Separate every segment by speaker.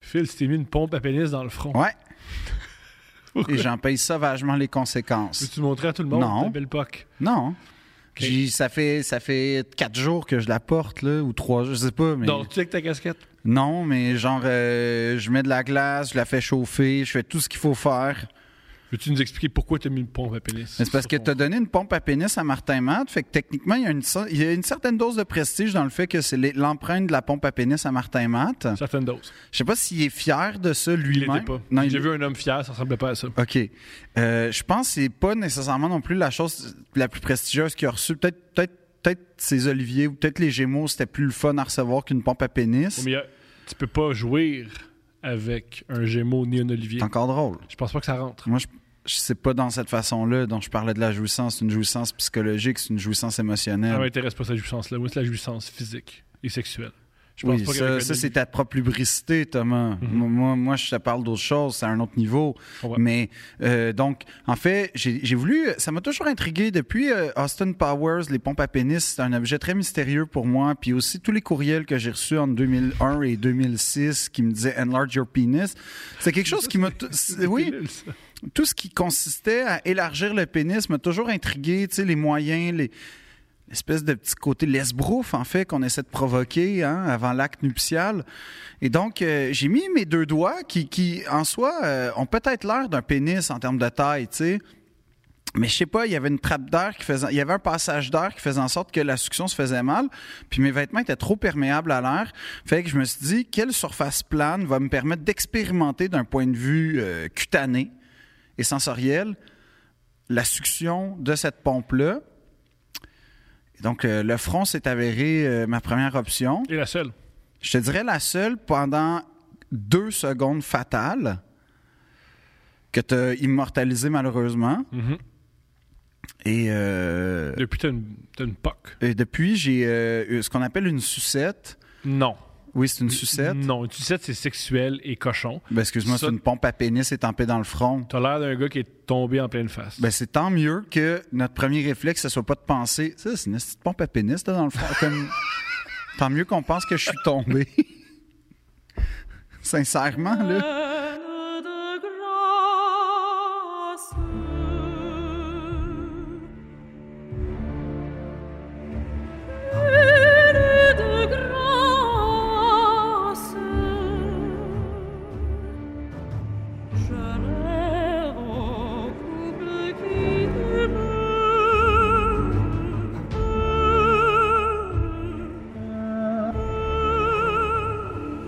Speaker 1: Phil, tu t'es mis une pompe à pénis dans le front.
Speaker 2: Ouais. Et j'en paye sauvagement les conséquences.
Speaker 1: Peux-tu montrer à tout le monde
Speaker 2: Non.
Speaker 1: ta belle poque?
Speaker 2: Non. J'ai- Ça fait ça fait quatre jours que je la porte, là, ou trois, je sais pas. Mais...
Speaker 1: Donc, tu sais que ta casquette.
Speaker 2: Non, mais genre, euh, je mets de la glace, je la fais chauffer, je fais tout ce qu'il faut faire.
Speaker 1: Peux-tu nous expliquer pourquoi tu as mis une pompe à pénis?
Speaker 2: Mais c'est parce
Speaker 1: sur
Speaker 2: que
Speaker 1: ton-
Speaker 2: t'as donné une pompe à pénis à Martin Matt, fait que techniquement, il y a une, cer- il y a une certaine dose de prestige dans le fait que c'est les- l'empreinte de la pompe à pénis à Martin Matt.
Speaker 1: Certaines doses.
Speaker 2: Je sais pas s'il est fier de ça
Speaker 1: Il
Speaker 2: lui-même.
Speaker 1: l'était pas.
Speaker 2: Non, il-
Speaker 1: J'ai vu un homme fier, ça ressemblait pas à ça.
Speaker 2: OK. Euh, je pense que c'est pas nécessairement non plus la chose la plus prestigieuse qu'il a reçue. Peut-être peut-être peut-être ses oliviers ou peut-être les gémeaux, c'était plus le fun à recevoir qu'une pompe à pénis.
Speaker 1: Mais euh, tu peux pas jouir avec un Gémeaux ni un Olivier.
Speaker 2: C'est encore drôle.
Speaker 1: Je pense pas que ça rentre.
Speaker 2: Moi, je, je sais pas dans cette façon-là dont je parlais de la jouissance. C'est une jouissance psychologique, c'est une jouissance émotionnelle.
Speaker 1: Ça m'intéresse Ah pas cette jouissance-là. Moi, c'est la jouissance physique et sexuelle. Je pense
Speaker 2: Oui,
Speaker 1: pas
Speaker 2: ça,
Speaker 1: qu'avec
Speaker 2: ça,
Speaker 1: un
Speaker 2: c'est ta propre lubricité, Thomas. Moi- Moi, moi, je te parle d'autre chose, c'est à un autre niveau.
Speaker 1: Oh, Ouais.
Speaker 2: Mais euh, donc, en fait, j'ai j'ai voulu. Ça m'a toujours intrigué depuis euh, Austin Powers, les pompes à pénis, c'est un objet très mystérieux pour moi. Puis aussi tous les courriels que j'ai reçus en 2001 et 2006 qui me disaient enlarge your penis. C'est quelque chose qui m'a. t- c'est- Oui,
Speaker 1: Olivier. Ça.
Speaker 2: tout ce qui consistait à élargir le pénis m'a toujours intrigué, tu sais, les moyens, les l'espèce de petit côté l'esbrouf, en fait, qu'on essaie de provoquer hein, avant l'acte nuptial. Et donc, euh, j'ai mis mes deux doigts qui, qui en soi, euh, ont peut-être l'air d'un pénis en termes de taille, tu sais. Mais je sais pas, il y avait une trappe d'air qui faisait, il y avait un passage d'air qui faisait en sorte que la succion se faisait mal, puis mes vêtements étaient trop perméables à l'air. Fait que je me suis dit, quelle surface plane va me permettre d'expérimenter d'un point de vue euh, cutané et sensoriel la succion de cette pompe-là. Et Donc, euh, le front s'est avéré euh, ma première option.
Speaker 1: Et la seule.
Speaker 2: Je te dirais la seule pendant deux secondes fatales que tu as immortalisé malheureusement.
Speaker 1: Mhm.
Speaker 2: Et, euh,
Speaker 1: Depuis, t'as une, t'as une poque.
Speaker 2: et depuis, j'ai euh, eu ce qu'on appelle une sucette.
Speaker 1: Non.
Speaker 2: Oui, c'est une sucette.
Speaker 1: Non, une sucette, c'est sexuel et cochon.
Speaker 2: Ben, excuse-moi,
Speaker 1: Ça-
Speaker 2: c'est une pompe à pénis étampée dans le front.
Speaker 1: T'as l'air d'un gars qui est tombé en pleine face.
Speaker 2: Ben, c'est tant mieux que notre premier réflexe, ce soit pas de penser. Ça, c'est une petite pompe à pénis, là, dans le front. Comme... tant mieux qu'on pense que je suis tombé. Sincèrement, là.
Speaker 3: Pleine de grâce. Pleine de grâce. Je rêve au couple qui demeure.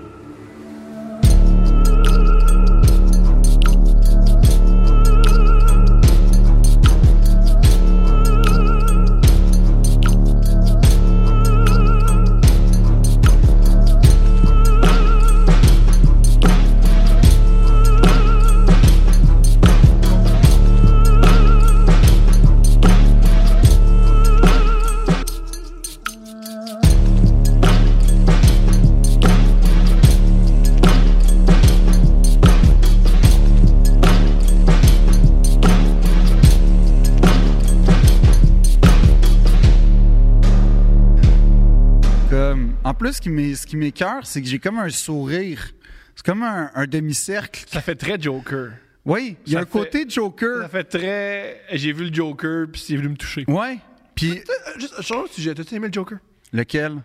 Speaker 2: Comme, en plus, ce qui m'é- ce qui m'écœure, c'est que j'ai comme un sourire. C'est comme un, un demi-cercle.
Speaker 1: Ça fait très Joker.
Speaker 2: Oui, il y a
Speaker 1: Ça
Speaker 2: un
Speaker 1: fait-
Speaker 2: côté
Speaker 1: Ça
Speaker 2: Joker.
Speaker 1: fait très. J'ai vu le Joker, puis il est venu me toucher.
Speaker 2: Ouais. euh, Puis
Speaker 1: Juste, change de sujet. T'as aimé le Joker?
Speaker 2: lequel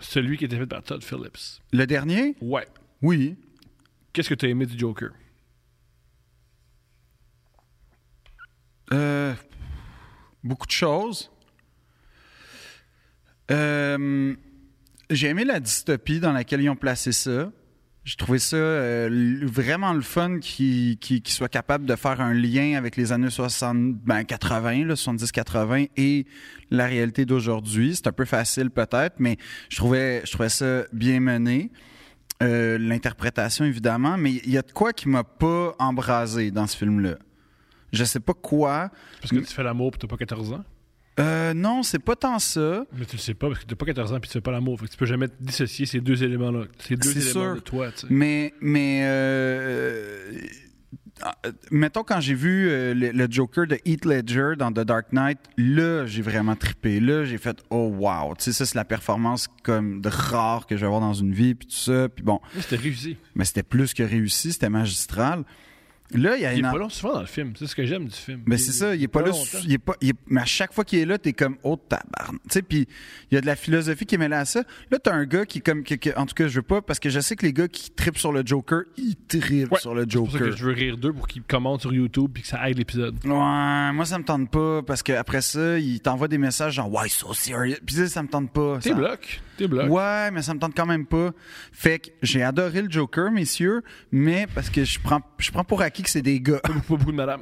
Speaker 1: Celui qui était fait par Todd Phillips.
Speaker 2: Le dernier
Speaker 1: Ouais.
Speaker 2: Oui.
Speaker 1: Qu'est-ce que t'as aimé du Joker?
Speaker 2: Euh, beaucoup de choses. Euh, j'ai aimé la dystopie dans laquelle ils ont placé ça. J'ai trouvé ça euh, l- vraiment le fun qu'ils qu'ils- qu'ils soient capables de faire un lien avec les années 60, ben 80, là, 70-80 et la réalité d'aujourd'hui. C'est un peu facile peut-être, mais je trouvais, je trouvais ça bien mené. Euh, L'interprétation, évidemment, mais il y a de quoi qui m'a pas embrasé dans ce film-là. Je sais pas quoi.
Speaker 1: Parce que tu fais l'amour pis t'as pas 14 ans.
Speaker 2: Euh, non, c'est pas tant ça.
Speaker 1: Mais tu le sais pas parce que t'as pas 14 ans puis tu fais pas l'amour. Fait que tu peux jamais te dissocier ces deux éléments-là. Ces deux
Speaker 2: C'est
Speaker 1: éléments
Speaker 2: sûr.
Speaker 1: de toi, tu sais.
Speaker 2: Mais, mais euh, ah, euh, mettons, quand j'ai vu euh, le, le Joker de Heath Ledger dans The Dark Knight, là, j'ai vraiment trippé. Là, j'ai fait « Oh, wow! » Tu sais, ça, c'est la performance comme de rare que je vais avoir dans une vie, puis tout ça. Puis bon,
Speaker 1: C'était réussi.
Speaker 2: mais c'était plus que réussi, c'était magistral. Là, il y a
Speaker 1: Il est
Speaker 2: une...
Speaker 1: pas long souvent dans le film. C'est ce que j'aime du film.
Speaker 2: Mais c'est ça, il est pas, là. sous- il est pas, il est- mais à chaque fois qu'il est là, t'es comme, oh tabarn. Tu sais, puis il y a de la philosophie qui est mêlée à ça. Là, t'as un gars qui, est comme, qui- qui- en tout cas, je veux pas, parce que je sais que les gars qui trippent sur le Joker, ils trippent
Speaker 1: Ouais,
Speaker 2: sur le
Speaker 1: C'est pour ça que
Speaker 2: Joker.
Speaker 1: je veux rire d'eux pour qu'ils commentent sur YouTube puis que ça aide l'épisode.
Speaker 2: Ouais, moi, ça me tente pas, parce que après ça, ils t'envoient des messages genre, why so serious? Puis ça, ça me tente pas.
Speaker 1: T'es
Speaker 2: Ça-
Speaker 1: bloc. T'es bloc.
Speaker 2: Ouais, mais ça me tente quand même pas. Fait que j'ai adoré le Joker, messieurs, mais parce que je prends, je prends pour acquis que c'est des gars.
Speaker 1: Pas beaucoup de madame.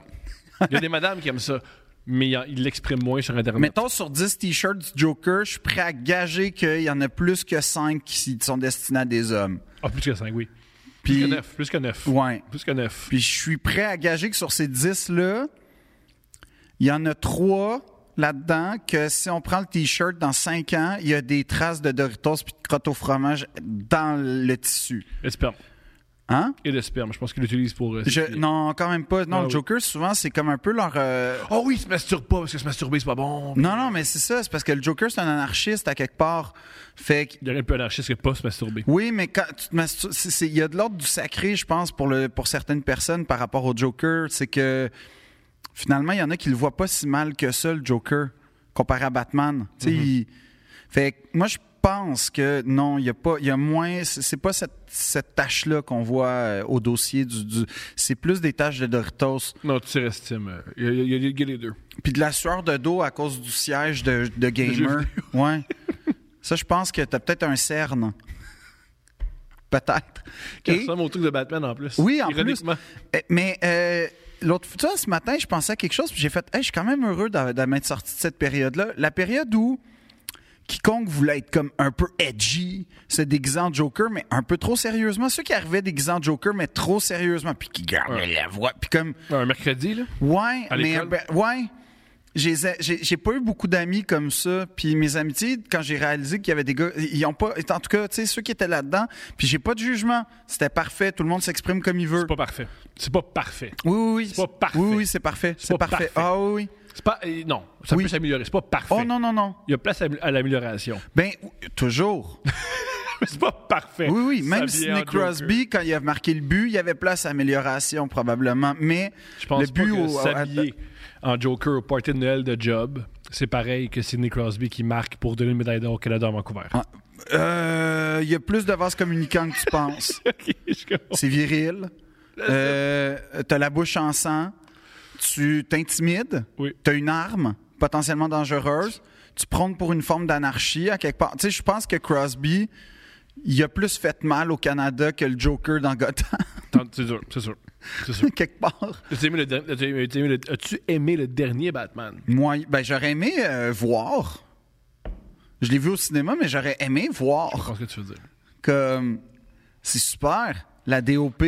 Speaker 1: Il y a des madames qui aiment ça, mais ils en- ils l'expriment moins sur Internet.
Speaker 2: Mettons sur 10 t-shirts du Joker, je suis prêt à gager qu'il y en a plus que 5 qui sont destinés à des hommes.
Speaker 1: Ah, plus que 5, oui.
Speaker 2: Puis,
Speaker 1: Plus que 9. Plus que 9.
Speaker 2: ouais.
Speaker 1: Plus que 9.
Speaker 2: Puis je suis prêt à gager que sur ces 10-là, il y en a 3 là-dedans que si on prend le t-shirt dans 5 ans, il y a des traces de Doritos puis de crotte au fromage dans le tissu.
Speaker 1: Et de sperme.
Speaker 2: Hein?
Speaker 1: Et de sperme. Je pense qu'ils l'utilisent pour. euh,
Speaker 2: Je,
Speaker 1: s'écrire.
Speaker 2: non, quand même pas. Non,
Speaker 1: Ah
Speaker 2: le
Speaker 1: oui.
Speaker 2: Joker, souvent, c'est comme un peu leur... euh,
Speaker 1: Oh oui, ils se masturbent pas parce que se masturber, c'est pas bon.
Speaker 2: Non, non, mais c'est ça. C'est parce que le Joker, c'est un anarchiste à quelque part. Fait que
Speaker 1: Il y a rien de plus anarchiste que pas se masturber.
Speaker 2: Oui, mais quand tu te mastu- c'est- c'est- il y a de l'ordre du sacré, je pense, pour, le, pour certaines personnes par rapport au Joker. C'est que finalement, il y en a qui le voient pas si mal que ça, le Joker, comparé à Batman. Tu sais, il- Fait que moi, je pense que non, il y a pas, il y a moins. C'est c'est pas cette, cette tâche-là qu'on voit euh, au dossier du. du- c'est plus des tâches de Doritos.
Speaker 1: Non, tu surestimes. euh, Il y a- il y, a- il y a les deux.
Speaker 2: Puis de la sueur de dos à cause du siège de, de gamer. Ouais. Ça, je pense que t'as peut-être un cerne. Peut-être.
Speaker 1: Qui
Speaker 2: Et-
Speaker 1: ressemble au truc de Batman en plus.
Speaker 2: Oui, en plus.
Speaker 1: Ironiquement.
Speaker 2: Eh, Mais euh, l'autre fois, ce matin, je pensais à quelque chose, puis j'ai fait, Hey, je suis quand même heureux d'a- d'a- m'être sorti de cette période-là. La période où quiconque voulait être comme un peu edgy, se déguisant en Joker, mais un peu trop sérieusement. Ceux qui arrivaient déguisant en Joker, mais trop sérieusement, puis qui gardaient la voix, puis comme,
Speaker 1: Un mercredi, là.
Speaker 2: ouais,
Speaker 1: À
Speaker 2: mais
Speaker 1: l'école?
Speaker 2: ben, ouais. J'ai j'ai- j'ai pas eu beaucoup d'amis comme ça. Puis mes amitiés, quand j'ai réalisé qu'il y avait des gars, ils ont pas. En tout cas, tu sais, ceux qui étaient là-dedans, puis j'ai pas de jugement. C'était parfait. Tout le monde s'exprime comme il veut.
Speaker 1: C'est pas parfait. C'est pas parfait.
Speaker 2: Oui, oui, oui.
Speaker 1: C'est pas parfait.
Speaker 2: Oui, oui, c'est parfait.
Speaker 1: C'est
Speaker 2: C'est
Speaker 1: pas
Speaker 2: parfait.
Speaker 1: parfait.
Speaker 2: Ah oui, oui.
Speaker 1: C'est pas. euh, Non, ça
Speaker 2: Oui.
Speaker 1: peut s'améliorer. C'est pas parfait.
Speaker 2: Oh non, non, non.
Speaker 1: Il y a place à, à l'amélioration.
Speaker 2: Ben, ou- toujours.
Speaker 1: Mais c'est pas parfait.
Speaker 2: Oui, oui. Même
Speaker 1: S'habiller
Speaker 2: si
Speaker 1: en
Speaker 2: Nick
Speaker 1: Joker.
Speaker 2: Crosby, quand il a marqué le but, il y avait place à amélioration, probablement. Mais
Speaker 1: Je pense
Speaker 2: le but
Speaker 1: pas que
Speaker 2: au- au-
Speaker 1: s'habiller en Joker au party de Noël de Job, c'est pareil que Sidney Crosby qui marque pour donner une médaille d'or au Canada à Vancouver.
Speaker 2: Ah, euh, il y a plus de vases communicants que tu penses.
Speaker 1: Ok, je comprends.
Speaker 2: C'est viril. Euh, T'as la bouche en sang. Tu t'intimides.
Speaker 1: Oui.
Speaker 2: T'as une arme potentiellement dangereuse. Tu prônes pour une forme d'anarchie à quelque part. Tu sais, je pense que Crosby, il a plus fait mal au Canada que le Joker dans Gotham,
Speaker 1: Tant- C'est dur, c'est sûr. C'est sûr.
Speaker 2: quelque part.
Speaker 1: As-tu aimé, le der- as-tu aimé- as-tu aimé le- as-tu aimé le dernier Batman?
Speaker 2: Moi, ben, j'aurais aimé euh, voir. Je l'ai vu au cinéma, mais j'aurais aimé
Speaker 1: Je
Speaker 2: voir.
Speaker 1: pense que tu veux dire.
Speaker 2: Comme, c'est super. La DOP,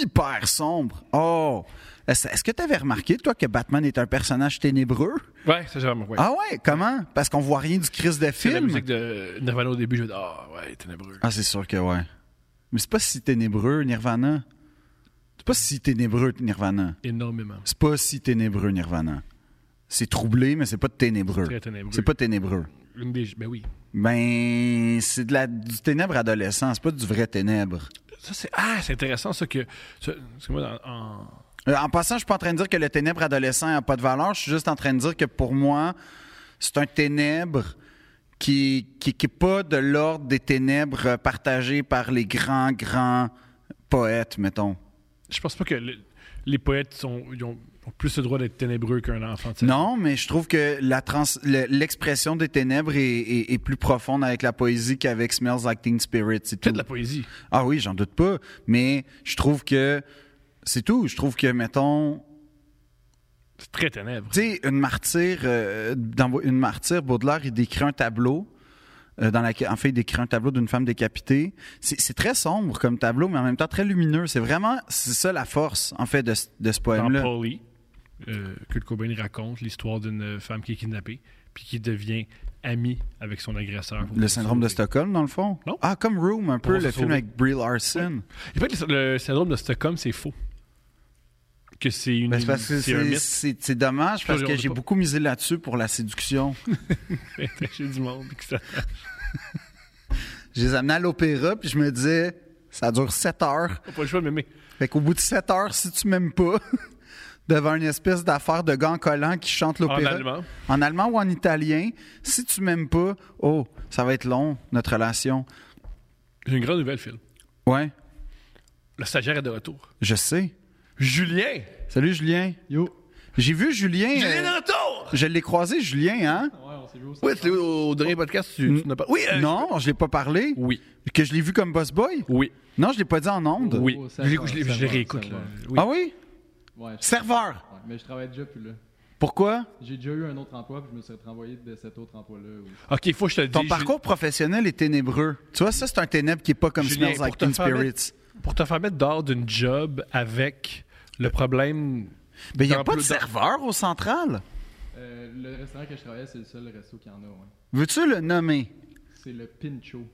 Speaker 2: hyper sombre. Oh! Est-ce est-ce que tu avais remarqué, toi, que Batman est un personnage ténébreux?
Speaker 1: Ouais, ça j'ai vraiment. Ouais.
Speaker 2: Ah ouais, comment? Parce qu'on voit rien du Christ de
Speaker 1: C'est la
Speaker 2: film.
Speaker 1: musique de Nirvana au début, je vais dire Ah ouais, ténébreux.
Speaker 2: Ah, c'est sûr que ouais. Mais c'est pas si ténébreux, Nirvana. C'est pas si ténébreux, Nirvana.
Speaker 1: Énormément.
Speaker 2: C'est pas si ténébreux, Nirvana. C'est troublé, mais c'est pas ténébreux.
Speaker 1: Très ténébreux.
Speaker 2: C'est pas ténébreux.
Speaker 1: Une des. Ben oui.
Speaker 2: Ben, c'est de la, du ténèbre adolescent, c'est pas du vrai ténèbre.
Speaker 1: Ça, c'est. Ah, c'est intéressant ça que. ça- Parce que moi, en- en-
Speaker 2: Euh, En passant, je suis pas en train de dire que le ténèbre adolescent n'a pas de valeur, je suis juste en train de dire que pour moi, c'est un ténèbre qui n'est qui, qui est pas de l'ordre des ténèbres euh, partagées par les grands, grands poètes, mettons.
Speaker 1: Je pense pas que le- les poètes sont, ils ont, ont plus le droit d'être ténébreux qu'un enfant. tu sais.
Speaker 2: Non, mais je trouve que la trans, le- l'expression des ténèbres est, est- est plus profonde avec la poésie qu'avec Smells Like Teen Spirit, c'est tout.
Speaker 1: Peut-être de la poésie.
Speaker 2: Ah oui, j'en doute pas. Mais je trouve que c'est tout. Je trouve que, mettons,
Speaker 1: C'est très ténèbre.
Speaker 2: tu sais, une martyre, euh, dans une martyre, Baudelaire, il décrit un tableau. euh, dans laquelle, en fait, il décrit un tableau d'une femme décapitée. C'est c'est très sombre comme tableau, mais en même temps très lumineux. C'est vraiment, c'est ça la force, en fait, de, ce- de ce
Speaker 1: Dans
Speaker 2: poème-là.
Speaker 1: Polly, euh, Kurt Cobain il raconte l'histoire d'une femme qui est kidnappée puis qui devient amie avec son agresseur.
Speaker 2: Le syndrome de Stockholm, dans le fond.
Speaker 1: Non.
Speaker 2: Ah, comme Room, un peu,
Speaker 1: Pour se
Speaker 2: le film
Speaker 1: sauver.
Speaker 2: avec Brie Larson.
Speaker 1: En fait, le le syndrome de Stockholm, c'est faux. que c'est une
Speaker 2: Ben, c'est parce que
Speaker 1: c'est un
Speaker 2: c'est-
Speaker 1: mythe.
Speaker 2: c'est c'est dommage parce
Speaker 1: Toujours
Speaker 2: que
Speaker 1: de
Speaker 2: j'ai
Speaker 1: pas-
Speaker 2: beaucoup misé là-dessus pour la séduction.
Speaker 1: J'ai du monde. qui ça-
Speaker 2: je les amenais à l'opéra puis je me disais ça dure 7 heures.
Speaker 1: Pas le choix de m'aimer.
Speaker 2: Fait qu'au bout de 7 heures, si tu m'aimes pas, devant une espèce d'affaire de gants collants qui chante
Speaker 1: En
Speaker 2: l'opéra.
Speaker 1: allemand.
Speaker 2: En allemand ou en italien, si tu m'aimes pas, oh, ça va être long, notre relation.
Speaker 1: J'ai une grande nouvelle, Phil.
Speaker 2: Ouais,
Speaker 1: Le stagiaire est de retour.
Speaker 2: je sais.
Speaker 1: Julien!
Speaker 2: Salut Julien.
Speaker 4: Yo.
Speaker 2: J'ai vu Julien.
Speaker 1: Julien
Speaker 2: euh,
Speaker 1: est de retour!
Speaker 2: je l'ai croisé, Julien, hein?
Speaker 4: Ouais, on s'est vu au
Speaker 1: Oui, c'est au, au dernier podcast, tu, tu n'as pas. Oui! euh,
Speaker 2: non, je l'ai pas parlé.
Speaker 1: Oui.
Speaker 2: Que je l'ai vu comme boss boy?
Speaker 1: Oui.
Speaker 2: Non, je l'ai pas dit en onde.
Speaker 1: Oui.
Speaker 4: Oh,
Speaker 1: Je
Speaker 4: ça
Speaker 1: l'écoute-
Speaker 4: va,
Speaker 1: je l'ai-
Speaker 4: ça
Speaker 1: je les
Speaker 4: va,
Speaker 1: réécoute.
Speaker 4: ça
Speaker 1: là.
Speaker 4: va.
Speaker 1: Oui.
Speaker 2: Ah oui?
Speaker 4: Ouais, je-
Speaker 2: Serveur!
Speaker 4: ouais, mais je travaillais déjà plus là.
Speaker 2: Pourquoi?
Speaker 4: J'ai déjà eu un autre emploi, puis je me suis renvoyé de cet autre emploi-là. où-
Speaker 1: Ok, il faut que je te le dise.
Speaker 2: Ah. Ton parcours professionnel est ténébreux. Tu vois, ça, c'est un ténèbre qui est pas comme
Speaker 1: Julien,
Speaker 2: Smells Like
Speaker 1: pour te
Speaker 2: Teen
Speaker 1: faire
Speaker 2: Spirits.
Speaker 1: Pour te faire mettre dehors d'une job avec le problème.
Speaker 2: Mais il n'y
Speaker 1: T'en
Speaker 2: Ben, a pas de
Speaker 1: plus dans-
Speaker 2: serveur au central.
Speaker 4: Euh, le restaurant que je travaillais, c'est le seul resto qu'il y en a. Ouais.
Speaker 2: Veux-tu le nommer?
Speaker 4: C'est le Pincho.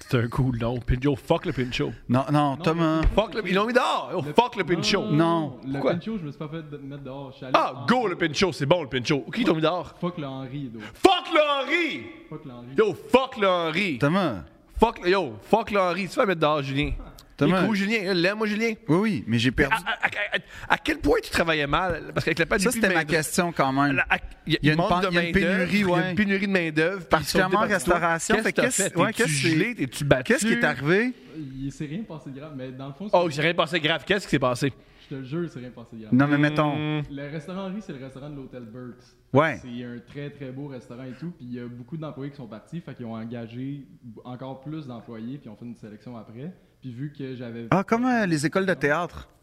Speaker 1: C'est un cool nom. Pincho, fuck le Pincho.
Speaker 2: Non, non, Thomas.
Speaker 1: Fuck le. Ils l'ont mis dehors! Oh, fuck le Pincho!
Speaker 2: Non.
Speaker 4: Le
Speaker 1: Pourquoi?
Speaker 4: Pincho, je me suis pas fait de- mettre dehors. Je suis allé
Speaker 1: Ah,
Speaker 4: en-
Speaker 1: go le Pincho, c'est bon le Pincho. Qui t'ont mis dehors?
Speaker 4: Fuck le Henri, d'eau.
Speaker 1: Fuck le Henri!
Speaker 4: Fuck le Henri.
Speaker 1: Yo, fuck le Henri!
Speaker 2: Thomas.
Speaker 1: Fuck le. Yo, fuck le Henri. Tu vas mettre dehors, Julien.
Speaker 2: Thomas.
Speaker 1: Il est cool, Julien. L'aime-moi, Julien.
Speaker 2: Oui, oui, mais j'ai perdu.
Speaker 1: À, à- à- à- à quel point tu travaillais mal? Parce qu'avec la
Speaker 2: ça, c'était ma question quand même.
Speaker 1: Il
Speaker 2: Il y a une
Speaker 1: manque
Speaker 2: pan-
Speaker 1: de
Speaker 2: il y a une
Speaker 1: main-d'œuvre,
Speaker 2: pénurie,
Speaker 1: il y a une
Speaker 2: ouais.
Speaker 1: pénurie de main-d'œuvre.
Speaker 2: Particulièrement en restauration,
Speaker 1: Qu'est-ce
Speaker 2: fait
Speaker 1: que t'as
Speaker 2: qu'est-ce-
Speaker 1: fait?
Speaker 2: ouais,
Speaker 1: T'es-tu
Speaker 2: qu'est-ce-
Speaker 1: gelé? T'es-tu battu?
Speaker 2: Qu'est-ce qui est arrivé?
Speaker 4: Il s'est rien passé de grave, mais dans le fond,
Speaker 1: Oh, j'ai rien passé grave. Qu'est-ce qui s'est passé?
Speaker 4: je te le jure, il s'est rien passé de grave.
Speaker 2: Non,
Speaker 1: Hmm.
Speaker 2: mais mettons.
Speaker 4: Le restaurant Henri, c'est le restaurant de l'hôtel Burks.
Speaker 2: Ouais.
Speaker 4: C'est un très très beau restaurant et tout. Puis il y a beaucoup d'employés qui sont partis, fait qu'ils ont engagé b- encore plus d'employés, puis ils ont fait une sélection après. Puis vu que j'avais.
Speaker 2: Ah, comme euh, les écoles de théâtre.
Speaker 1: Ah,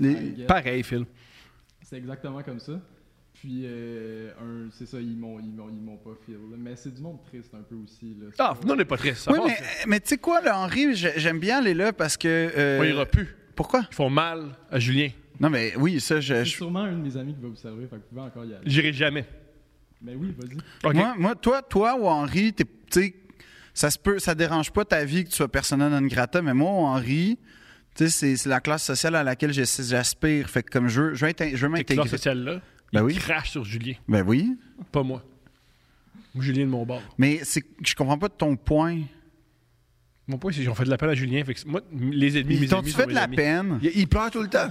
Speaker 2: Les-
Speaker 4: I guess,
Speaker 1: Pareil, Phil.
Speaker 4: C'est exactement comme ça. Puis, euh, un- c'est ça, ils m'ont, ils, m'ont, ils m'ont pas fil. Mais c'est du monde triste un peu aussi. Là.
Speaker 1: Ah, non, on n'est pas triste. Ça
Speaker 2: Oui,
Speaker 1: passe,
Speaker 2: mais,
Speaker 1: ça.
Speaker 2: mais tu sais quoi, le Henri, j'ai- j'aime bien aller là parce que. euh,
Speaker 1: On ira plus.
Speaker 2: Pourquoi?
Speaker 1: Ils font mal à Julien.
Speaker 2: Non, mais oui, ça, je.
Speaker 4: C'est
Speaker 2: je-
Speaker 4: sûrement un de mes amis qui va vous servir, fait que vous pouvez encore y aller.
Speaker 1: J'irai jamais.
Speaker 4: Mais oui, vas-y.
Speaker 1: OK.
Speaker 2: Moi, moi, toi, toi ou Henri, t'es- tu sais, ça se peut, ça dérange pas ta vie que tu sois persona non grata, mais moi ou Henri, tu sais, c'est- c'est la classe sociale à laquelle je- j'aspire. Fait que comme je veux, je veux, inté- je veux
Speaker 1: Cette classe
Speaker 2: m'intégrer.
Speaker 1: sociale-là,
Speaker 2: Ben
Speaker 1: il
Speaker 2: oui.
Speaker 1: crache sur Julien,
Speaker 2: Ben oui,
Speaker 1: pas moi. Moi, Julien de mon bord.
Speaker 2: mais c'est- je comprends pas ton point.
Speaker 1: Mon point, c'est qu'ils ont fait de la peine à Julien. Fait que moi, m- les ennemis, mes
Speaker 2: Ils t'ont
Speaker 1: ennemis
Speaker 2: fait
Speaker 1: sont
Speaker 2: de
Speaker 1: mes
Speaker 2: la
Speaker 1: amis.
Speaker 2: peine.
Speaker 1: Il, il pleure tout le temps.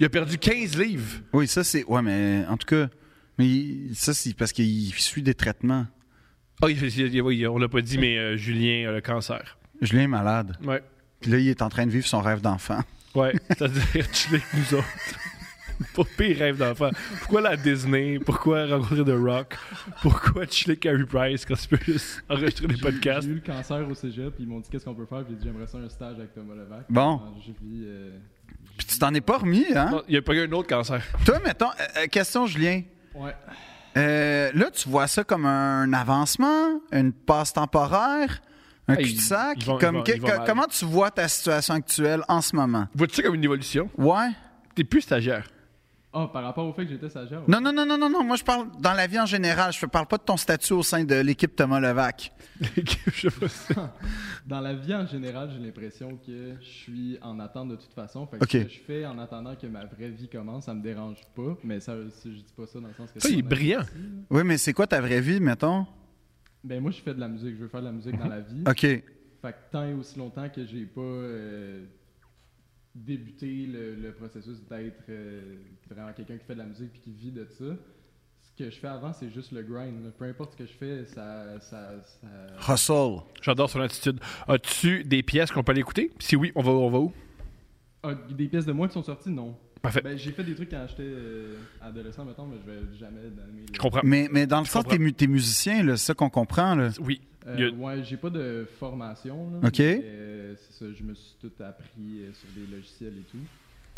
Speaker 1: Il a perdu 15 livres.
Speaker 2: Oui, ça c'est. Ouais, mais en tout cas, mais il- ça c'est parce qu'il suit des traitements.
Speaker 1: Ah, il- il- il- oui, on l'a pas dit, mais euh, Julien a le cancer.
Speaker 2: Julien est malade.
Speaker 1: Ouais.
Speaker 2: Puis là, il est en train de vivre son rêve d'enfant.
Speaker 1: Ouais, c'est-à-dire chiller avec nous autres. Pour pire rêve d'enfant. Pourquoi la Disney? Pourquoi rencontrer The Rock? Pourquoi chiller avec Harry Price quand tu peux juste enregistrer des podcasts?
Speaker 4: J'ai eu le cancer au cégep, puis ils m'ont dit qu'est-ce qu'on peut faire, puis j'ai dit j'aimerais ça un stage avec Thomas Levac.
Speaker 2: Bon.
Speaker 4: Alors, J'ai dit. euh,
Speaker 2: Puis tu t'en es pas remis, hein?
Speaker 1: Non, il a pas eu un autre cancer.
Speaker 2: Toi, mettons, euh, euh, question, Julien.
Speaker 4: Ouais.
Speaker 2: Euh, là, tu vois ça comme un avancement, une passe temporaire, un
Speaker 1: Ah, ils-
Speaker 2: cul-de-sac.
Speaker 1: ils vont-
Speaker 2: Comme
Speaker 1: ils vont-
Speaker 2: que-
Speaker 1: ils vont
Speaker 2: que-
Speaker 1: mal.
Speaker 2: comment tu vois ta situation actuelle en ce moment?
Speaker 1: Vois-tu ça comme une évolution?
Speaker 2: Ouais?
Speaker 1: T'es plus stagiaire.
Speaker 4: Ah, par rapport au fait que j'étais stagiaire.
Speaker 2: Non, non, non, non, non, non. Moi, je parle dans la vie en général. Je ne parle pas de ton statut au sein de l'équipe Thomas Levac.
Speaker 1: Je sais pas si-
Speaker 4: Dans la vie en général, j'ai l'impression que je suis en attente de toute façon. Fait que
Speaker 2: Ok.
Speaker 4: ce que je fais en attendant que ma vraie vie commence, ça me dérange pas. Mais ça, si je dis pas ça dans le sens que
Speaker 1: Ça, il est
Speaker 4: en a-
Speaker 1: brillant.
Speaker 2: Oui, mais c'est quoi ta vraie vie, mettons?
Speaker 4: Ben moi, je fais de la musique. Je veux faire de la musique
Speaker 1: Mhm.
Speaker 4: dans la vie.
Speaker 2: OK.
Speaker 4: Fait que tant et aussi longtemps que j'ai pas euh, débuté le, le processus d'être euh, vraiment quelqu'un qui fait de la musique puis qui vit de ça, ce que je fais avant, c'est juste le grind. là. Peu importe ce que je fais, ça. ça, ça...
Speaker 2: Hustle.
Speaker 1: J'adore son attitude. As-tu des pièces qu'on peut aller écouter? Si oui, on va, on va où?
Speaker 4: Ah, des pièces de moi qui sont sorties, non.
Speaker 1: Parfait.
Speaker 4: Ben, j'ai fait des trucs quand j'étais euh, adolescent, mettons, mais je vais jamais donner.
Speaker 1: Je
Speaker 4: le-
Speaker 1: comprends.
Speaker 2: Mais, mais dans le
Speaker 1: Ah. Je
Speaker 2: sens,
Speaker 1: comprends.
Speaker 2: t'es, mu- t'es musicien, là, c'est ça qu'on comprend. Là.
Speaker 1: Oui.
Speaker 4: Euh,
Speaker 1: Il y a-
Speaker 4: ouais, j'ai pas de formation. Là,
Speaker 2: Ok.
Speaker 4: mais, euh, c'est ça, je me suis tout appris euh, sur des logiciels et tout.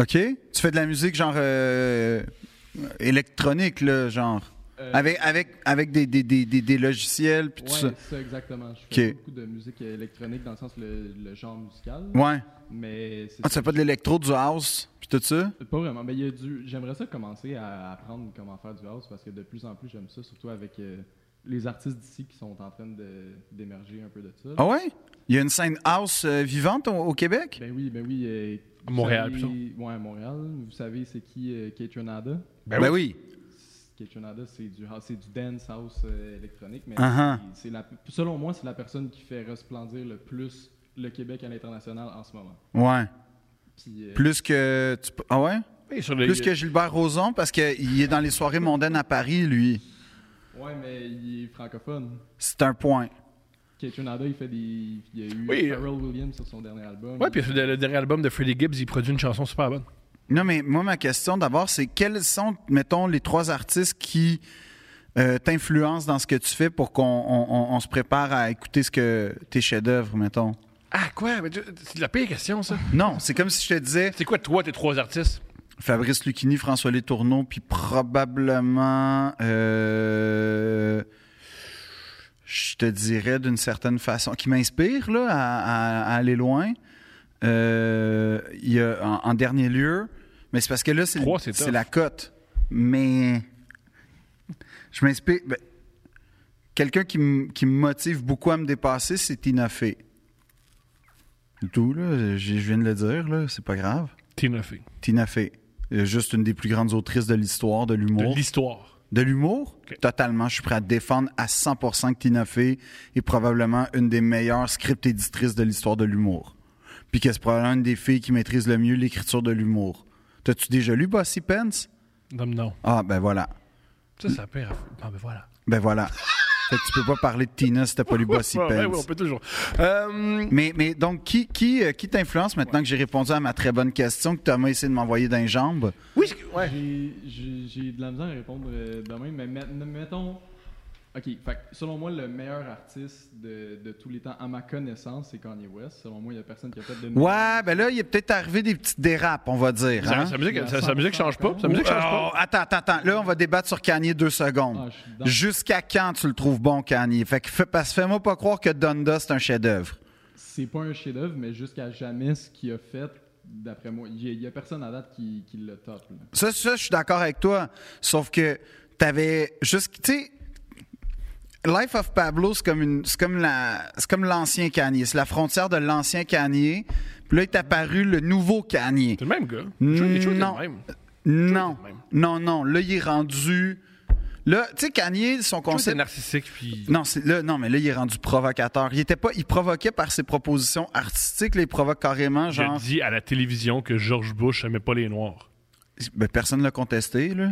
Speaker 2: OK? Tu fais de la musique genre euh, électronique, là, genre.
Speaker 4: Euh,
Speaker 2: Avec, avec, avec des, des, des, des, des logiciels, puis
Speaker 4: Ouais,
Speaker 2: tout ça.
Speaker 4: c'est ça, exactement. Je fais
Speaker 2: Ok.
Speaker 4: beaucoup de musique électronique dans le sens le, le genre musical.
Speaker 2: Ouais.
Speaker 4: Mais c'est
Speaker 2: Ah, tu
Speaker 4: ça.
Speaker 2: fais pas de l'électro, du house, puis tout ça?
Speaker 4: Pas vraiment. Mais il y a du. J'aimerais ça commencer à apprendre comment faire du house parce que de plus en plus j'aime ça, surtout avec euh, les artistes d'ici qui sont en train de- d'émerger un peu de ça. là.
Speaker 2: Ah ouais? Il y a une scène house euh, vivante au, au Québec?
Speaker 4: Ben oui, ben oui. euh,
Speaker 1: À
Speaker 4: vous
Speaker 1: Montréal,
Speaker 4: savez- Ouais, à Montréal. Vous savez, c'est qui euh, Kate Renada?
Speaker 1: Ben
Speaker 2: oui.
Speaker 4: Kate Renada, c'est du, house- c'est du dance house euh, électronique, mais
Speaker 2: Uh-huh.
Speaker 4: c'est- c'est la, selon moi, c'est la personne qui fait resplendir le plus le Québec à l'international en ce moment.
Speaker 2: Ouais.
Speaker 4: Puis, euh,
Speaker 2: Plus que. tu peux- Ah ouais?
Speaker 1: Oui, sur le-
Speaker 2: Plus que Gilbert Rozon, parce qu'il est dans les soirées mondaines à Paris, lui.
Speaker 4: Ouais, mais il est francophone.
Speaker 2: C'est un point.
Speaker 4: Kate Renada, il fait des. Il y a eu
Speaker 1: Oui,
Speaker 4: Pharrell Williams sur son dernier album.
Speaker 1: Ouais, puis sur le, le dernier album de Freddie Gibbs, il produit une chanson super bonne.
Speaker 2: Non, mais moi, ma question d'abord, c'est quels sont, mettons, les trois artistes qui euh, t'influencent dans ce que tu fais pour qu'on on- on- on se prépare à écouter ce que tes chefs-d'œuvre, mettons?
Speaker 1: Ah, quoi? Mais tu- C'est de la pire question, ça.
Speaker 2: Non, c'est comme si je te disais
Speaker 1: C'est quoi, toi, tes trois artistes?
Speaker 2: Fabrice Lucchini, François Létourneau, puis probablement. euh, je te dirais d'une certaine façon, qui m'inspire là, à, à- à aller loin. Euh, il y a, en, en dernier lieu, mais c'est parce que là, c'est,
Speaker 1: Trois, c'est
Speaker 2: c'est
Speaker 1: tough.
Speaker 2: la cote. Mais je m'inspire. ben, quelqu'un qui, m- qui me motive beaucoup à me dépasser, c'est Tina Fey. C'est Tout, là, je je viens de le dire, là, c'est pas grave.
Speaker 1: Tina Fey.
Speaker 2: Tina Fey. Euh, Juste une des plus grandes autrices de l'histoire, de
Speaker 1: De
Speaker 2: l'humour.
Speaker 1: l'histoire.
Speaker 2: De l'humour?
Speaker 1: Ok.
Speaker 2: Totalement. Je suis prêt à défendre à 100% que Tina Fey est probablement une des meilleures script éditrices de l'histoire de l'humour. Puis que c'est probablement une des filles qui maîtrise le mieux l'écriture de l'humour. T'as-tu déjà lu Bossy Pence?
Speaker 1: Non, mais non.
Speaker 2: Ah, ben voilà.
Speaker 1: Ça, c'est la pire. affaire. Ah, ben voilà.
Speaker 2: Ben voilà. fait que tu peux pas parler de Tina si t'as pas lu Bossy
Speaker 1: Ouais,
Speaker 2: Pence.
Speaker 1: ouais, on peut toujours. Euh,
Speaker 2: Mais, mais donc, qui, qui, euh, qui t'influence maintenant que j'ai répondu à ma très bonne question que Thomas essayé de m'envoyer d'un jambe?
Speaker 1: oui, c'est- ouais.
Speaker 4: J'ai- J'ai j'ai de la misère à répondre euh, de même, mais met- mettons. Ok, fait que selon moi, le meilleur artiste de, de tous les temps, à ma connaissance, c'est Kanye West. Selon moi, il n'y a personne qui a fait de.
Speaker 2: Ouais, ben là, il est peut-être arrivé des petites dérapes, on va dire.
Speaker 1: Ça-
Speaker 2: hein?
Speaker 1: Sa musique,
Speaker 4: Je suis
Speaker 1: sa-
Speaker 4: à
Speaker 1: sa musique change pas. Sa musique change
Speaker 2: Oh,
Speaker 1: pas.
Speaker 2: attends, attends, attends. Là, on va débattre sur Kanye deux secondes.
Speaker 4: Ah, je suis dedans.
Speaker 2: Jusqu'à quand tu le trouves bon, Kanye? Fait que fais- parce que fais-moi pas croire que Donda, c'est un chef-d'œuvre.
Speaker 4: C'est pas un chef-d'œuvre, mais jusqu'à jamais, ce qu'il a fait, d'après moi, il n'y a, personne à date qui, qui le top. là.
Speaker 2: Ça, ça, je suis d'accord avec toi. Sauf que t'avais juste. Tu sais, Life of Pablo, c'est comme, une, c'est comme, la, c'est comme l'ancien Kanye. C'est la frontière de l'ancien Kanye. Puis là, est apparu le nouveau Kanye.
Speaker 1: C'est le même gars.
Speaker 2: Mm,
Speaker 1: Il est toujours
Speaker 2: non.
Speaker 1: le même.
Speaker 2: Non.
Speaker 1: le même.
Speaker 2: Non, non. Là, il est rendu. Là, tu sais, Kanye, son
Speaker 1: Toujours C'est
Speaker 2: concept.
Speaker 1: narcissique, puis.
Speaker 2: Non, c'est là, non, mais là, il est rendu provocateur. Il était pas, il provoquait par ses propositions artistiques, là, il provoque carrément, genre.
Speaker 1: Je dis à la télévision que George Bush aimait pas les Noirs.
Speaker 2: Ben, personne ne l'a contesté, là.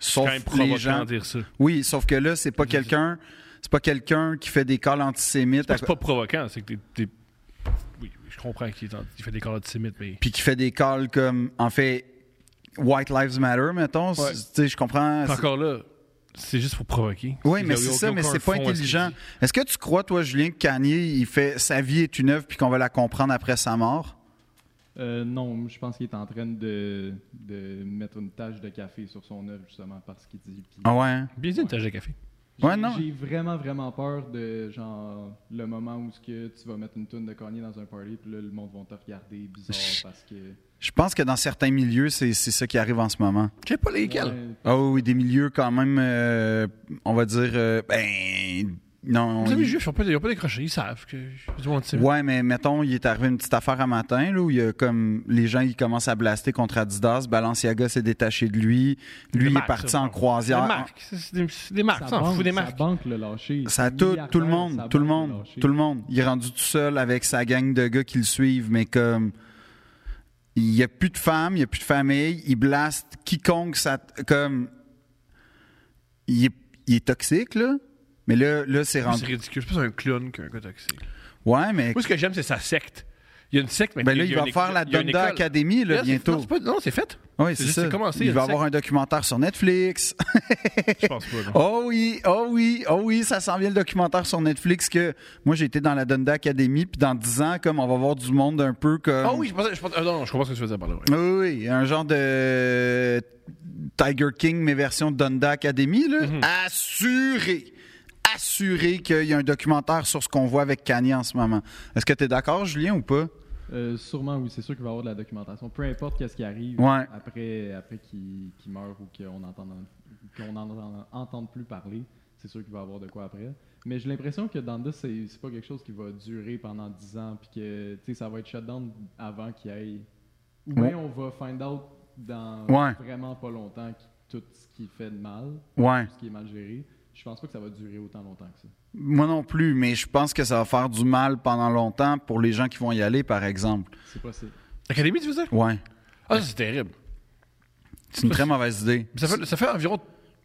Speaker 1: C'est
Speaker 2: Sauf
Speaker 1: quand même
Speaker 2: les
Speaker 1: provoquant
Speaker 2: gens.
Speaker 1: de dire ça.
Speaker 2: Oui, sauf que là, c'est pas quelqu'un, c'est pas quelqu'un qui fait des calls antisémites, à-
Speaker 1: C'est pas provoquant, c'est que t'es. t'es- Oui, oui, je comprends qu'il est en- il fait des corps antisémites, mais.
Speaker 2: puis qui fait des calls comme, en fait, White Lives Matter, mettons. C'est- Tu sais, je comprends.
Speaker 1: Puis Encore là, c'est juste pour provoquer.
Speaker 2: Ah, Oui,
Speaker 1: Il y
Speaker 2: mais
Speaker 1: a- il y
Speaker 2: c'est
Speaker 1: a
Speaker 2: ça,
Speaker 1: aucun
Speaker 2: mais c'est pas
Speaker 1: fond à ce qu'il
Speaker 2: intelligent.
Speaker 1: dit.
Speaker 2: Est-ce que tu crois, toi, Julien, que Kanye, il fait sa vie est une œuvre puis qu'on va la comprendre après sa mort?
Speaker 4: Euh, non, je pense qu'il est en train de, de mettre une tache de café sur son œuvre, justement, parce qu'il dit. puis-
Speaker 2: Ah ouais? hein?
Speaker 1: Bien dit, une tache de café.
Speaker 4: J'ai-
Speaker 2: Ouais, non.
Speaker 4: J'ai vraiment, vraiment peur de genre le moment où ce que tu vas mettre une tonne de Kanye dans un party, puis là, le monde va te regarder bizarre parce que.
Speaker 2: Je pense que dans certains milieux, c'est c'est ça qui arrive en ce moment.
Speaker 1: Je sais pas lesquels.
Speaker 4: Ouais,
Speaker 2: Ah oui, oui, des milieux quand même, euh, on va dire, euh, ben, non.
Speaker 1: Vous savez,
Speaker 2: il-
Speaker 1: les juifs, ils ont pas, ils ont pas décroché, ils savent que je suis du monde antisémite.
Speaker 2: Ouais, mais mettons, il est arrivé une petite affaire un matin, là, où il y a comme les gens, ils commencent à blaster contre Adidas, Balenciaga s'est détaché de lui,
Speaker 1: Des
Speaker 2: lui, il est
Speaker 1: marques,
Speaker 2: parti
Speaker 1: ça,
Speaker 2: en
Speaker 1: ouais.
Speaker 2: croisière.
Speaker 1: Des marques, c'est- c'est des, c'est des marques,
Speaker 4: sa
Speaker 1: ça, on s'en
Speaker 4: banque-
Speaker 1: fout des
Speaker 4: sa
Speaker 1: marques.
Speaker 4: banque l'a lâché.
Speaker 2: Ça a
Speaker 4: Le
Speaker 2: tout, tout le
Speaker 4: milliardaire,
Speaker 2: monde,
Speaker 4: sa
Speaker 2: tout le
Speaker 4: banque l'a
Speaker 2: monde,
Speaker 4: lâché.
Speaker 2: tout le monde. Il est rendu tout seul avec sa gang de gars qui le suivent, mais comme il n'y a plus de femmes, il n'y a plus de famille, il blaste quiconque, ça, comme il est, il est toxique là. Mais là, là c'est
Speaker 1: C'est
Speaker 2: rendu.
Speaker 1: ridicule, c'est plus un clown qu'un gars toxique.
Speaker 2: Ouais, mais
Speaker 1: Moi, ce que j'aime, c'est sa secte. Il y a une secte, mais
Speaker 2: ben là,
Speaker 1: y
Speaker 2: il
Speaker 1: a
Speaker 2: va
Speaker 1: une
Speaker 2: faire
Speaker 1: école-
Speaker 2: la
Speaker 1: il y a une
Speaker 2: Donda
Speaker 1: école.
Speaker 2: Academy là,
Speaker 1: Là, c'est- Non,
Speaker 2: bientôt.
Speaker 1: c'est pas- non, c'est fait.
Speaker 2: Oui,
Speaker 1: c'est
Speaker 2: c'est
Speaker 1: juste-
Speaker 2: ça.
Speaker 1: c'est commencé,
Speaker 2: il va
Speaker 1: le
Speaker 2: avoir un documentaire sur Netflix.
Speaker 1: Je pense pas. non.
Speaker 2: Oh oui, oh oui, oh oui, ça s'en vient le documentaire sur Netflix que moi j'ai été dans la Donda Academy, puis dans 10 ans, comme on va voir du monde un peu comme.
Speaker 1: Ah oui, je pensais, je pensais- ah non, je comprends ce que tu faisais par là. ouais.
Speaker 2: Oui, oui, oui, un genre de Tiger King, mais version Donda Academy. Là. Assuré, assuré qu'il y a un documentaire sur ce qu'on voit avec Kanye en ce moment. Est-ce que tu es d'accord, Julien, ou pas?
Speaker 4: Euh, sûrement, oui, c'est sûr qu'il va y avoir de la documentation. Peu importe qu'est-ce qui arrive
Speaker 2: Ouais.
Speaker 4: après, après qu'il qu'il meure ou qu'on entende- qu'on n'en entende plus parler, c'est sûr qu'il va avoir de quoi après. Mais j'ai l'impression que Danda, c'est c'est pas quelque chose qui va durer pendant 10 ans, puis que tu sais, ça va être shutdown avant qu'il aille. Ou bien
Speaker 2: Ouais.
Speaker 4: on va find out dans
Speaker 2: Ouais.
Speaker 4: vraiment pas longtemps qui- tout ce qui fait de mal,
Speaker 2: Ouais.
Speaker 4: tout ce qui est mal géré. Je pense pas que ça va durer autant longtemps que ça.
Speaker 2: Moi non plus, mais je pense que ça va faire du mal pendant longtemps pour les gens qui vont y aller, par exemple.
Speaker 4: C'est possible.
Speaker 1: L'académie, tu veux dire?
Speaker 2: Ouais.
Speaker 1: Ah, ça, c'est terrible.
Speaker 2: C'est une très mauvaise idée.
Speaker 1: Ça fait, ça fait environ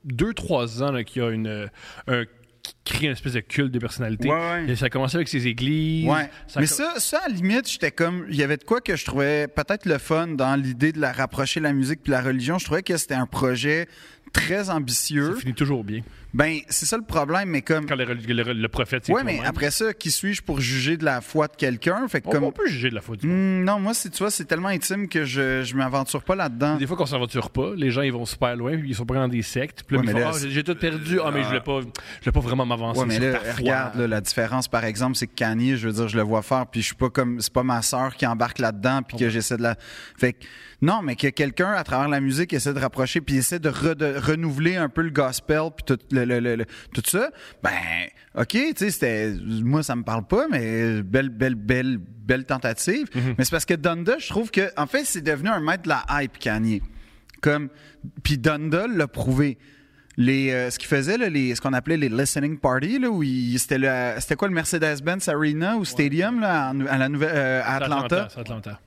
Speaker 1: 2-3 ans là, qu'il y a une, euh, un, qui crée une espèce de culte de personnalité.
Speaker 2: Ouais, ouais.
Speaker 1: Et ça a commencé avec ses églises.
Speaker 2: Ouais.
Speaker 1: Ça a
Speaker 2: mais
Speaker 1: com-
Speaker 2: ça, ça, à la limite, j'étais comme. Il y avait de quoi que je trouvais peut-être le fun dans l'idée de la rapprocher la musique puis la religion. Je trouvais que c'était un projet très
Speaker 1: ça
Speaker 2: ambitieux.
Speaker 1: finit toujours bien.
Speaker 2: Ben, c'est ça le problème, mais comme.
Speaker 1: Quand le, relig- le- le prophète, c'est
Speaker 2: Ouais, mais
Speaker 1: toi-même.
Speaker 2: après ça, qui suis-je pour juger de la foi de quelqu'un? Fait que
Speaker 1: On,
Speaker 2: comme.
Speaker 1: on peut juger de la faute du monde.
Speaker 2: Hmm, non, moi, c'est, tu vois, c'est tellement intime que je, je m'aventure pas là-dedans.
Speaker 1: Des fois, qu'on s'aventure pas, les gens ils vont super loin, puis ils sont pris dans des sectes. Puis là,
Speaker 2: Ouais,
Speaker 1: ils
Speaker 2: mais
Speaker 1: font,
Speaker 2: là,
Speaker 1: Ah,
Speaker 2: c'est-
Speaker 1: j'ai tout perdu. Ah, mais je voulais pas, je voulais pas vraiment m'avancer.
Speaker 2: Ouais, mais
Speaker 1: sur
Speaker 2: là,
Speaker 1: ta foi.
Speaker 2: regarde, là, la différence, par exemple, c'est que Kanye, je veux dire, je le vois faire, puis je suis pas comme, c'est pas ma sœur qui embarque là-dedans, puis que j'essaie de la. Fait que, non, mais que quelqu'un, à travers la musique, essaie de rapprocher, puis essaie de, re- de renouveler un peu le gospel, puis tout, le, le- le- le- tout ça, ben, OK, tu sais, c'était. Moi, ça me parle pas, mais belle, belle, belle, belle tentative. Mais c'est parce que Donda, je trouve que, en fait, c'est devenu un maître de la hype, Kanye. Comme, puis Donda l'a prouvé les euh, ce qu'ils faisaient là, les ce qu'on appelait les listening parties là où ils- c'était le c'était quoi le Mercedes-Benz Arena ou stadium là en- à, la nouvelle euh, à
Speaker 1: C'est
Speaker 2: Atlanta.
Speaker 1: C'est Atlanta.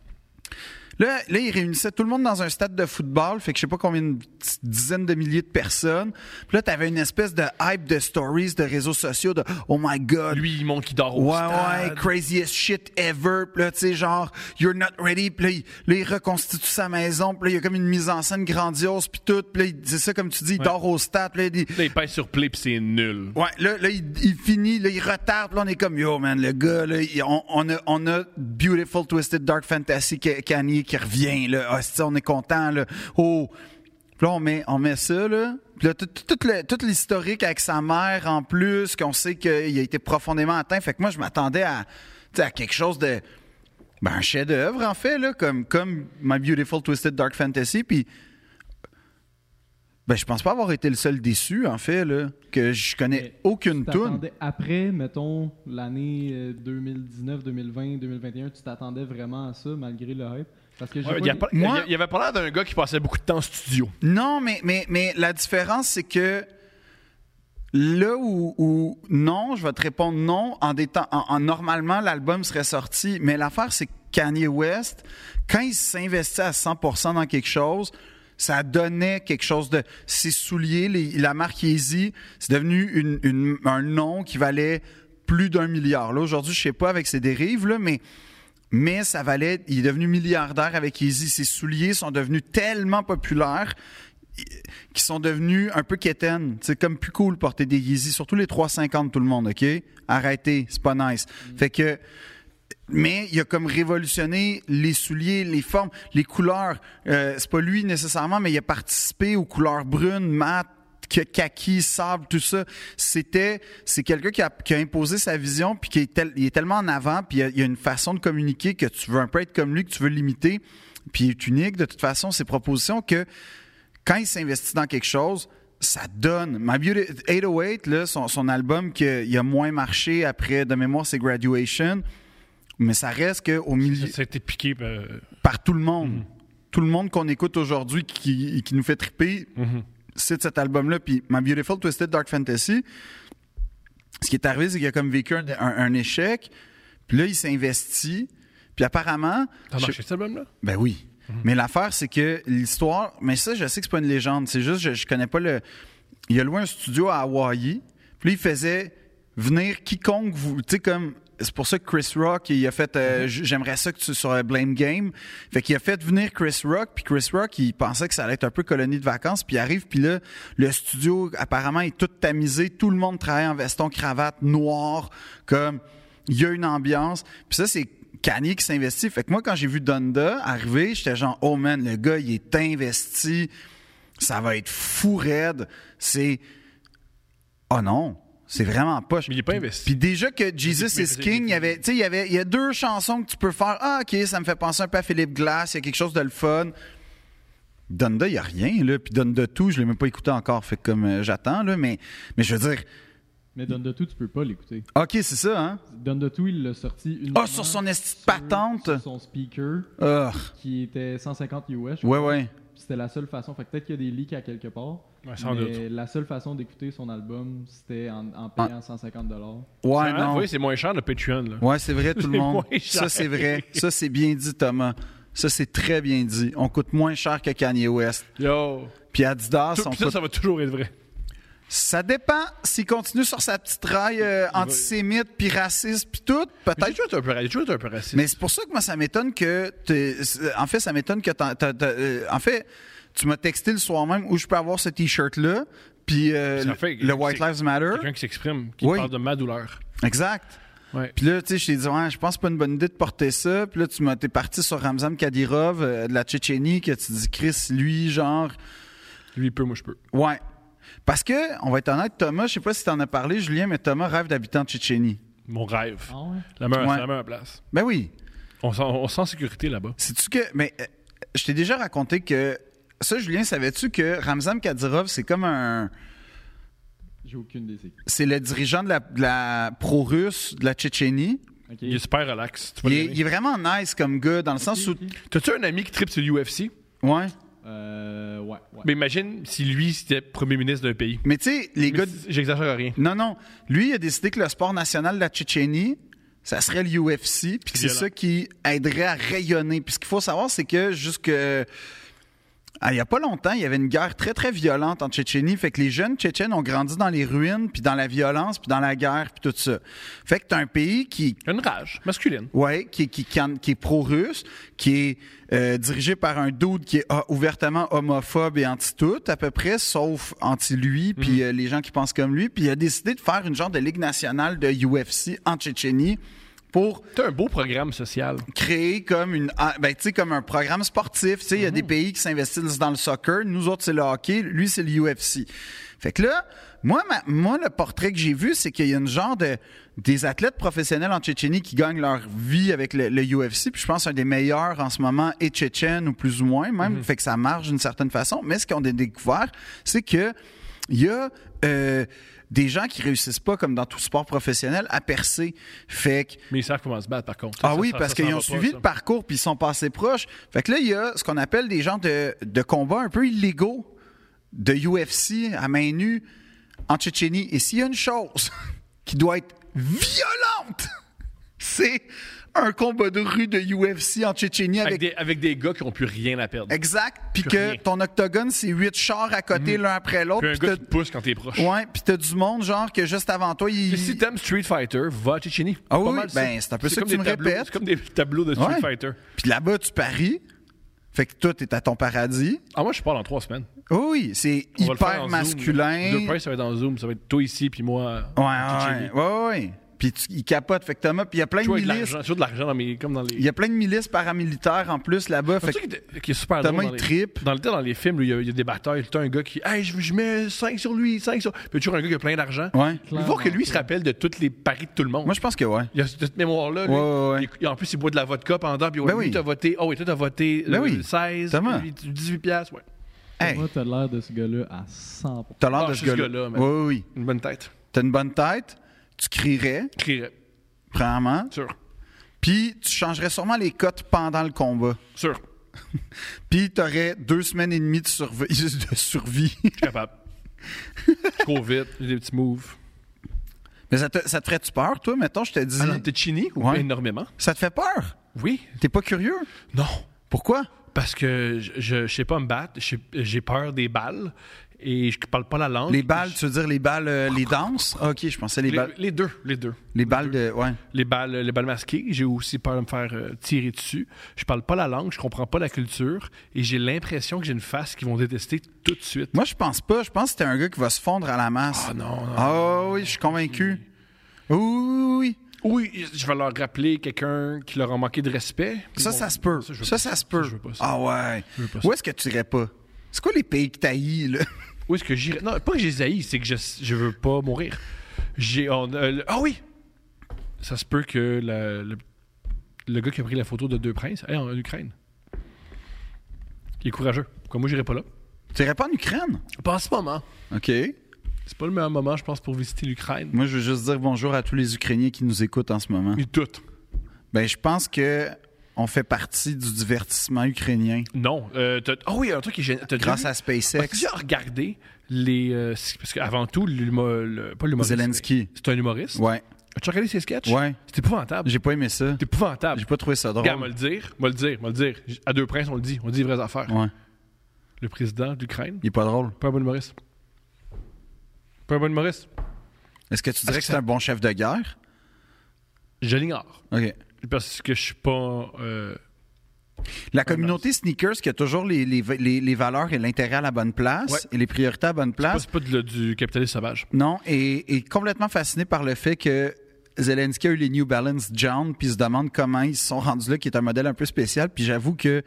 Speaker 2: Là, là, ils réunissaient tout le monde dans un stade de football, fait que je sais pas combien, une petite dizaine de milliers de personnes. Puis là, t'avais une espèce de hype de stories, de réseaux sociaux, de « Oh my God! »
Speaker 1: Lui, il monte qui dort au
Speaker 2: Ouais,
Speaker 1: stade.
Speaker 2: ouais, craziest shit ever. Puis là, tu sais, genre, you're not ready. Puis là, il, là, il reconstitue sa maison. Puis là, il y a comme une mise en scène grandiose. Puis tout. Puis là, il- c'est ça, comme tu dis, il dort au stade. Puis là, il-
Speaker 1: Là, il pèse sur play, puis c'est nul.
Speaker 2: Ouais, là, là il, il finit, là, il retarde, puis là, on est comme, yo, man, le gars, là, il- on, on a, on a Beautiful Twisted Dark Fantasy Ka- Kanye qui revient, là, Ah, c'est ça, on est content, là, oh... Puis là, on met, on met ça, là. Puis là, tout, tout- tout le- tout l'historique avec sa mère, en plus, qu'on sait qu'il a été profondément atteint. Fait que moi, je m'attendais à, tu sais, à quelque chose de... Ben, un chef-d'œuvre, en fait, là, comme, comme My Beautiful Twisted Dark Fantasy. Puis, ben, je pense pas avoir été le seul déçu, en fait, là, que je connais
Speaker 4: Mais
Speaker 2: aucune
Speaker 4: Tu
Speaker 2: toune.
Speaker 4: t'attendais- Après, mettons, l'année euh, 2019, 2020, 2021, tu t'attendais vraiment à ça malgré le hype? Parce que j'ai
Speaker 1: Ouais,
Speaker 4: pas
Speaker 1: il, y a
Speaker 4: des-
Speaker 1: pas-
Speaker 2: Moi-
Speaker 1: il y a- il y avait pas l'air d'un gars qui passait beaucoup de temps en studio.
Speaker 2: Non, mais, mais, mais la différence, c'est que là où, où non, je vais te répondre non, en, des temps- en, en- normalement, l'album serait sorti. Mais l'affaire, c'est que Kanye West, quand il s'investit à 100% dans quelque chose, ça donnait quelque chose de. Ses souliers, les- la marque Yeezy, c'est devenu une- une- un nom qui valait plus d'un milliard. Là, aujourd'hui, je sais pas avec ses dérives, là, mais mais ça valait. Il est devenu milliardaire avec Yeezy. Ses souliers sont devenus tellement populaires i- qu'ils sont devenus un peu quétaines. C'est comme plus cool porter des Yeezy, surtout les 350 tout le monde, OK? Arrêtez, c'est pas nice. Fait que. Mais il a comme révolutionné les souliers, les formes, les couleurs. Euh, c'est pas lui nécessairement, mais il a participé aux couleurs brunes, mat, que- kaki, sable, tout ça. C'était, c'est quelqu'un qui a, qui a imposé sa vision, puis qui est, tel- il est tellement en avant, puis il y a, il y a une façon de communiquer que tu veux un peu être comme lui, que tu veux l'imiter, puis il est unique de toute façon ses propositions que quand il s'investit dans quelque chose, ça donne. My Beauty 808, là, son, son album qui a, il a moins marché après, de mémoire, c'est Graduation. Mais ça reste que au
Speaker 1: Ça
Speaker 2: milieu,
Speaker 1: Mm-hmm. a été piqué. euh,
Speaker 2: par tout le monde. Tout le monde qu'on écoute aujourd'hui qui, qui nous fait triper,
Speaker 1: Mm-hmm.
Speaker 2: c'est de cet album-là. Puis My Beautiful Twisted Dark Fantasy, ce qui est arrivé, c'est qu'il a comme vécu un, un- un échec. Puis là, il s'investit. Puis apparemment,
Speaker 1: T'as
Speaker 2: je-
Speaker 1: marché cet album-là?
Speaker 2: ben oui. Mais l'affaire, c'est que l'histoire. Mais ça, je sais que c'est pas une légende. C'est juste, je, je connais pas le. Il a loué un studio à Hawaï. Puis là, il faisait venir quiconque vous. Tu sais, comme. C'est pour ça que Chris Rock, il a fait. euh, j- J'aimerais ça que tu. sur euh, Blame Game. Fait qu'il a fait venir Chris Rock. Puis Chris Rock, il pensait que ça allait être un peu colonie de vacances. Puis il arrive. Puis là, le studio, apparemment, est tout tamisé. Tout le monde travaille en veston, cravate, noir. Comme. Il y a une ambiance. Puis ça, c'est Kanye qui s'investit. Fait que moi, quand j'ai vu Donda arriver, j'étais genre, oh man, le gars, il est investi. Ça va être fou raide. C'est. Oh non, c'est vraiment poche.
Speaker 1: Mais il est pas investi.
Speaker 2: Puis déjà que Jesus
Speaker 1: Mais
Speaker 2: is
Speaker 1: c'est-
Speaker 2: King, il y avait, tu sais, il y avait, il y a deux chansons que tu peux faire. Ah, ok, ça me fait penser un peu à Philippe Glass. Il y a quelque chose de le fun. Donda, il n'y a rien, là. Puis Donda tout, je ne l'ai même pas écouté encore, fait que comme euh, j'attends, là. Mais, mais je veux dire,
Speaker 4: Mais Donne de tout, tu peux pas l'écouter.
Speaker 2: OK, c'est ça, hein?
Speaker 4: Donne de tout, il l'a sorti une
Speaker 2: Ah,
Speaker 4: fois
Speaker 2: sur son esti de
Speaker 4: sur-
Speaker 2: patente!
Speaker 4: sur son speaker
Speaker 2: Ah,
Speaker 4: qui était 150 US. je
Speaker 2: ouais,
Speaker 4: crois.
Speaker 2: ouais.
Speaker 4: Puis C'était la seule façon. Fait que peut-être qu'il y a des leaks à quelque part.
Speaker 1: Ouais, sans
Speaker 4: mais
Speaker 1: doute.
Speaker 4: la seule façon d'écouter son album, c'était en, en payant 150
Speaker 2: Ouais,
Speaker 1: Ah,
Speaker 2: non.
Speaker 1: Oui, c'est moins cher le Patreon. Là.
Speaker 2: Ouais, c'est vrai, tout le
Speaker 1: C'est
Speaker 2: monde.
Speaker 1: moins cher.
Speaker 2: Ça, c'est vrai. Ça, c'est bien dit, Thomas. Ça, c'est très bien dit. On coûte moins cher que Kanye West.
Speaker 1: Yo.
Speaker 2: Puis Adidas,
Speaker 1: Tout,
Speaker 2: on
Speaker 1: pis ça,
Speaker 2: coûte...
Speaker 1: ça va toujours être vrai.
Speaker 2: Ça dépend. S'il continue sur sa petite raille euh, antisémite, puis raciste, puis tout,
Speaker 1: Mais J'ai
Speaker 2: peut-être...
Speaker 1: toujours été un peu ra- j'ai toujours été un peu raciste.
Speaker 2: Mais c'est pour ça que moi, ça m'étonne que... t'es- En fait, ça m'étonne que... t'en- t'as- t'as- euh, En fait, tu m'as texté le soir même où je peux avoir ce T-shirt-là, puis euh,
Speaker 1: Ça
Speaker 2: le-
Speaker 1: fait-
Speaker 2: le White
Speaker 1: c'est-
Speaker 2: Lives Matter.
Speaker 1: Quelqu'un qui s'exprime, qui
Speaker 2: Oui.
Speaker 1: parle de ma douleur.
Speaker 2: Exact.
Speaker 1: Ouais.
Speaker 2: Puis là, tu sais, je t'ai dit, ouais, je pense que c'est pas une bonne idée de porter ça. Puis là, tu m'as, t'es parti sur Ramzan Kadyrov euh, de la Tchétchénie, que tu dis, Chris, lui, genre.
Speaker 1: Lui, il peut, moi, je peux.
Speaker 2: Ouais. Parce que, on va être honnête, Thomas, je sais pas si t'en as parlé, Julien, mais Thomas rêve d'habiter en Tchétchénie.
Speaker 1: Mon rêve.
Speaker 4: Ah ouais?
Speaker 1: La meilleure,
Speaker 2: Ouais.
Speaker 1: c'est la meilleure place.
Speaker 2: Ben oui.
Speaker 1: On sent, on sent sécurité là-bas.
Speaker 2: Sais-tu que. Mais euh, je t'ai déjà raconté que. Ça, Julien, savais-tu que Ramzan Kadyrov, c'est comme un.
Speaker 4: J'ai aucune idée. c'est qui.
Speaker 2: C'est le dirigeant de la, de la pro-russe de la Tchétchénie.
Speaker 4: Ok.
Speaker 1: Il est super relax. Tu vas
Speaker 2: Il est,
Speaker 1: l'aimer.
Speaker 2: il est vraiment nice comme gars, dans le
Speaker 4: Ok,
Speaker 2: sens où.
Speaker 4: ok.
Speaker 1: T'as-tu un ami qui tripe sur l'UFC?
Speaker 2: Ouais.
Speaker 4: Euh, ouais, ouais.
Speaker 1: Mais imagine si lui, c'était premier ministre d'un pays.
Speaker 2: Mais tu sais, les
Speaker 1: Mais
Speaker 2: gars.
Speaker 1: si- J'exagère rien.
Speaker 2: Non, non. Lui, il a décidé que le sport national de la Tchétchénie, ça serait l'UFC, puis que c'est
Speaker 1: Violent.
Speaker 2: ça qui aiderait à rayonner. Puis ce qu'il faut savoir, c'est que jusque. ah, il n'y a pas longtemps, il y avait une guerre très, très violente en Tchétchénie. Fait que les jeunes Tchétchènes ont grandi dans les ruines, puis dans la violence, puis dans la guerre, puis tout ça. Fait que t'as un pays qui,
Speaker 1: Une rage masculine.
Speaker 2: Ouais, qui, qui, qui, en- qui est pro-russe, qui est euh, dirigé par un dude qui est ah, ouvertement homophobe et anti-tout, à peu près, sauf anti-lui, puis euh, les gens qui pensent comme lui. Puis il a décidé de faire une genre de ligue nationale de UFC en Tchétchénie pour
Speaker 1: T'as un beau programme social.
Speaker 2: créer comme une ah, ben, tu sais, comme un programme sportif tu sais il y a des pays qui s'investissent dans le soccer nous autres c'est le hockey lui c'est l'UFC fait que là moi ma- moi le portrait que j'ai vu c'est qu'il y a une genre de des athlètes professionnels en Tchétchénie qui gagnent leur vie avec le, le UFC puis je pense un des meilleurs en ce moment est tchétchène ou plus ou moins même fait que ça marche d'une certaine façon mais ce qu'on a découvert c'est que il y a euh, des gens qui réussissent pas comme dans tout sport professionnel à percer fait que
Speaker 1: Mais ils savent comment se battre, par contre.
Speaker 2: ah
Speaker 1: Ça,
Speaker 2: oui,
Speaker 1: ça- ça
Speaker 2: parce
Speaker 1: s'en
Speaker 2: qu'ils
Speaker 1: va
Speaker 2: ont
Speaker 1: pas,
Speaker 2: suivi
Speaker 1: ça.
Speaker 2: le parcours puis ils sont passés proches. Fait que là, il y a ce qu'on appelle des genres de, de combats un peu illégaux de UFC à main nue en Tchétchénie. Et s'il y a une chose qui doit être violente, c'est un combat de rue de UFC en Tchétchénie
Speaker 1: Avec
Speaker 2: avec.
Speaker 1: des, avec des gars qui n'ont plus rien à perdre.
Speaker 2: Exact. Puis
Speaker 1: Plus
Speaker 2: que
Speaker 1: rien. Mhm.
Speaker 2: ton octogone, c'est huit chars à côté l'un après l'autre.
Speaker 1: Puis un
Speaker 2: puis
Speaker 1: gars
Speaker 2: t'as-
Speaker 1: qui te pousse quand t'es proche.
Speaker 2: Ouais, puis t'as du monde, genre, que juste avant toi, il.
Speaker 1: Puis si t'aimes Street Fighter, va à Tchétchénie.
Speaker 2: Ah
Speaker 1: Pas
Speaker 2: oui,
Speaker 1: mal ça.
Speaker 2: ben, c'est un peu ça
Speaker 1: comme
Speaker 2: que tu
Speaker 1: des
Speaker 2: me
Speaker 1: tableaux-
Speaker 2: répètes.
Speaker 1: C'est comme des tableaux de Street
Speaker 2: Ouais.
Speaker 1: Fighter.
Speaker 2: Puis là-bas, tu paries. Fait que toi, t'es à ton paradis.
Speaker 1: Ah, moi, je parle en trois semaines.
Speaker 2: Oui, c'est
Speaker 1: On va le faire
Speaker 2: hyper
Speaker 1: en
Speaker 2: masculin.
Speaker 1: Zoom. Le presse, ça va être en Zoom. Ça va être toi ici, puis moi.
Speaker 2: Ouais, ouais, ouais, ouais, ouais. Puis tu- il capote. Fait que Thomas, puis il y a plein
Speaker 1: Je
Speaker 2: de
Speaker 1: vois de
Speaker 2: milices.
Speaker 1: l'argent, je vois de l'argent dans mes. Comme dans les.
Speaker 2: Il y a plein de milices paramilitaires en plus là-bas. Fait
Speaker 1: C'est ça qui est- qui est super
Speaker 2: Thomas,
Speaker 1: drôle dans
Speaker 2: il
Speaker 1: les-
Speaker 2: trippe.
Speaker 1: Dans le temps, dans les films, lui, il y a- il y, a des batailles. T'as un gars qui. Hey, je, je mets 5 sur lui, 5 sur. Puis toujours un gars qui a plein d'argent.
Speaker 2: que- ouais.
Speaker 1: Il faut que lui se rappelle de tous les paris de tout le monde.
Speaker 2: Moi, je pense que ouais.
Speaker 1: il a cette mémoire-là. lui.
Speaker 2: Ouais, ouais, ouais.
Speaker 1: Il- en plus, il boit de la vodka pendant. Puis, ouais,
Speaker 2: Ben
Speaker 1: lui,
Speaker 2: oui.
Speaker 1: t'as voté. Oh, et toi, t'as voté
Speaker 2: Ben
Speaker 1: euh,
Speaker 2: oui.
Speaker 1: 16.
Speaker 2: Thomas.
Speaker 1: lui, 18 piastres. Ouais.
Speaker 2: Hey,
Speaker 4: Moi, t'as l'air de ce gars-là à 100%.
Speaker 2: t'as l'air
Speaker 1: Ah,
Speaker 2: de
Speaker 1: je
Speaker 2: ce
Speaker 1: suis ce
Speaker 2: gars-là.
Speaker 1: gars-là, man.
Speaker 2: oui, oui.
Speaker 1: Une bonne tête.
Speaker 2: oui. T'as une bonne tête. Tu crierais,
Speaker 1: Je crierais.
Speaker 2: premièrement.
Speaker 1: Sûr.
Speaker 2: Puis tu changerais sûrement les cotes pendant le combat.
Speaker 1: Sûr.
Speaker 2: Puis t'aurais deux semaines et demie de, survi- de survie.
Speaker 1: Je suis capable. je cours vite. J'ai des petits moves.
Speaker 2: Mais ça te, ça te ferait-tu peur, toi, mettons, je te dis.
Speaker 1: Alors, Ah t'es chini ou
Speaker 2: Ouais.
Speaker 1: énormément?
Speaker 2: ça te fait peur?
Speaker 1: Oui.
Speaker 2: T'es pas curieux?
Speaker 1: Non.
Speaker 2: Pourquoi?
Speaker 1: Parce que je- je, je sais pas me battre, je- j'ai peur des balles et je parle pas la langue.
Speaker 2: Les balles, tu veux dire les balles, euh, les danses? Ah, ok, je pensais les
Speaker 1: les,
Speaker 2: balles.
Speaker 1: les deux, les deux.
Speaker 2: Les balles de. Ouais.
Speaker 1: Les balles, les balles masquées, j'ai aussi peur de me faire euh, tirer dessus. Je parle pas la langue, je comprends pas la culture et j'ai l'impression que j'ai une face qu'ils vont détester tout de suite.
Speaker 2: Moi, je pense pas. Je pense que t'es un gars qui va se fondre à la masse.
Speaker 1: Ah non, non.
Speaker 2: Ah oui, je suis convaincu. Oui, oui, oui.
Speaker 1: Oui, je vais leur rappeler quelqu'un qui leur a manqué de respect.
Speaker 2: Ça,
Speaker 1: Bon,
Speaker 2: ça se peut.
Speaker 1: je veux
Speaker 2: Ça,
Speaker 1: pas
Speaker 2: ça se peut.
Speaker 1: je veux pas ça.
Speaker 2: Ah ouais.
Speaker 1: Je veux pas ça.
Speaker 2: Où est-ce que tu irais pas? C'est quoi les pays que t'haïs, là?
Speaker 1: Où est-ce que j'irais? Non, pas que j'ai zaï, c'est que je, je veux pas mourir. J'ai. on- euh, le- Ah oui! Ça se peut que la- le, le gars qui a pris la photo de deux princes est en Ukraine. Il est courageux. Comme moi, j'irai pas là.
Speaker 2: T'irais pas en Ukraine?
Speaker 1: Pas en ce moment.
Speaker 2: OK.
Speaker 1: C'est pas le meilleur moment, je pense, pour visiter l'Ukraine.
Speaker 2: Moi, je veux juste dire bonjour à tous les Ukrainiens qui nous écoutent en ce moment.
Speaker 1: Ni tout.
Speaker 2: Ben, je pense que on fait partie du divertissement ukrainien
Speaker 1: Non. Euh, t'as- Ah oui, un truc qui est génial. T'as déjà
Speaker 2: grâce
Speaker 1: vu-
Speaker 2: à
Speaker 1: As-tu
Speaker 2: SpaceX,
Speaker 1: déjà regardé les. euh, c- parce qu'avant tout, l'humo- le- pas l'humoriste.
Speaker 2: Zelensky.
Speaker 1: C'est un humoriste.
Speaker 2: Ouais,
Speaker 1: As-tu regardé ses sketchs?
Speaker 2: ouais.
Speaker 1: C'est épouvantable.
Speaker 2: J'ai pas aimé ça.
Speaker 1: C'est épouvantable.
Speaker 2: J'ai pas trouvé ça
Speaker 1: Regarde, m'a
Speaker 2: drôle.
Speaker 1: le dire, m'a le dire, m'a le dire. J- À deux princes, on le dit. On dit les vraies affaires.
Speaker 2: Ouais,
Speaker 1: Le président d'Ukraine,
Speaker 2: il est pas drôle.
Speaker 1: pas un bon humoriste. Pas un bon humoriste.
Speaker 2: Est-ce que tu dirais
Speaker 1: que
Speaker 2: que c'est
Speaker 1: ça-
Speaker 2: un bon chef de guerre?
Speaker 1: Je l'ignore.
Speaker 2: OK.
Speaker 1: Parce que je suis pas. euh,
Speaker 2: La communauté sneakers qui a toujours les, les, les- les valeurs et l'intérêt à la bonne place
Speaker 1: Ouais.
Speaker 2: et les priorités à la bonne
Speaker 1: pas-
Speaker 2: place.
Speaker 1: c'est pas de- du capitalisme sauvage.
Speaker 2: Non, et, et complètement fasciné par le fait que Zelensky a eu les New Balance John, puis se demande comment ils se sont rendus là, qui est un modèle un peu spécial. Puis j'avoue que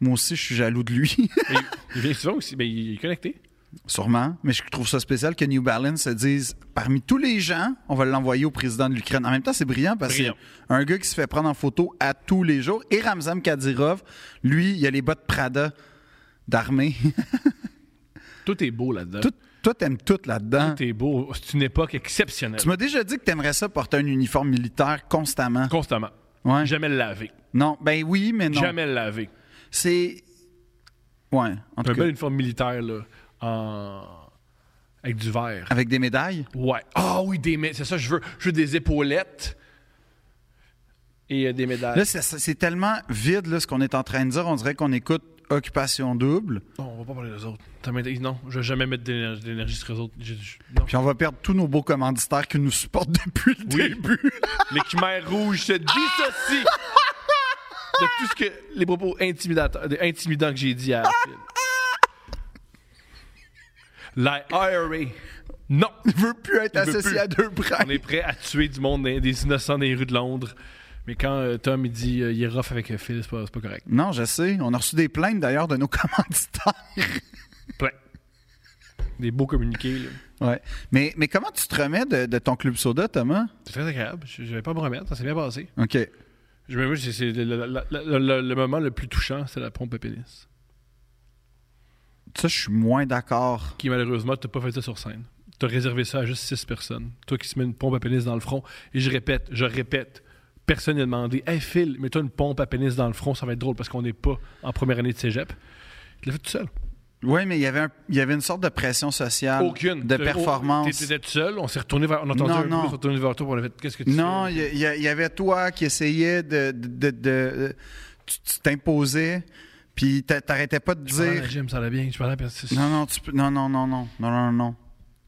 Speaker 2: moi aussi, je suis jaloux de lui,
Speaker 1: Et il vient souvent aussi, mais il est connecté.
Speaker 2: sûrement. Mais je trouve ça spécial que New Balance se dise parmi tous les gens, on va l'envoyer au président de l'Ukraine. En même temps, c'est brillant parce que
Speaker 1: Brillant.
Speaker 2: c'est un gars qui se fait prendre en photo à tous les jours. Et Ramzan Kadyrov, lui, il a les bottes Prada d'armée.
Speaker 1: Tout est beau là-dedans.
Speaker 2: Tout- Toi, t'aimes tout là-dedans.
Speaker 1: Tout est beau. C'est une époque exceptionnelle.
Speaker 2: Tu m'as déjà dit que t'aimerais ça porter un uniforme militaire constamment.
Speaker 1: Constamment.
Speaker 2: Ouais.
Speaker 1: Jamais le laver.
Speaker 2: Non, ben oui, mais Hein? non.
Speaker 1: Jamais le laver.
Speaker 2: C'est. Ouais, en tout
Speaker 1: Un
Speaker 2: cas.
Speaker 1: bel uniforme militaire, là, en... avec du verre.
Speaker 2: Avec des médailles.
Speaker 1: Ouais. Ah oui, des mé- c'est ça, je veux. Je veux des épaulettes et euh, des médailles.
Speaker 2: Là, c'est- c'est c'est tellement vide là, ce qu'on est en train de dire. On dirait qu'on écoute Occupation Double.
Speaker 1: Non, on va pas parler des autres. Ça m'intéresse- Non, je vais jamais mettre d'énergie d'énergie sur les autres. Je- je- non.
Speaker 2: Puis on va perdre tous nos beaux commanditaires qui nous supportent depuis le
Speaker 1: Oui.
Speaker 2: début.
Speaker 1: Les chimères rouges se dissocient de tout ce que les propos intimidateurs, de- intimidants que j'ai dit à Phil. La IRA. Non.
Speaker 2: Il veut plus être
Speaker 1: veut
Speaker 2: associé
Speaker 1: plus.
Speaker 2: à deux bras.
Speaker 1: On est prêt à tuer du monde, des, des innocents dans les rues de Londres. Mais quand euh, Tom il dit euh, il est rough avec euh, Phil, c'est pas, c'est pas correct.
Speaker 2: Non, je sais. On a reçu des plaintes d'ailleurs de nos commanditaires.
Speaker 1: Plein. Des beaux communiqués, là.
Speaker 2: Ouais. Mais, mais comment tu te remets de, de ton club soda, Thomas?
Speaker 1: C'est très agréable. Je, je vais pas me remettre, ça s'est bien passé.
Speaker 2: OK.
Speaker 1: Je me c'est, c'est le, le- le- le- le moment le plus touchant, c'est la pompe à pénis.
Speaker 2: Ça, je suis moins d'accord.
Speaker 1: Qui malheureusement t'as pas fait ça sur scène. T'as réservé ça à juste six personnes. Toi qui se mets une pompe à pénis dans le front. Et je répète, je répète. Personne n'a demandé Hey Phil, mets-toi une pompe à pénis dans le front, ça va être drôle parce qu'on n'est pas en première année de Cégep. Tu l'as fait tout seul.
Speaker 2: Oui, mais il y avait un- il y avait une sorte de pression sociale,
Speaker 1: Aucune.
Speaker 2: Ah, de
Speaker 1: T'as-
Speaker 2: performance.
Speaker 1: oh, T'étais tout seul, on s'est retourné vers. On a entendu
Speaker 2: Non,
Speaker 1: un bruit,
Speaker 2: non.
Speaker 1: on s'est retourné vers toi pour le fait. Qu'est-ce que tu
Speaker 2: Non,
Speaker 1: fais?
Speaker 2: il y, a- il y a- il y avait toi qui essayais de. de, de- de- tu tu t'imposais, puis t'a- t'arrêtais pas de
Speaker 1: Je parlais à la
Speaker 2: dire.
Speaker 1: gym, ça allait bien. Je parlais à personne.
Speaker 2: Non, non, tu peux- non, non, non, non, non, non, non.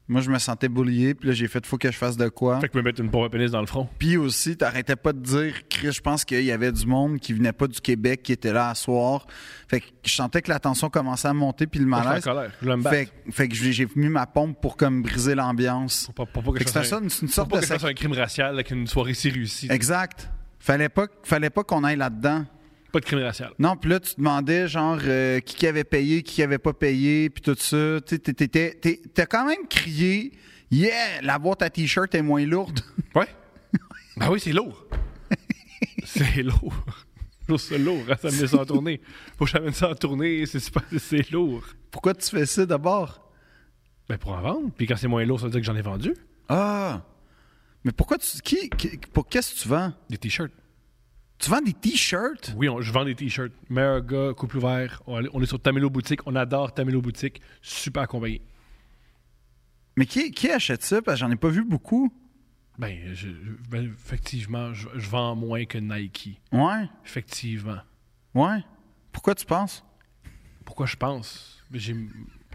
Speaker 2: Moi, je me sentais boulié, puis là, j'ai fait, faut que je fasse de quoi.
Speaker 1: Fait que me mettre une pompe à pénis dans le front.
Speaker 2: Puis aussi, t'arrêtais pas de dire, Chris, je pense qu'il y avait du monde qui venait pas du Québec, qui était là à soir. Fait que je sentais que la tension commençait à monter, puis le
Speaker 1: Moi, Je
Speaker 2: malaise.
Speaker 1: suis en colère. Je voulais me battre.
Speaker 2: Fait, que- fait que j'ai j'ai mis ma pompe pour comme briser l'ambiance.
Speaker 1: Pour pas- pour pas que
Speaker 2: Fait
Speaker 1: je
Speaker 2: que
Speaker 1: fasse
Speaker 2: c'était
Speaker 1: un-
Speaker 2: ça, une- une
Speaker 1: pour
Speaker 2: sorte
Speaker 1: pas
Speaker 2: de
Speaker 1: que je fasse
Speaker 2: sac-
Speaker 1: un crime racial avec une soirée si réussie.
Speaker 2: Exact. Fallait pas, fallait pas qu'on aille là-dedans.
Speaker 1: Pas de crime racial.
Speaker 2: Non, puis là, tu demandais, genre, euh, qui qui avait payé, qui qui avait pas payé, puis tout ça. Tu sais, t'es- t'es- t'es- t'es- T'as quand même crié, yeah, la boîte à t-shirt est moins lourde.
Speaker 1: Ouais. ben oui, c'est lourd. c'est lourd. Je trouve ça lourd à s'amener ça en tournée. Faut que j'amène ça en tournée, c'est super, c'est lourd.
Speaker 2: Pourquoi tu fais ça d'abord?
Speaker 1: Ben pour en vendre. Puis quand c'est moins lourd, ça veut dire que j'en ai vendu.
Speaker 2: Ah! Mais pourquoi tu. Qui, qui- pour qu'est-ce que tu vends?
Speaker 1: Des t-shirts.
Speaker 2: Tu vends des t-shirts?
Speaker 1: Oui, on- je vends des t-shirts. Meilleur gars, couple ouvert. On, on est sur Tamelo Boutique. On adore Tamelo Boutique. Super accompagné.
Speaker 2: Mais qui, qui achète ça? Parce que j'en ai pas vu beaucoup.
Speaker 1: Ben, je- je- ben, effectivement, je, je vends moins que Nike.
Speaker 2: Ouais,
Speaker 1: Effectivement.
Speaker 2: ouais. Pourquoi tu penses?
Speaker 1: Pourquoi je pense? Ben, J'ai m-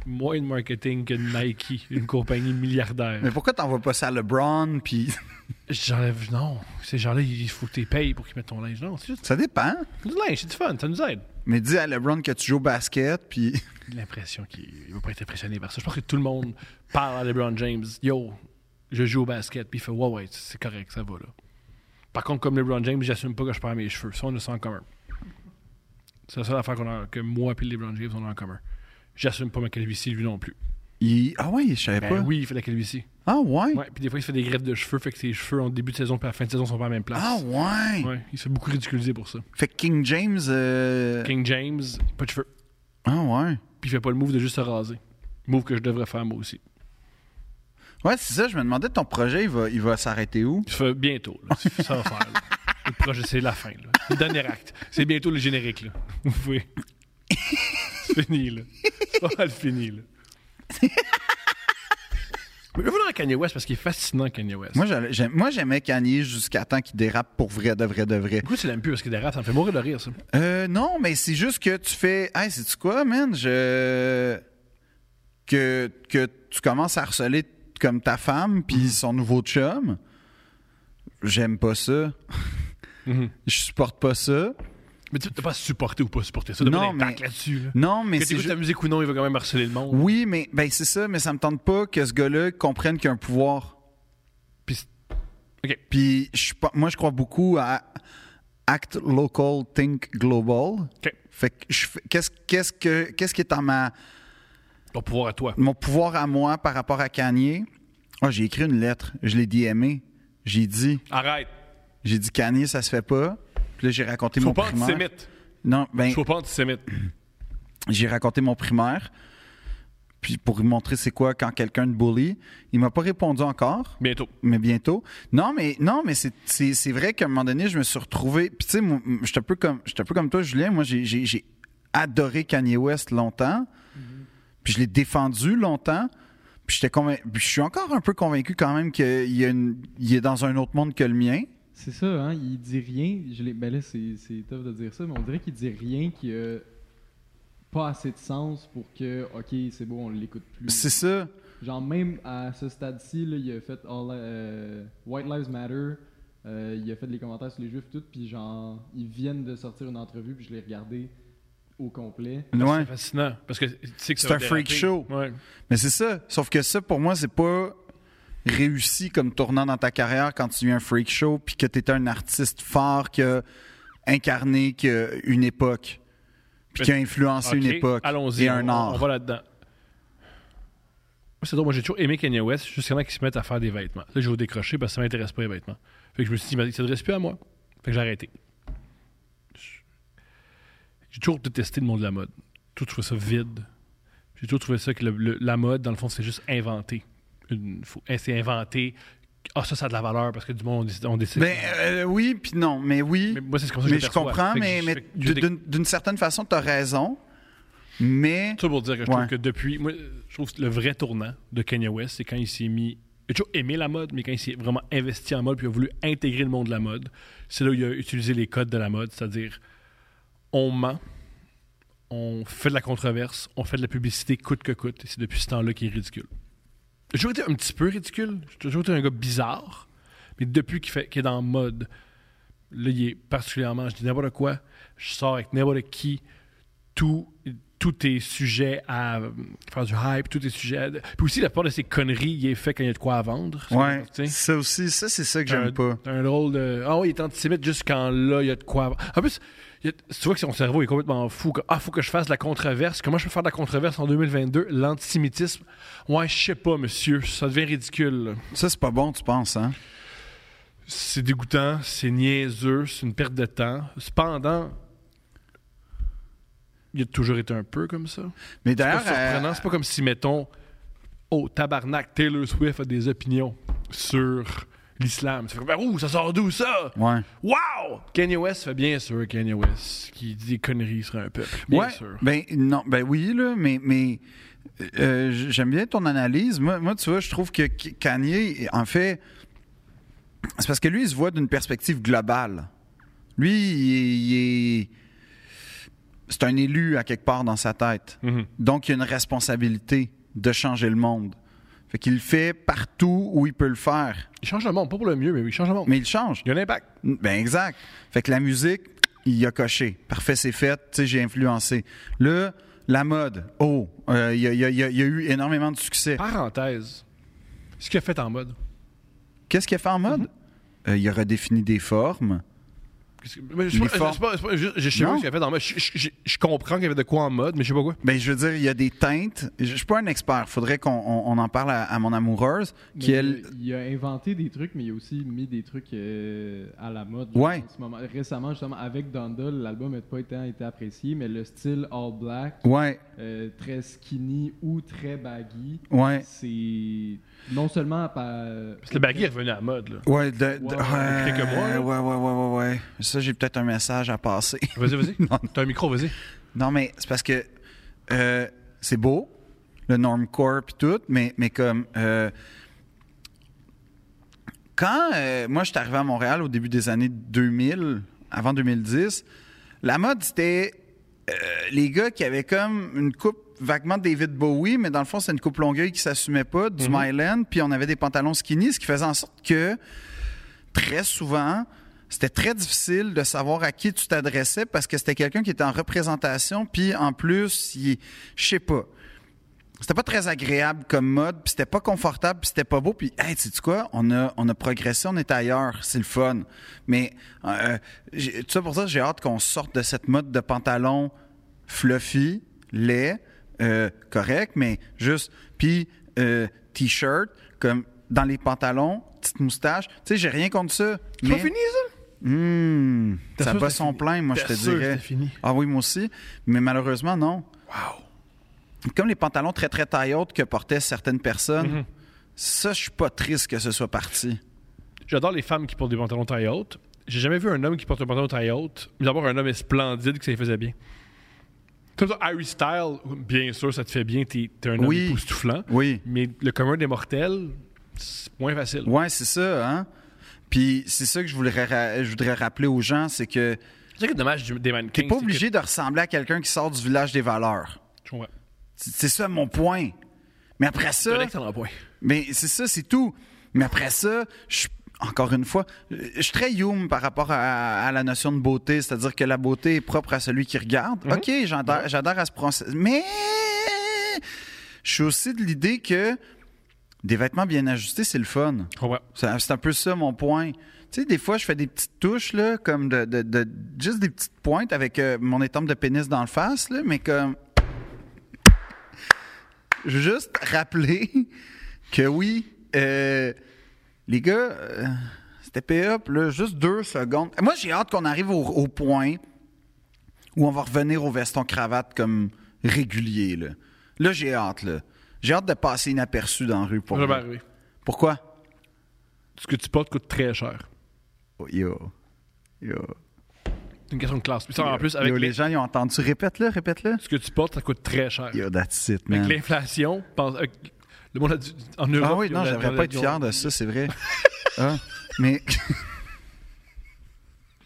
Speaker 1: moins de marketing que Nike, une compagnie milliardaire.
Speaker 2: Mais pourquoi t'envoies pas ça à LeBron? Puis
Speaker 1: J'enlève. Non, ces gens-là, il faut que tu les payes pour qu'ils mettent ton linge. Non, c'est juste
Speaker 2: ça dépend.
Speaker 1: du linge, c'est du fun, ça nous aide.
Speaker 2: Mais dis à LeBron que tu joues au basket, puis
Speaker 1: J'ai l'impression qu'il ne va pas être impressionné par ça. Je pense que tout le monde parle à LeBron James. Yo, je joue au basket. Puis il fait Ouais, ouais, c'est correct, ça va là. Par contre, comme LeBron James, j'assume pas que je perds mes cheveux. Ça, on a ça en commun. C'est la seule affaire qu'on a, que moi et LeBron James, on a en commun. J'assume pas ma calvitie, lui non plus.
Speaker 2: il... Ah ouais, je savais
Speaker 1: Ben
Speaker 2: pas.
Speaker 1: oui, il fait la calvitie.
Speaker 2: Ah ouais?
Speaker 1: Ouais, puis des fois, il se fait des greffes de cheveux, fait que ses cheveux en début de saison puis à la fin de saison sont pas à la même place.
Speaker 2: Ah ouais!
Speaker 1: Ouais, il se fait beaucoup ridiculiser pour ça.
Speaker 2: Fait que King James... euh,
Speaker 1: King James, pas de cheveux.
Speaker 2: Ah ouais.
Speaker 1: Puis il fait pas le move de juste se raser. Move que je devrais faire moi aussi.
Speaker 2: Ouais, c'est ça. Je me demandais ton projet, il va, il va s'arrêter où?
Speaker 1: Ça fait bientôt, là. Ça va faire, là. Le projet, c'est la fin, là. Le dernier acte. C'est bientôt le générique, là. Vous pouvez. C'est fini, là. C'est pas mal fini, là. Mais je voudrais Kanye West parce qu'il est fascinant, Kanye West.
Speaker 2: Moi, j'allais- j'aime- moi, j'aimais Kanye jusqu'à temps qu'il dérape pour vrai, de vrai, de vrai.
Speaker 1: Pourquoi tu l'aimes plus parce qu'il dérape? Ça me fait mourir de rire, ça.
Speaker 2: Euh, non, mais c'est juste que tu fais. Hey, c'est-tu quoi, man? Je. Que, que tu commences à harceler comme ta femme puis
Speaker 1: Mm-hmm.
Speaker 2: son nouveau chum. J'aime pas ça.
Speaker 1: Mhm.
Speaker 2: Je supporte pas ça.
Speaker 1: Mais tu t'as pas à supporter ou pas supporter ça. T'as
Speaker 2: Non,
Speaker 1: pas d'impact
Speaker 2: mais-
Speaker 1: là-dessus, là.
Speaker 2: Non, mais
Speaker 1: que
Speaker 2: c'est.
Speaker 1: t'écoutes
Speaker 2: ju-
Speaker 1: la musique ou non, il va quand même harceler le monde.
Speaker 2: Oui, mais ben, c'est ça, mais ça me tente pas que ce gars-là comprenne qu'il a un pouvoir.
Speaker 1: Puis c'est- OK.
Speaker 2: Puis je suis pas- moi, je crois beaucoup à act local, think global.
Speaker 1: OK.
Speaker 2: Fait que je fais- qu'est-ce qu'est-ce que qu'est-ce qui est en ma
Speaker 1: Ton pouvoir à toi.
Speaker 2: mon pouvoir à moi par rapport à Kanye? Ah, j'ai écrit une lettre, je l'ai DMé, j'ai dit
Speaker 1: Arrête.
Speaker 2: j'ai dit Kanye ça se fait pas. Puis là j'ai raconté
Speaker 1: Sois
Speaker 2: mon
Speaker 1: pas
Speaker 2: primaire.
Speaker 1: antisémite.
Speaker 2: Non, ben
Speaker 1: Sois pas antisémite.
Speaker 2: j'ai raconté mon primaire. Puis pour lui montrer c'est quoi quand quelqu'un te bully, il m'a pas répondu encore.
Speaker 1: Bientôt.
Speaker 2: mais bientôt. Non, mais non, mais c'est- c'est c'est vrai qu'à un moment donné, je me suis retrouvé. Puis tu sais, moi, je suis un peu comme je suis un peu comme toi, Julien. Moi, j'ai- j'ai j'ai adoré Kanye West longtemps.
Speaker 1: Mm-hmm.
Speaker 2: Puis je l'ai défendu longtemps. Puis j'étais convain- puis je suis encore un peu convaincu quand même qu'il y a une- il est dans un autre monde que le mien.
Speaker 1: Mm-hmm.
Speaker 4: C'est ça, hein, il dit rien. Je l'ai- ben là, c'est, c'est tough de dire ça, mais on dirait qu'il dit rien qui a pas assez de sens pour que, ok, c'est bon, on l'écoute plus.
Speaker 2: C'est ça.
Speaker 4: Genre, même à ce stade-ci, là, il a fait all, euh, White Lives Matter, euh, il a fait des commentaires sur les juifs, tout, puis genre, ils viennent de sortir une entrevue, puis je l'ai regardé au complet.
Speaker 2: Ouais.
Speaker 1: C'est fascinant. Parce que tu sais que ça
Speaker 2: C'est
Speaker 1: va
Speaker 2: un freak
Speaker 1: déraper.
Speaker 2: show.
Speaker 1: Ouais.
Speaker 2: Mais c'est ça. Sauf que ça, pour moi, c'est pas réussi comme tournant dans ta carrière quand tu viens un freak show puis que tu es un artiste fort qui a incarné qui a une époque puis
Speaker 1: Mais-
Speaker 2: qui a influencé une
Speaker 1: Ok,
Speaker 2: époque
Speaker 1: Allons-y.
Speaker 2: et un
Speaker 1: on- On
Speaker 2: art.
Speaker 1: va là-dedans. Moi, C'est drôle, moi j'ai toujours aimé Kanye West jusqu'à maintenant qu'ils se mettent à faire des vêtements. Là, j'ai décroché parce que ça m'intéresse pas les vêtements. Fait que je me suis dit, il s'adresse plus à moi. Fait que j'ai arrêté. J'ai toujours détesté le monde de la mode. Tout trouvé ça vide. J'ai toujours trouvé ça que le- le- la mode, dans le fond, c'est juste inventé. Une- faut- hein, C'est inventé. Ah, ça, ça a de la valeur parce que du monde, on décide. on décide-
Speaker 2: Ben euh, oui puis non, mais oui.
Speaker 1: mais moi, c'est comme ça que
Speaker 2: Mais
Speaker 1: le
Speaker 2: je
Speaker 1: perçois.
Speaker 2: comprends,
Speaker 1: Fait que
Speaker 2: mais,
Speaker 1: je-
Speaker 2: mais
Speaker 1: fait que je dé-
Speaker 2: d'une d'une certaine façon, tu as raison. Mais
Speaker 1: Ça pour dire que je trouve
Speaker 2: Ouais.
Speaker 1: que depuis. Moi, je trouve que le vrai tournant de Kanye West, c'est quand il s'est mis. Il a toujours aimé la mode, mais quand il s'est vraiment investi en mode puis il a voulu intégrer le monde de la mode, c'est là où il a utilisé les codes de la mode, c'est-à-dire on ment, on fait de la controverse, on fait de la publicité coûte que coûte, et c'est depuis ce temps-là qu'il est ridicule. J'ai toujours été un petit peu ridicule, j'ai toujours été un gars bizarre, mais depuis qu'il fait- qu'il est dans la mode, là, il est particulièrement, je dis n'importe quoi, je sors avec n'importe qui, tout, tout est sujet à euh, faire du hype, tout est sujet à... Puis aussi, la plupart de ces conneries, il est fait quand il y a de quoi à vendre.
Speaker 2: ouais,
Speaker 1: Tu sais.
Speaker 2: ça aussi, ça c'est ça que
Speaker 1: T'as un-
Speaker 2: j'aime pas.
Speaker 1: t'as un drôle de. Ah oui, il est antisémite juste quand là, il y a de quoi. En plus, il y a- tu vois que son cerveau est complètement fou. que, ah, faut que je fasse de la controverse. Comment je peux faire de la controverse en 2022 L'antisémitisme. Ouais, je sais pas, monsieur. Ça devient ridicule. là.
Speaker 2: Ça c'est pas bon, tu penses hein
Speaker 1: C'est dégoûtant, c'est niaiseux, c'est une perte de temps. Cependant, il a toujours été un peu comme ça.
Speaker 2: Mais
Speaker 1: C'est pas
Speaker 2: d'ailleurs euh,
Speaker 1: surprenant. C'est pas comme si, mettons, oh, tabarnak, Taylor Swift a des opinions sur l'islam. C'est comme, ben, ouh, ça sort d'où ça
Speaker 2: ouais.
Speaker 1: Wow! Kanye West fait bien sûr Kanye West qui dit des conneries sur un peuple. Bien
Speaker 2: Ouais,
Speaker 1: sûr.
Speaker 2: Ben, non, ben oui, là, mais, mais euh, j- j'aime bien ton analyse. Moi, moi, tu vois, je trouve que K- Kanye, en fait, c'est parce que lui, il se voit d'une perspective globale. Lui, il est- il est. C'est un élu à quelque part dans sa tête.
Speaker 1: Mhm.
Speaker 2: Donc, il a une responsabilité de changer le monde. Fait qu'il le fait partout où il peut le faire.
Speaker 1: Il change le monde, pas pour le mieux, mais oui, il change le monde.
Speaker 2: Mais il change.
Speaker 1: Il y a un impact.
Speaker 2: Ben exact. Fait que la musique, il a coché. Parfait, c'est fait. Tu sais, j'ai influencé. Là, la mode. Oh, euh, il y, a- il y a- il y a il y a eu énormément de succès.
Speaker 1: Parenthèse. Ce qu'il a fait en mode.
Speaker 2: Qu'est-ce qu'il a fait en mode? Euh, il a redéfini des formes.
Speaker 1: Qu'est-ce que- mais Je sais pas-
Speaker 2: L'effort.
Speaker 1: c'est pas- c'est pas- je- je sais pas
Speaker 2: Non.
Speaker 1: ce qu'il y avait dans mode. Je- Je je- je comprends qu'il y avait de quoi en mode, mais je sais pas quoi.
Speaker 2: Ben, je veux dire, il y a des teintes. Je, je suis pas un expert. Faudrait qu'on on- on en parle à, à mon amoureuse, qui
Speaker 4: Mais
Speaker 2: elle.
Speaker 4: Il a inventé des trucs, mais il a aussi mis des trucs euh, à la mode genre,
Speaker 2: Ouais.
Speaker 4: en ce moment. Récemment, justement, avec Donda, l'album n'a pas tant été apprécié, mais le style all black,
Speaker 2: Ouais,
Speaker 4: euh, très skinny ou très baggy,
Speaker 2: ouais,
Speaker 4: c'est non seulement par.
Speaker 1: Parce que le baggy est revenu à la mode, là.
Speaker 2: ouais. De, de-
Speaker 4: Ouais,
Speaker 2: ouais,
Speaker 1: quelques mois, là.
Speaker 2: ouais, ouais, ouais, ouais, ouais. Ça, j'ai peut-être un message à passer.
Speaker 1: Vas-y, vas-y.
Speaker 2: Non.
Speaker 1: T'as un micro, vas-y.
Speaker 2: Non, mais c'est parce que euh, c'est beau, le normcore puis tout, mais, mais comme. euh, quand euh, moi, je suis arrivé à Montréal au début des années 2000, avant 2010, la mode, c'était euh, les gars qui avaient comme une coupe vaguement David Bowie, mais dans le fond, c'était une coupe longueuil qui s'assumait pas, du Myland, puis on avait des pantalons skinny, ce qui faisait en sorte que très souvent, c'était très difficile de savoir à qui tu t'adressais parce que c'était quelqu'un qui était en représentation, puis en plus, il, je sais pas. C'était pas très agréable comme mode, puis c'était pas confortable, puis c'était pas beau, puis hey, sais quoi, on a, on a progressé, on est ailleurs, c'est le fun. Mais euh, j'ai- tout ça pour ça, j'ai hâte qu'on sorte de cette mode de pantalon fluffy, laid, euh, correct, mais juste, puis euh, t-shirt, comme dans les pantalons, petite moustache. Tu sais, j'ai rien contre ça.
Speaker 1: C'est pas
Speaker 2: mais-
Speaker 1: fini, ça?
Speaker 2: Hmm,
Speaker 1: T'es
Speaker 2: ça
Speaker 1: sûr
Speaker 2: bat
Speaker 1: que c'est
Speaker 2: son
Speaker 1: fini?
Speaker 2: plein, moi, je
Speaker 1: T'es
Speaker 2: te
Speaker 1: sûr que
Speaker 2: dirais.
Speaker 1: c'est fini?
Speaker 2: Ah oui, moi aussi. Mais malheureusement, non.
Speaker 1: Wow. Mm-hmm.
Speaker 2: Comme les pantalons très, très taille haute que portaient certaines personnes, ça, je suis pas triste que ce soit parti.
Speaker 1: J'adore les femmes qui portent des pantalons taille haute. J'ai jamais vu un homme qui porte un pantalon taille haute, mais d'abord un homme est splendide que ça lui faisait bien. Comme ça, Harry Style, bien sûr, ça te fait bien, t'es t'es un homme
Speaker 2: Oui.
Speaker 1: époustouflant.
Speaker 2: Oui.
Speaker 1: Mais le commun des mortels, c'est moins facile.
Speaker 2: Ouais, c'est ça, hein? Puis c'est ça que je voudrais, ra- je voudrais rappeler aux gens, c'est que
Speaker 1: C'est ça qui est dommage du- des mannequins.
Speaker 2: t'es pas
Speaker 1: c'est que-
Speaker 2: obligé de ressembler à quelqu'un qui sort du village des valeurs.
Speaker 1: Je comprends.
Speaker 2: C'est c'est ça mon point. Mais après
Speaker 1: C'est un
Speaker 2: ça,
Speaker 1: excellent point.
Speaker 2: Mais c'est ça, c'est tout. Mais après ça, je- encore une fois, je suis très Hume par rapport à, à la notion de beauté, c'est-à-dire que la beauté est propre à celui qui regarde. OK, j'adhère, j'adhère à ce process. Mais je suis aussi de l'idée que des vêtements bien ajustés, c'est le fun.
Speaker 1: Je comprends.
Speaker 2: Ça- C'est un peu ça mon point. Tu sais, des fois, je fais des petites touches, là, comme de, de- de- juste des petites pointes avec euh, mon étampe de pénis dans le face, là, mais comme. Je veux juste rappeler que oui, euh, les gars, euh, c'était pay-up, là, juste deux secondes. Moi, j'ai hâte qu'on arrive au, au point où on va revenir au veston-cravate comme régulier, là. Là, j'ai hâte, là. J'ai hâte de passer inaperçu dans la rue pour.
Speaker 1: Ça va
Speaker 2: vrai.
Speaker 1: arriver.
Speaker 2: Pourquoi?
Speaker 1: Ce que tu portes coûte très cher.
Speaker 2: Oh, Yo. Yo.
Speaker 1: C'est une question de classe. Puis ça, Ah, en
Speaker 2: Yo.
Speaker 1: plus, avec
Speaker 2: Yo, Euh, les...
Speaker 1: les-
Speaker 2: gens, ils ont entendu. Répète-le, répète-le.
Speaker 1: ce que tu portes, ça coûte très cher.
Speaker 2: Yo, that's it,
Speaker 1: Avec
Speaker 2: man.
Speaker 1: l'inflation, pense- avec- le monde a du- en Europe.
Speaker 2: Ah oui,
Speaker 1: ils
Speaker 2: non,
Speaker 1: ont-
Speaker 2: j'aimerais
Speaker 1: ils ont-
Speaker 2: pas être
Speaker 1: ils ont-
Speaker 2: fier de ça, c'est vrai. Ah, mais.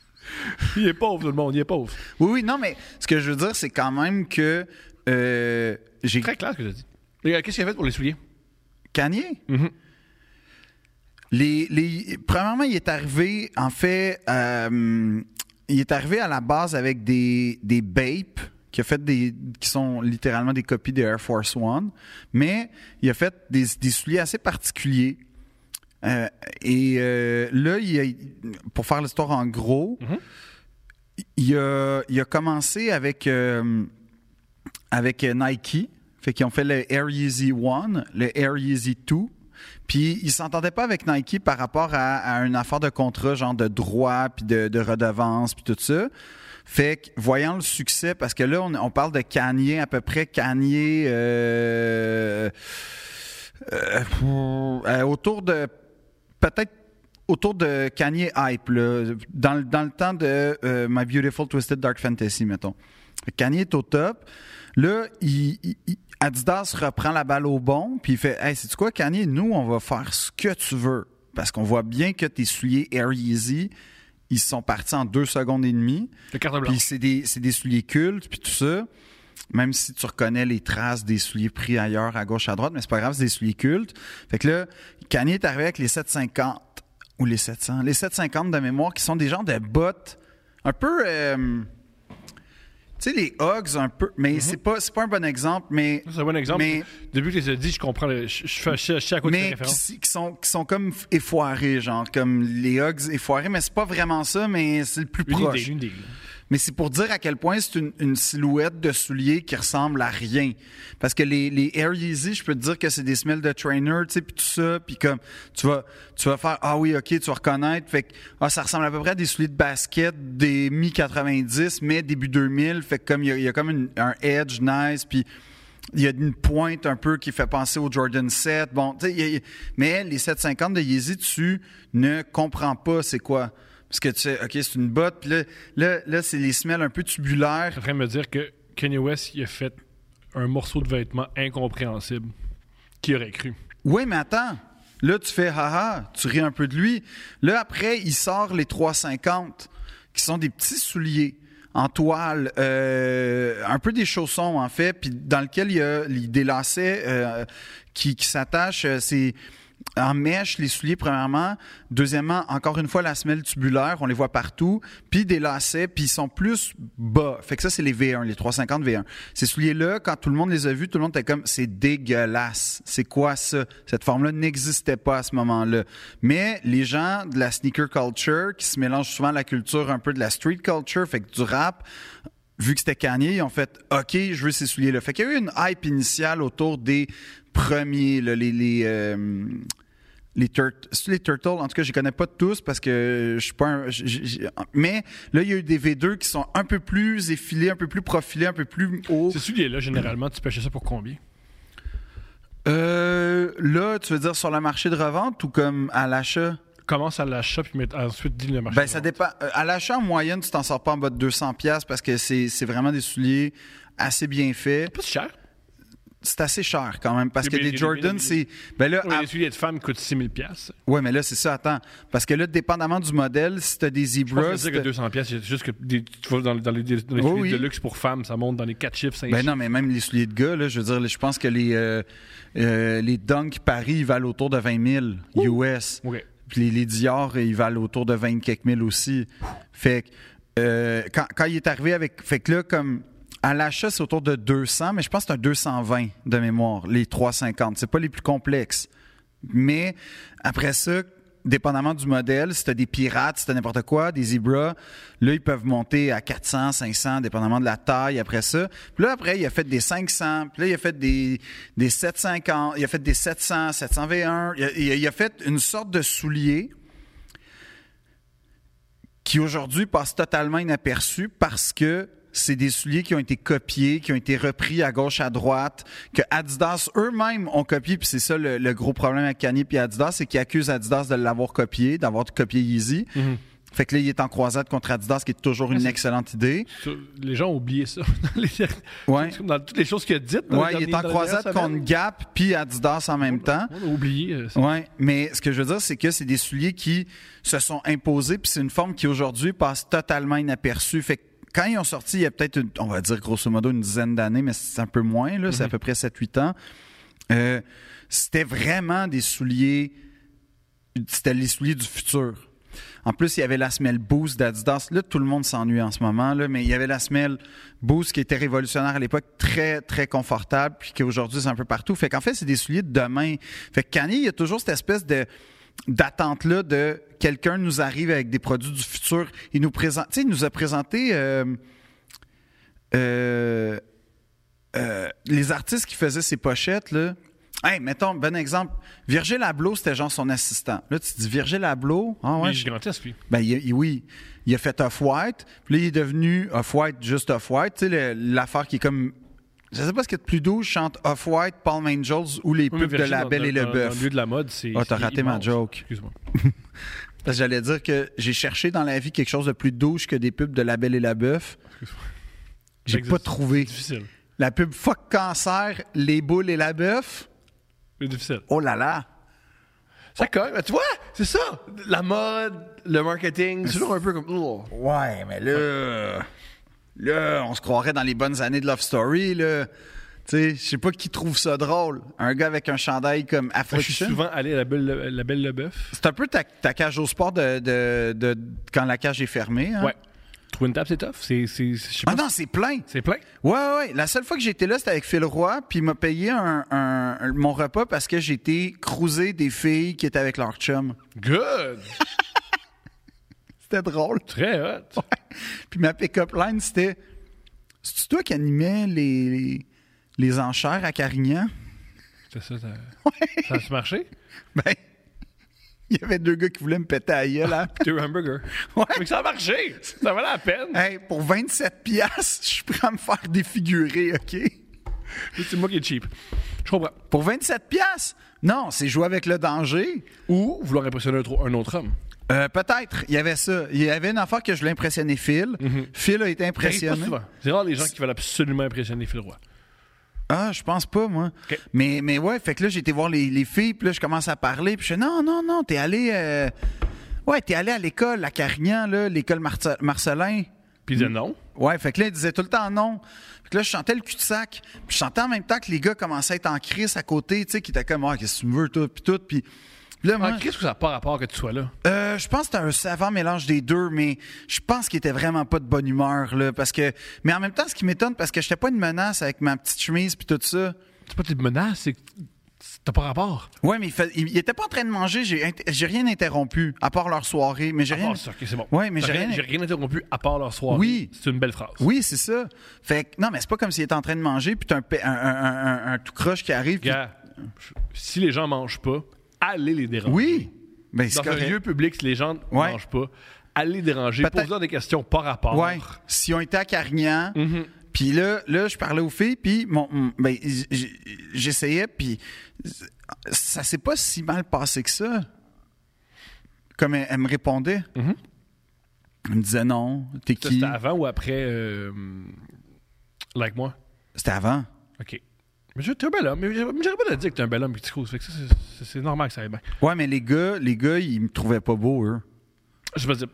Speaker 1: Il est pauvre, tout le monde, il est pauvre.
Speaker 2: Oui, oui, non, mais ce que je veux dire, c'est quand même que. euh, j'ai.
Speaker 1: Très clair ce que tu as dit. Et, euh, Qu'est-ce qu'il a fait pour les souliers?
Speaker 2: Kanye. les, les- premièrement, il est arrivé, en fait, euh, il est arrivé à la base avec des, des Bape, qui, a fait des, qui sont littéralement des copies des Air Force One, mais il a fait des, des souliers assez particuliers. Euh, et euh, là, il a- pour faire l'histoire en gros, il, a, il a commencé avec, euh, avec euh, Nike. Fait qu'ils ont fait le Air Yeezy 1, le Air Yeezy 2. Puis ils s'entendaient pas avec Nike par rapport à, à une affaire de contrat, genre de droit, puis de, de redevance, puis tout ça. Fait que, voyant le succès, parce que là, on, on parle de Kanye, à peu près Kanye... euh, euh, pour- euh, autour de peut-être autour de Kanye hype là, dans, le- dans le temps de euh, My Beautiful Twisted Dark Fantasy mettons. Kanye est au top. Là, il- il- il- Adidas reprend la balle au bon puis il fait "Hey, c'est quoi Kanye, nous on va faire ce que tu veux parce qu'on voit bien que tes souliers Air Yeezy ils sont partis en deux secondes et demie.
Speaker 1: Le carte blanche.
Speaker 2: Puis c'est des, c'est des souliers cultes, puis tout ça. Même si tu reconnais les traces des souliers pris ailleurs, à gauche, à droite, mais c'est pas grave, c'est des souliers cultes. Fait que là, Kanye est arrivé avec les 750 ou les 700. Les 750 de mémoire qui sont des genres de bottes un peu. euh, sais, les hogs un peu, mais c'est pas, c'est pas un bon exemple, mais.
Speaker 1: Mm-hmm. Ça, C'est un bon exemple.
Speaker 2: Mais-
Speaker 1: Depuis que tu as dit, je comprends. le- je, je fais- je sais à quoi tu fais
Speaker 2: mais
Speaker 1: référence.
Speaker 2: qui, qui sont, qui sont comme f- effoirés, genre, comme les hogs effoirés, mais c'est pas vraiment ça, mais c'est le plus
Speaker 1: Une
Speaker 2: proche.
Speaker 1: idée, une idée. là.
Speaker 2: Mais c'est pour dire à quel point c'est une, une silhouette de soulier qui ressemble à rien. Parce que les, les Air Yeezy, je peux te dire que c'est des semelles de trainer, tu sais, puis tout ça, puis comme tu vas, tu vas faire ah oui, ok, tu vas reconnaître. Fait que ah, ça ressemble à peu près à des souliers de basket des mi 90, mais début 2000. Fait que comme il y a- il y, a comme une- un edge nice, puis il y a une pointe un peu qui fait penser au Jordan 7. Bon, tu sais, il y a- il y a- mais les 750 de Yeezy, tu ne comprends pas c'est quoi. Parce que tu sais, OK, c'est une botte, puis là, là, là, c'est les semelles un peu
Speaker 1: Je suis
Speaker 2: tubulaires.
Speaker 1: en train de me dire que Kanye West, il a fait un morceau de vêtement incompréhensible. Qui aurait cru?
Speaker 2: Oui, mais attends. Là, tu fais haha, tu ris un peu de lui. Là, après, il sort les 350, qui sont des petits souliers en toile, euh, un peu des chaussons, en fait, puis dans lequel il y a les- des lacets euh, qui, qui s'attachent. euh, C'est en mèche, les souliers, premièrement. Deuxièmement, encore une fois, la semelle tubulaire, on les voit partout. Puis des lacets, puis ils sont plus bas. Fait que ça, c'est les V1, les 350 V1. Ces souliers-là, quand tout le monde les a vus, tout le monde était comme, c'est dégueulasse. C'est quoi ça? Cette forme-là n'existait pas à ce moment-là. Mais les gens de la sneaker culture, qui se mélangent souvent à la culture un peu de la street culture, fait que du rap, vu que c'était Kanye, ils ont fait OK, je veux ces souliers-là. Fait qu'il y a eu une hype initiale autour des premiers, là, les. les euh, les, tur- c'est-tu les Turtles, en tout cas, je les connais pas tous parce que je suis pas un- j- j- j- Mais là, il y a eu des V2 qui sont un peu plus effilés, un peu plus profilés, un peu plus hauts.
Speaker 1: Ces souliers-là, généralement, tu pêchais ça pour combien?
Speaker 2: Euh, là, tu veux dire sur le marché de revente ou comme à l'achat?
Speaker 1: Commence à l'achat, puis met- ensuite, dis le marché.
Speaker 2: Ben, ça dépend. Euh, À l'achat, en moyenne, tu t'en sors pas en bas de 200$ piastres parce que c'est c'est vraiment des souliers assez bien faits.
Speaker 1: Pas si cher.
Speaker 2: C'est assez cher quand même parce
Speaker 1: Des
Speaker 2: que
Speaker 1: billets-
Speaker 2: les
Speaker 1: des
Speaker 2: Jordan,
Speaker 1: billets-
Speaker 2: c'est. Ben là,
Speaker 1: Ouais,
Speaker 2: à-
Speaker 1: Les souliers de femme coûtent 6 000 piastres.
Speaker 2: Ouais, mais là, c'est ça, attends. Parce que là, dépendamment du modèle, si t'as des
Speaker 1: Je pense que
Speaker 2: Zebras.
Speaker 1: c'est dire que
Speaker 2: t'as-
Speaker 1: 200 piastres, c'est juste que des- tu vois, dans, dans les, dans les
Speaker 2: Oui,
Speaker 1: souliers
Speaker 2: oui.
Speaker 1: de luxe pour femmes, ça monte dans les 4 chiffres, 5
Speaker 2: Ben
Speaker 1: chiffres.
Speaker 2: non, mais même les souliers de gars, là, je veux dire, je pense que les, euh, euh, les Dunk Paris, ils valent autour de 20 000 US.
Speaker 1: OK.
Speaker 2: Puis les, les Dior, ils valent autour de 20 quelques mille aussi. Fait que, euh, quand, quand il est arrivé avec. Fait que là, comme. À l'achat, c'est autour de 200, mais je pense que c'est un 220 de mémoire, les 350. C'est pas les plus complexes. Mais après ça, dépendamment du modèle, si t'as des pirates, si t'as n'importe quoi, des zebras, là, ils peuvent monter à 400, 500, dépendamment de la taille après ça. Puis là, après, il a fait des 500, puis là, il a fait des, des 750, il a fait des 700, 700 V1. Il a, il a- il a fait une sorte de soulier qui aujourd'hui passe totalement inaperçu parce que c'est des souliers qui ont été copiés, qui ont été repris à gauche, à droite, que Adidas eux-mêmes ont copié, puis c'est ça le, le gros problème avec Kanye puis Adidas, c'est qu'ils accusent Adidas de l'avoir copié, d'avoir copié Yeezy.
Speaker 1: Mhm.
Speaker 2: Fait que là, il est en croisade contre Adidas, qui est toujours une excellente idée.
Speaker 1: Ça, Les gens ont oublié ça. Dans, les derniers-
Speaker 2: Ouais.
Speaker 1: dans toutes les choses qu'il a dites. dans les
Speaker 2: Ouais, il est
Speaker 1: derniers-
Speaker 2: en
Speaker 1: dans les
Speaker 2: croisade
Speaker 1: dernières
Speaker 2: contre
Speaker 1: semaines.
Speaker 2: Gap puis Adidas en même temps.
Speaker 1: On a oublié. euh, ça.
Speaker 2: Oui, mais ce que je veux dire, c'est que c'est des souliers qui se sont imposés, puis c'est une forme qui aujourd'hui passe totalement inaperçue. Fait que quand ils ont sorti, il y a peut-être, une- on va dire grosso modo une dizaine d'années, mais c'est un peu moins, là, c'est à peu près 7-8 ans. Euh, c'était vraiment des souliers, c'était les souliers du futur. En plus, il y avait la semelle Boost d'Adidas. Là, tout le monde s'ennuie en ce moment, là, mais il y avait la semelle Boost qui était révolutionnaire à l'époque, très, très confortable, puis qu'aujourd'hui, c'est un peu partout. Fait qu'en fait, c'est des souliers de demain. Fait que Kanye, il y a toujours cette espèce de d'attente-là de quelqu'un nous arrive avec des produits du futur. Il nous présente, tu sais, il nous a présenté euh, euh, euh, les artistes qui faisaient ces pochettes, là. Hey, mettons, bon exemple. Virgil Abloh, c'était genre son assistant. Là, tu te dis Virgil Abloh? Ah
Speaker 1: Il
Speaker 2: ouais,
Speaker 1: est gigantesque, lui.
Speaker 2: ben, il- il- oui, il a fait Off-White, puis là, il est devenu Off-White, juste Off-White. Tu sais, le- l'affaire qui est comme. Je sais pas ce qu'il y a de plus doux, chante Off-White, Palm Angels ou les
Speaker 1: Oui,
Speaker 2: pubs
Speaker 1: mais
Speaker 2: de
Speaker 1: Virgil,
Speaker 2: La
Speaker 1: dans-
Speaker 2: Belle et
Speaker 1: dans-
Speaker 2: le
Speaker 1: dans
Speaker 2: Bœuf.
Speaker 1: milieu de la mode, c'est.
Speaker 2: Ah, t'as
Speaker 1: c'est
Speaker 2: raté ma
Speaker 1: immense.
Speaker 2: joke.
Speaker 1: Excuse-moi.
Speaker 2: Parce que j'allais dire que j'ai cherché dans la vie quelque chose de plus douche que des pubs de La Belle et la Bœuf. J'ai
Speaker 1: Ça
Speaker 2: pas
Speaker 1: existe.
Speaker 2: trouvé.
Speaker 1: Difficile.
Speaker 2: La pub Fuck Cancer, Les Boules et la Bœuf.
Speaker 1: C'est difficile.
Speaker 2: Oh là là!
Speaker 5: Ça colle. Mais Tu vois, c'est ça. La mode, le marketing, c'est toujours un peu comme. Oh.
Speaker 2: Ouais, mais là. Là, on se croirait dans les bonnes années de Love Story, là. Tu sais, je sais pas qui trouve ça drôle. Un gars avec un chandail comme
Speaker 1: Ah, Je suis
Speaker 2: Affliction.
Speaker 1: souvent allé à la belle, la belle Le Bœuf.
Speaker 2: C'est un peu ta, ta cage au sport de, de- de- quand la cage est fermée. hein.
Speaker 1: Ouais. Twin Tap, c'est tough. C'est, c'est, je sais
Speaker 2: Ah
Speaker 1: pas
Speaker 2: non, c'est plein.
Speaker 1: si- c'est plein.
Speaker 2: Ouais, ouais, ouais. La seule fois que j'étais là, c'était avec Phil Roy, puis il m'a payé un, un- un- mon repas parce que j'étais cruisé des filles qui étaient avec leur chum.
Speaker 1: Good!
Speaker 2: C'était drôle.
Speaker 1: Très hot.
Speaker 2: Puis ma pick-up line, c'était C'est-tu toi qui animais les, les, les enchères à Carignan
Speaker 1: C'est ça, ça, ça a marché?
Speaker 2: Ben, il y avait deux gars qui voulaient me péter à la gueule. hein.
Speaker 1: Deux hamburgers.
Speaker 2: Ouais.
Speaker 1: Mais que ça a marché! Ça valait la peine!
Speaker 2: Hey, pour 27 piastres, je suis prêt à me faire défigurer, OK
Speaker 1: C'est moi qui est cheap. Je comprends.
Speaker 2: Pour 27 piastres? Non, c'est jouer avec le danger.
Speaker 1: Ou vouloir impressionner un, tro- un autre homme.
Speaker 2: Euh, Peut-être, il y avait ça. Il y avait une affaire que je voulais impressionner Phil. Phil
Speaker 1: C'est
Speaker 2: a été
Speaker 1: Mhm. pas
Speaker 2: impressionné.
Speaker 1: souvent. C'est rare les gens qui veulent absolument impressionner Phil Roy.
Speaker 2: Ah, je pense pas, moi.
Speaker 1: OK.
Speaker 2: Mais, mais ouais, fait que là, j'ai été voir les, les filles, puis là, je commence à parler, puis je fais non, non, non, t'es allé. euh, Ouais, t'es allé à l'école, à Carignan, là, l'école Marce- Marcelin.
Speaker 1: Puis il disait non.
Speaker 2: Ouais, fait que là, il disait tout le temps non. Fait que là, je chantais le cul-de-sac. Puis je chantais en même temps que les gars commençaient à être en crise à côté, tu sais, qui étaient comme, ah, qu'est-ce que tu me veux, tout, puis tout. Puis puis là, moi,
Speaker 1: Ah, Qu'est-ce que ça n'a pas rapport que tu sois là?
Speaker 2: euh, je pense que c'était un savant mélange des deux, mais je pense qu'il était vraiment pas de bonne humeur, là, parce que. Mais en même temps, ce qui m'étonne, parce que j'étais pas une menace avec ma petite chemise, puis tout ça.
Speaker 1: C'est pas tes menaces, c'est que t'as pas rapport.
Speaker 2: Ouais, mais il, fa- il- il était pas en train de manger. J'ai int- j'ai rien interrompu, à part leur soirée. Mais j'ai rien.
Speaker 1: Ah, ça, ok, c'est bon.
Speaker 2: Ouais, mais
Speaker 1: T'as
Speaker 2: j'ai rien-
Speaker 1: J'ai rien interrompu à part leur soirée.
Speaker 2: Oui.
Speaker 1: C'est une belle phrase.
Speaker 2: Oui, c'est ça. Fait que, non, mais c'est pas comme s'il était en train de manger, puis t'as un, pa- un, un- un- un tout croche qui arrive. puis-
Speaker 1: Gars, je- si les gens mangent pas, allez les déranger.
Speaker 2: Oui. Ben, c'est
Speaker 1: Dans un
Speaker 2: correct.
Speaker 1: lieu public, si les gens
Speaker 2: Ouais.
Speaker 1: mangent pas, allez les déranger.
Speaker 2: Peut-être-
Speaker 1: Pose-leur des questions par rapport.
Speaker 2: Ouais. Si on était à Carignan,
Speaker 1: Mm-hmm.
Speaker 2: puis là, là, je parlais aux filles, puis mon, mm, ben, j- j- j'essayais, puis ça s'est pas si mal passé que ça. Comme elle, elle me répondait. Elle me disait non, t'es
Speaker 1: Mm-hmm. Ça,
Speaker 2: qui?
Speaker 1: C'était avant ou après euh, Like moi?
Speaker 2: C'était avant.
Speaker 1: OK. Mais je- t'es un bel homme. Mais j'ai- mais j'aurais pas à dire que t'es un bel homme et que tu causes. Fait que ça, c'est- c'est- c'est normal que ça aille bien.
Speaker 2: Ouais, mais les gars, les gars, ils me trouvaient pas beau, eux.
Speaker 1: Je veux dire,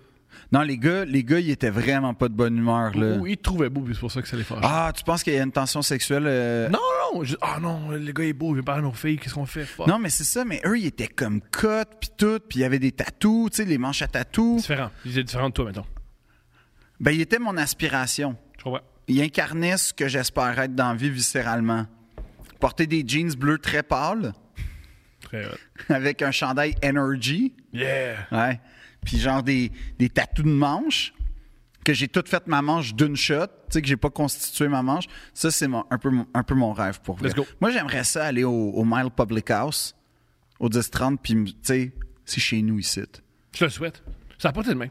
Speaker 2: Non, les gars, les gars, ils étaient vraiment pas de bonne humeur, là.
Speaker 1: ou il te trouvait beau, puis c'est pour ça que ça les fâche.
Speaker 2: Ah, tu penses qu'il y a une tension sexuelle? euh,
Speaker 1: Non, non, je- ah non, le gars est beau, il veut parler à nos filles, qu'est-ce qu'on fait? Fuck.
Speaker 2: Non, mais c'est ça, mais eux, ils étaient comme cotes, puis tout, puis il y avait des tatous, tu sais, les manches à tatous.
Speaker 1: Différent. Il est différent de toi, maintenant.
Speaker 2: Ben, il était mon aspiration.
Speaker 1: Je comprends.
Speaker 2: Il incarnait ce que j'espère être dans la vie viscéralement. Porter des jeans bleus très pâles,
Speaker 1: Très hot.
Speaker 2: avec un chandail Energy,
Speaker 1: Yeah!
Speaker 2: ouais, puis genre des, des tatous de manches, que j'ai toute faite ma manche d'une shot, tu sais, que j'ai pas constitué ma manche. Ça, c'est mon- un, peu, mon- un peu mon rêve pour vrai.
Speaker 1: Let's go.
Speaker 2: Moi, j'aimerais ça aller au, au Mile Public House, au 10-30, puis, tu sais, c'est chez nous ici.
Speaker 1: Je te le souhaite. Ça n'a pas été de main.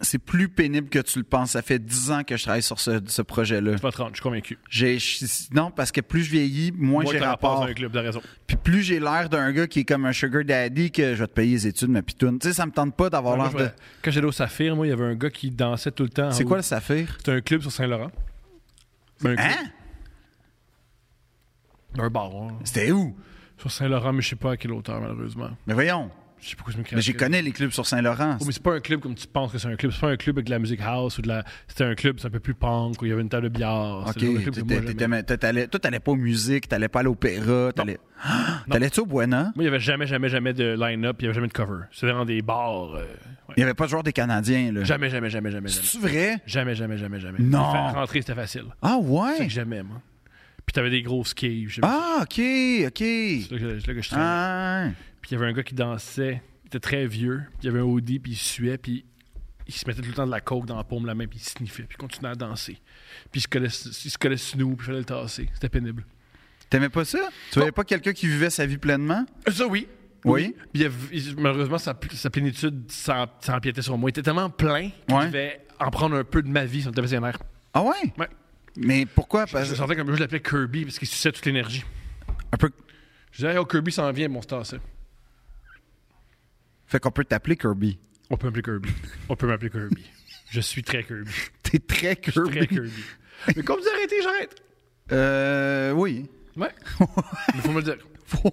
Speaker 2: C'est plus pénible que tu le penses. Ça fait 10 ans que je travaille sur ce, ce projet-là.
Speaker 1: Tu vas te rendre, je suis convaincu.
Speaker 2: J'ai, je- non, parce que plus je vieillis, moins
Speaker 1: Moi,
Speaker 2: j'ai
Speaker 1: je rapport
Speaker 2: rapport.
Speaker 1: à un club, de raison.
Speaker 2: Puis plus j'ai l'air d'un gars qui est comme un sugar daddy que je vais te payer les études, ma pitoune. Tu sais, ça me tente pas d'avoir
Speaker 1: Moi,
Speaker 2: l'air
Speaker 1: je Ah
Speaker 2: de.
Speaker 1: me- Quand j'allais au Saphir, moi, il y avait un gars qui dansait tout le temps. en
Speaker 2: C'est
Speaker 1: haut.
Speaker 2: quoi le saphir?
Speaker 1: C'était un club sur Saint-Laurent. Ben, Un, club-
Speaker 2: Hein?
Speaker 1: un bar, hein.
Speaker 2: C'était où?
Speaker 1: Sur Saint-Laurent, mais je sais pas à quelle hauteur, malheureusement.
Speaker 2: Mais voyons.
Speaker 1: Je sais pas quoi je me crée.
Speaker 2: Mais j'ai connais les clubs sur Saint-Laurent.
Speaker 1: Oh, mais c'est pas un club comme tu penses que c'est un club. C'est pas un club avec de la musique house ou de la. C'était un club, c'est un peu plus punk, où il y avait une table de billard.
Speaker 2: Ok,
Speaker 1: C'est le genre de club que moi,
Speaker 2: t'étais-
Speaker 1: j'aimais.
Speaker 2: t'étais- t'étais- t'allais- toi, t'allais pas aux musiques, t'allais pas à l'opéra, t'allais. Ah! T'allais-tu au Buena?
Speaker 1: Moi, il n'y avait jamais, jamais, jamais de line-up, il n'y avait jamais de cover. C'était dans des bars. euh, ouais.
Speaker 2: Il y avait pas de joueurs des Canadiens, là.
Speaker 1: Jamais, jamais, jamais, jamais, jamais.
Speaker 2: C'est vrai?
Speaker 1: Jamais, jamais, jamais, jamais.
Speaker 2: Non.
Speaker 1: Faire rentrer, c'était facile.
Speaker 2: Ah,
Speaker 1: C'est
Speaker 2: ouais?
Speaker 1: que j'aimais, moi. Puis t'avais des grosses caves. j'aimais ça.
Speaker 2: Ah, ok,
Speaker 1: C'est
Speaker 2: ok.
Speaker 1: là que- c'est là que je travaillais.
Speaker 2: Ah,
Speaker 1: Puis il y avait un gars qui dansait. Il était très vieux. Puis il y avait un hoodie, puis il suait, puis il se mettait tout le temps de la coke dans la paume de la main, puis il sniffait, puis il continuait à danser. Puis il se collait, il se collait sous nous, puis il fallait le tasser. C'était pénible.
Speaker 2: T'aimais pas ça? Tu voyais pas quelqu'un qui vivait sa vie pleinement?
Speaker 1: Ça, oui.
Speaker 2: Oui.
Speaker 1: Puis il y avait- il- malheureusement, sa, pl- sa plénitude s'en- s'empiétait sur moi. Il était tellement plein qu'il
Speaker 2: Ouais.
Speaker 1: devait en prendre un peu de ma vie, son dépressionnaire.
Speaker 2: Ah ouais?
Speaker 1: Ouais.
Speaker 2: Mais pourquoi? Parce-
Speaker 1: Je sentais comme je l'appelais Kirby parce qu'il suçait toute l'énergie.
Speaker 2: un peu...
Speaker 1: Je disais, oh, Kirby s'en vient, mon star, ça.
Speaker 2: Fait qu'on peut t'appeler Kirby.
Speaker 1: On peut m'appeler Kirby. On peut m'appeler Kirby. Je suis très Kirby.
Speaker 2: T'es très
Speaker 1: Je suis
Speaker 2: Kirby.
Speaker 1: très Kirby. Mais comme vous arrêtez, j'arrête.
Speaker 2: Euh, oui.
Speaker 1: Ouais. Mais faut me le dire. Faut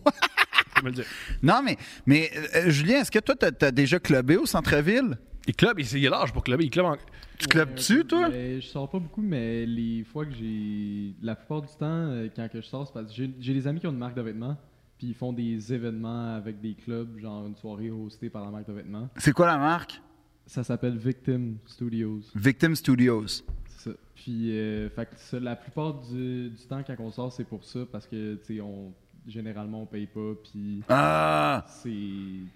Speaker 1: me le dire.
Speaker 2: Non, mais, mais euh, Julien, est-ce que toi, t'as, t'as déjà clubé au centre-ville?
Speaker 1: Il club, il, il est large pour clubber. Il club en.
Speaker 2: Tu clubes-tu, toi?
Speaker 4: Mais je sors pas beaucoup, mais les fois que j'ai. La plupart du temps, euh, quand que je sors, c'est parce que j'ai- j'ai des amis qui ont une marque de vêtements, puis ils font des événements avec des clubs, genre une soirée hostée par la marque de vêtements.
Speaker 2: C'est quoi la marque?
Speaker 4: Ça s'appelle Victim Studios.
Speaker 2: Victim Studios.
Speaker 4: C'est ça. Puis, euh, fait que ça, la plupart du, du temps, quand on sort, c'est pour ça, parce que, tu sais, on, généralement, on paye pas, puis
Speaker 2: Ah!
Speaker 4: c'est.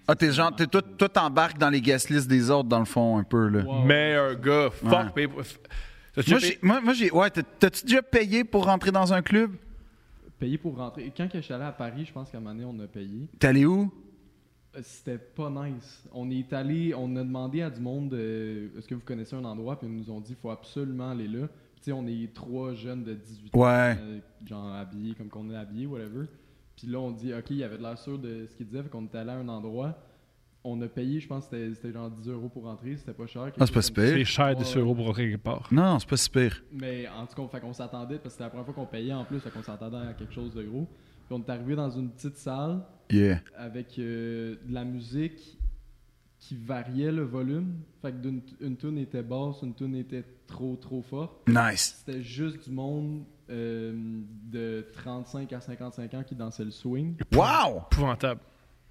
Speaker 2: Ah, t'es genre, t'es, toi, toi, t'embarques dans les guest lists des autres, dans le fond, un peu, là.
Speaker 4: Wow.
Speaker 5: Mais un gars, fuck. mais-
Speaker 1: euh,
Speaker 5: T'as-tu
Speaker 2: Moi,
Speaker 5: payé-
Speaker 2: j'ai, moi, moi, j'ai. Ouais, t'as- t'as-tu déjà payé pour rentrer dans un club?
Speaker 4: Payer pour rentrer. Quand que je suis allé à Paris, je pense qu'à un moment donné, on a payé.
Speaker 2: T'es allé où?
Speaker 4: Euh, C'était pas nice. On est allé, on a demandé à du monde euh, est-ce que vous connaissez un endroit, puis ils nous ont dit faut absolument aller là. Puis, Tu sais, on est trois jeunes de 18 ans,
Speaker 2: Ouais.
Speaker 4: euh, genre habillés comme qu'on est habillés, whatever. Puis là, on dit ok, il avait de l'air sûr de ce qu'il disait, fait qu'on est allé à un endroit. On a payé, je pense que c'était- c'était genre 10 euros pour entrer, c'était pas cher. quelque
Speaker 2: Ah, c'est pas
Speaker 4: chose
Speaker 2: si
Speaker 4: comme ça.
Speaker 1: C'est
Speaker 2: pire.
Speaker 1: cher de 10 euros pour rentrer quelque part.
Speaker 2: Non, non, c'est pas si pire.
Speaker 4: Mais en tout cas, fait qu'on s'attendait, parce que c'était la première fois qu'on payait en plus, fait qu'on s'attendait à quelque chose de gros. Puis on est arrivé dans une petite salle,
Speaker 2: Yeah.
Speaker 4: avec euh, de la musique qui variait le volume. Fait que d'une une tune était basse, une tune était trop trop forte.
Speaker 2: Nice.
Speaker 4: C'était juste du monde euh, de 35 à 55 ans qui dansait le swing.
Speaker 2: Wow!
Speaker 1: Épouvantable.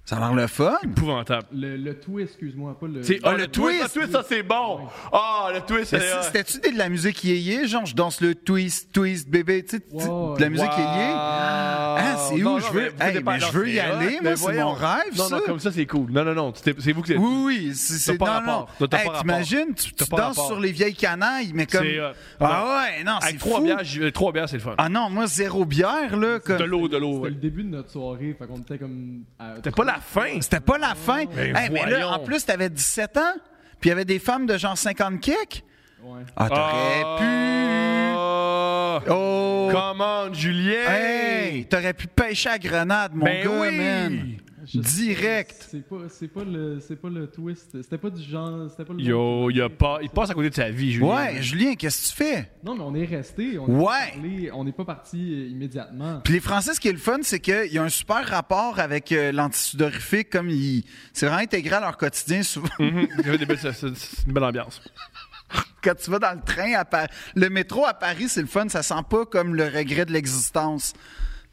Speaker 2: Ça a l'air le fun!
Speaker 1: Épouvantable.
Speaker 4: Le, le tout, excuse-moi, pas le.
Speaker 5: C'est-
Speaker 4: Ah,
Speaker 5: oh, le, twist! Le twist, ça, c'est bon! Ah, le twist, c'est...
Speaker 2: Mais c- C'était-tu des- de la musique yéyé? Genre, je danse le twist, twist, bébé, tu sais, tu-
Speaker 4: Ouais,
Speaker 2: de la musique
Speaker 5: Wow.
Speaker 2: yéyé? Ah, c'est
Speaker 5: Non,
Speaker 2: où
Speaker 5: non,
Speaker 2: je veux?
Speaker 5: vous
Speaker 2: Hey,
Speaker 5: êtes pas-
Speaker 2: mais
Speaker 5: non,
Speaker 2: je veux y
Speaker 5: c'est
Speaker 2: aller,
Speaker 5: hot,
Speaker 2: moi,
Speaker 5: mais
Speaker 2: c'est mon
Speaker 5: voyons.
Speaker 2: rêve,
Speaker 5: Non,
Speaker 2: ça.
Speaker 5: non, comme ça, c'est cool. Non, non, non, tu t'es- c'est vous qui...
Speaker 2: Oui, oui, c'est... c'est-
Speaker 5: pas
Speaker 2: non, non.
Speaker 5: rapport. T'as pas
Speaker 2: Hey,
Speaker 5: rapport.
Speaker 2: T'imagines, tu, tu
Speaker 1: T'as pas
Speaker 2: danses
Speaker 1: rapport.
Speaker 2: sur les vieilles canailles, mais comme...
Speaker 1: C'est hot.
Speaker 2: Ah ouais, non, c'est
Speaker 5: Avec euh, trois
Speaker 2: fou.
Speaker 5: bières, j'y- euh, trois bières, c'est le fun.
Speaker 2: Ah non, moi, zéro bière, là.
Speaker 5: de
Speaker 2: Comme...
Speaker 5: l'eau, de l'eau.
Speaker 4: C'était
Speaker 5: ouais.
Speaker 4: le début de notre soirée, fait qu'on était comme. à-
Speaker 5: C'était pas la fin. Ben
Speaker 2: C'était pas la fin.
Speaker 1: Mais
Speaker 2: Hey, mais là,
Speaker 1: voyons.
Speaker 2: en plus, t'avais 17 ans, puis il y avait des femmes de genre 50 kicks.
Speaker 4: Ouais.
Speaker 2: Ah, t'aurais pu...
Speaker 5: Ah.
Speaker 2: Oh!
Speaker 5: Come on, Julien!
Speaker 2: Hey! T'aurais pu pêcher à grenade, mon
Speaker 5: Ben
Speaker 2: gars,
Speaker 5: oui!
Speaker 2: man.
Speaker 4: Je-
Speaker 2: Direct.
Speaker 4: C'est pas, c'est pas le, c'est pas le twist. C'était pas du genre, c'était pas le.
Speaker 1: Yo, il, a pas, il passe à côté de sa vie, Julien.
Speaker 2: Ouais, Julien, qu'est-ce que tu fais?
Speaker 4: Non, mais on est resté. On
Speaker 2: Ouais.
Speaker 4: est pas parlé, on n'est pas parti euh, immédiatement.
Speaker 2: Puis les Français, ce qui est le fun, c'est qu'il y a un super rapport avec euh, l'antisudorifique, comme ils... c'est vraiment intégré à leur quotidien. Souvent,
Speaker 1: Mhm. Il y avait des belles- c'est- c'est- c'est une belle ambiance.
Speaker 2: quand tu vas dans le train, à Paris, le métro à Paris, c'est le fun, ça sent pas comme le regret de l'existence.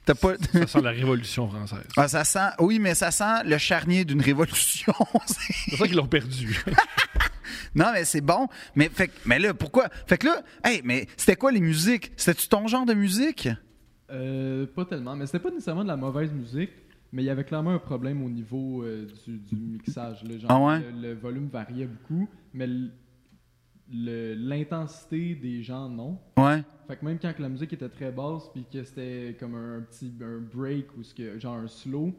Speaker 2: T'as pas...
Speaker 1: Ça sent la révolution française.
Speaker 2: Ah, ça sent, oui, mais ça sent le charnier d'une révolution.
Speaker 1: C'est pour ça qu'ils l'ont perdu.
Speaker 2: non, mais c'est bon. Mais, fait, que- mais là, pourquoi? Fait que là, hey, mais c'était quoi les musiques? C'était-tu ton genre de musique?
Speaker 4: Euh, pas tellement, mais c'était pas nécessairement de la mauvaise musique, mais il y avait clairement un problème au niveau euh, du, du mixage. là. Genre,
Speaker 2: Ah ouais?
Speaker 4: le, le volume variait beaucoup, mais l- le- l'intensité des gens, non.
Speaker 2: Ouais.
Speaker 4: Fait que même quand que la musique était très basse, puis que c'était comme un, petit un break ou ce que, genre un slow,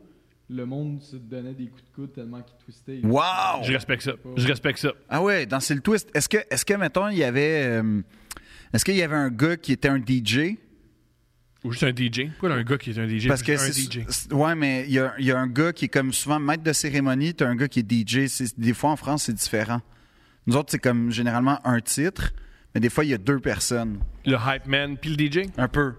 Speaker 4: le monde se donnait des coups de coude tellement qu'il twistait.
Speaker 2: Wow!
Speaker 1: Je respecte ça. Je respecte ça.
Speaker 2: Ah ouais, dans C'est le twist. Est-ce que, est-ce que mettons, il y avait, euh, est-ce qu'il y avait un gars qui était un DJ?
Speaker 1: Ou juste un DJ. Pourquoi un gars qui est un DJ?
Speaker 2: Parce que
Speaker 1: un
Speaker 2: c'est-
Speaker 1: DJ.
Speaker 2: c'est- ouais, mais il y a, il y a un gars qui est comme souvent maître de cérémonie, t'as un gars qui est DJ. C'est- des fois en France, c'est différent. Nous autres, c'est comme généralement un titre, mais des fois il y a deux personnes,
Speaker 1: Le hype man, puis le DJ.
Speaker 2: un peu.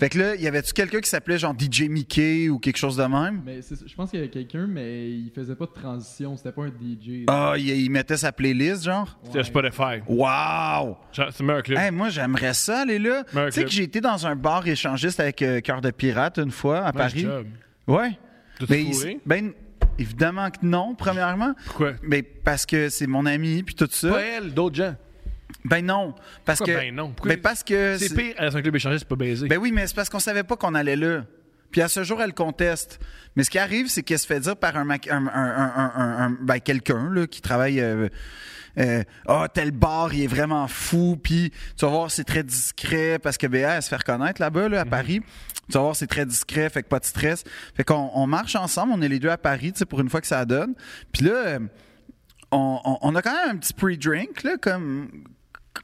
Speaker 2: Fait que là, il y avait-tu quelqu'un qui s'appelait genre DJ Mickey ou quelque chose de même?
Speaker 4: Mais c'est- je pense qu'il y avait quelqu'un, mais il faisait pas de transition, c'était pas un DJ.
Speaker 2: Ah, il, il mettait sa playlist, genre?
Speaker 1: C'était Spotify.
Speaker 2: Wow!
Speaker 1: Genre, C'est un club.
Speaker 2: Hey, moi, j'aimerais ça aller là.
Speaker 1: Mais un
Speaker 2: Tu sais que
Speaker 1: club.
Speaker 2: j'ai été dans un bar échangiste avec euh, Cœur de Pirate une fois à
Speaker 1: Nice
Speaker 2: Paris.
Speaker 1: job.
Speaker 2: Ouais.
Speaker 1: T'as-tu
Speaker 2: Ben, il-
Speaker 1: fourré?
Speaker 2: ben, évidemment que non, premièrement.
Speaker 1: Pourquoi?
Speaker 2: Mais parce que c'est mon ami, puis tout ça.
Speaker 5: Pas elle, d'autres gens.
Speaker 2: Ben non. Parce
Speaker 1: Pourquoi
Speaker 2: que.
Speaker 1: ben non? Pourquoi-
Speaker 2: Ben parce que.
Speaker 1: C'est
Speaker 2: c'est-
Speaker 1: pire, aller dans un club échangé, c'est pas baiser.
Speaker 2: Ben oui, mais c'est parce qu'on savait pas qu'on allait là. Puis à ce jour, elle conteste. Mais ce qui arrive, c'est qu'elle se fait dire par un, mec- un- un- un- un- un- un- ben, quelqu'un là, qui travaille. euh, euh, Ah, tel bar, il est vraiment fou. Puis tu vas voir, c'est très discret parce que BA, elle se fait reconnaître là-bas, là, à Paris. Tu vas voir, c'est très discret, fait que pas de stress. Fait qu'on on marche ensemble, on est les deux à Paris, tu sais, pour une fois que ça donne. Puis là. euh, on, on- on a quand même un petit pre-drink, là, comme,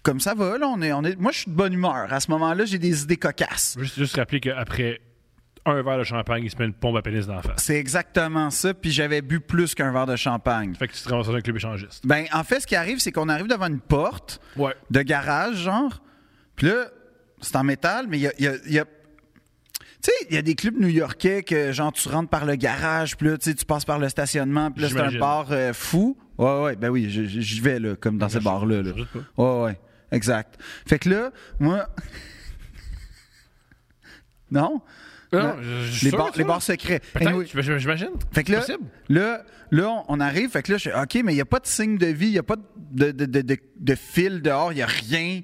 Speaker 2: comme ça va. Là, on est, on est, moi, je suis de bonne humeur. À ce moment-là, j'ai des idées cocasses.
Speaker 1: Juste, juste rappeler qu'après un verre de champagne, il se met une pompe à pénis d'en face.
Speaker 2: C'est exactement ça. Puis j'avais bu plus qu'un verre de champagne.
Speaker 1: Fait que tu te ramasses dans un club échangiste.
Speaker 2: Ben, en fait, ce qui arrive, c'est qu'on arrive devant une porte
Speaker 1: Ouais.
Speaker 2: de garage, genre. Puis là, c'est en métal, mais il y a. il y a- il y a- tu sais, il y a des clubs new-yorkais que, genre, tu rentres par le garage, puis là, tu sais, tu passes par le stationnement, puis là, c'est un
Speaker 1: J'imagine.
Speaker 2: bar euh, fou. Ouais, ouais, ben oui, je- je- j'y vais, là, comme dans ce bar-là. Là.
Speaker 1: je doute
Speaker 2: Ouais, ouais, exact. Fait que là, moi, Non?
Speaker 1: Non,
Speaker 2: Le-
Speaker 1: je- je suis
Speaker 2: Euh, les,
Speaker 1: sûr
Speaker 2: bars,
Speaker 1: de
Speaker 2: les
Speaker 1: ça.
Speaker 2: bars secrets.
Speaker 1: Peut-être,
Speaker 2: Anyway.
Speaker 1: j'im- j'imagine.
Speaker 2: Fait que là,
Speaker 1: Possible.
Speaker 2: là, là, on- on arrive, fait que là, je OK, mais il n'y a pas de signe de vie, il n'y a pas de, de, de- de- de fil dehors, il n'y a rien.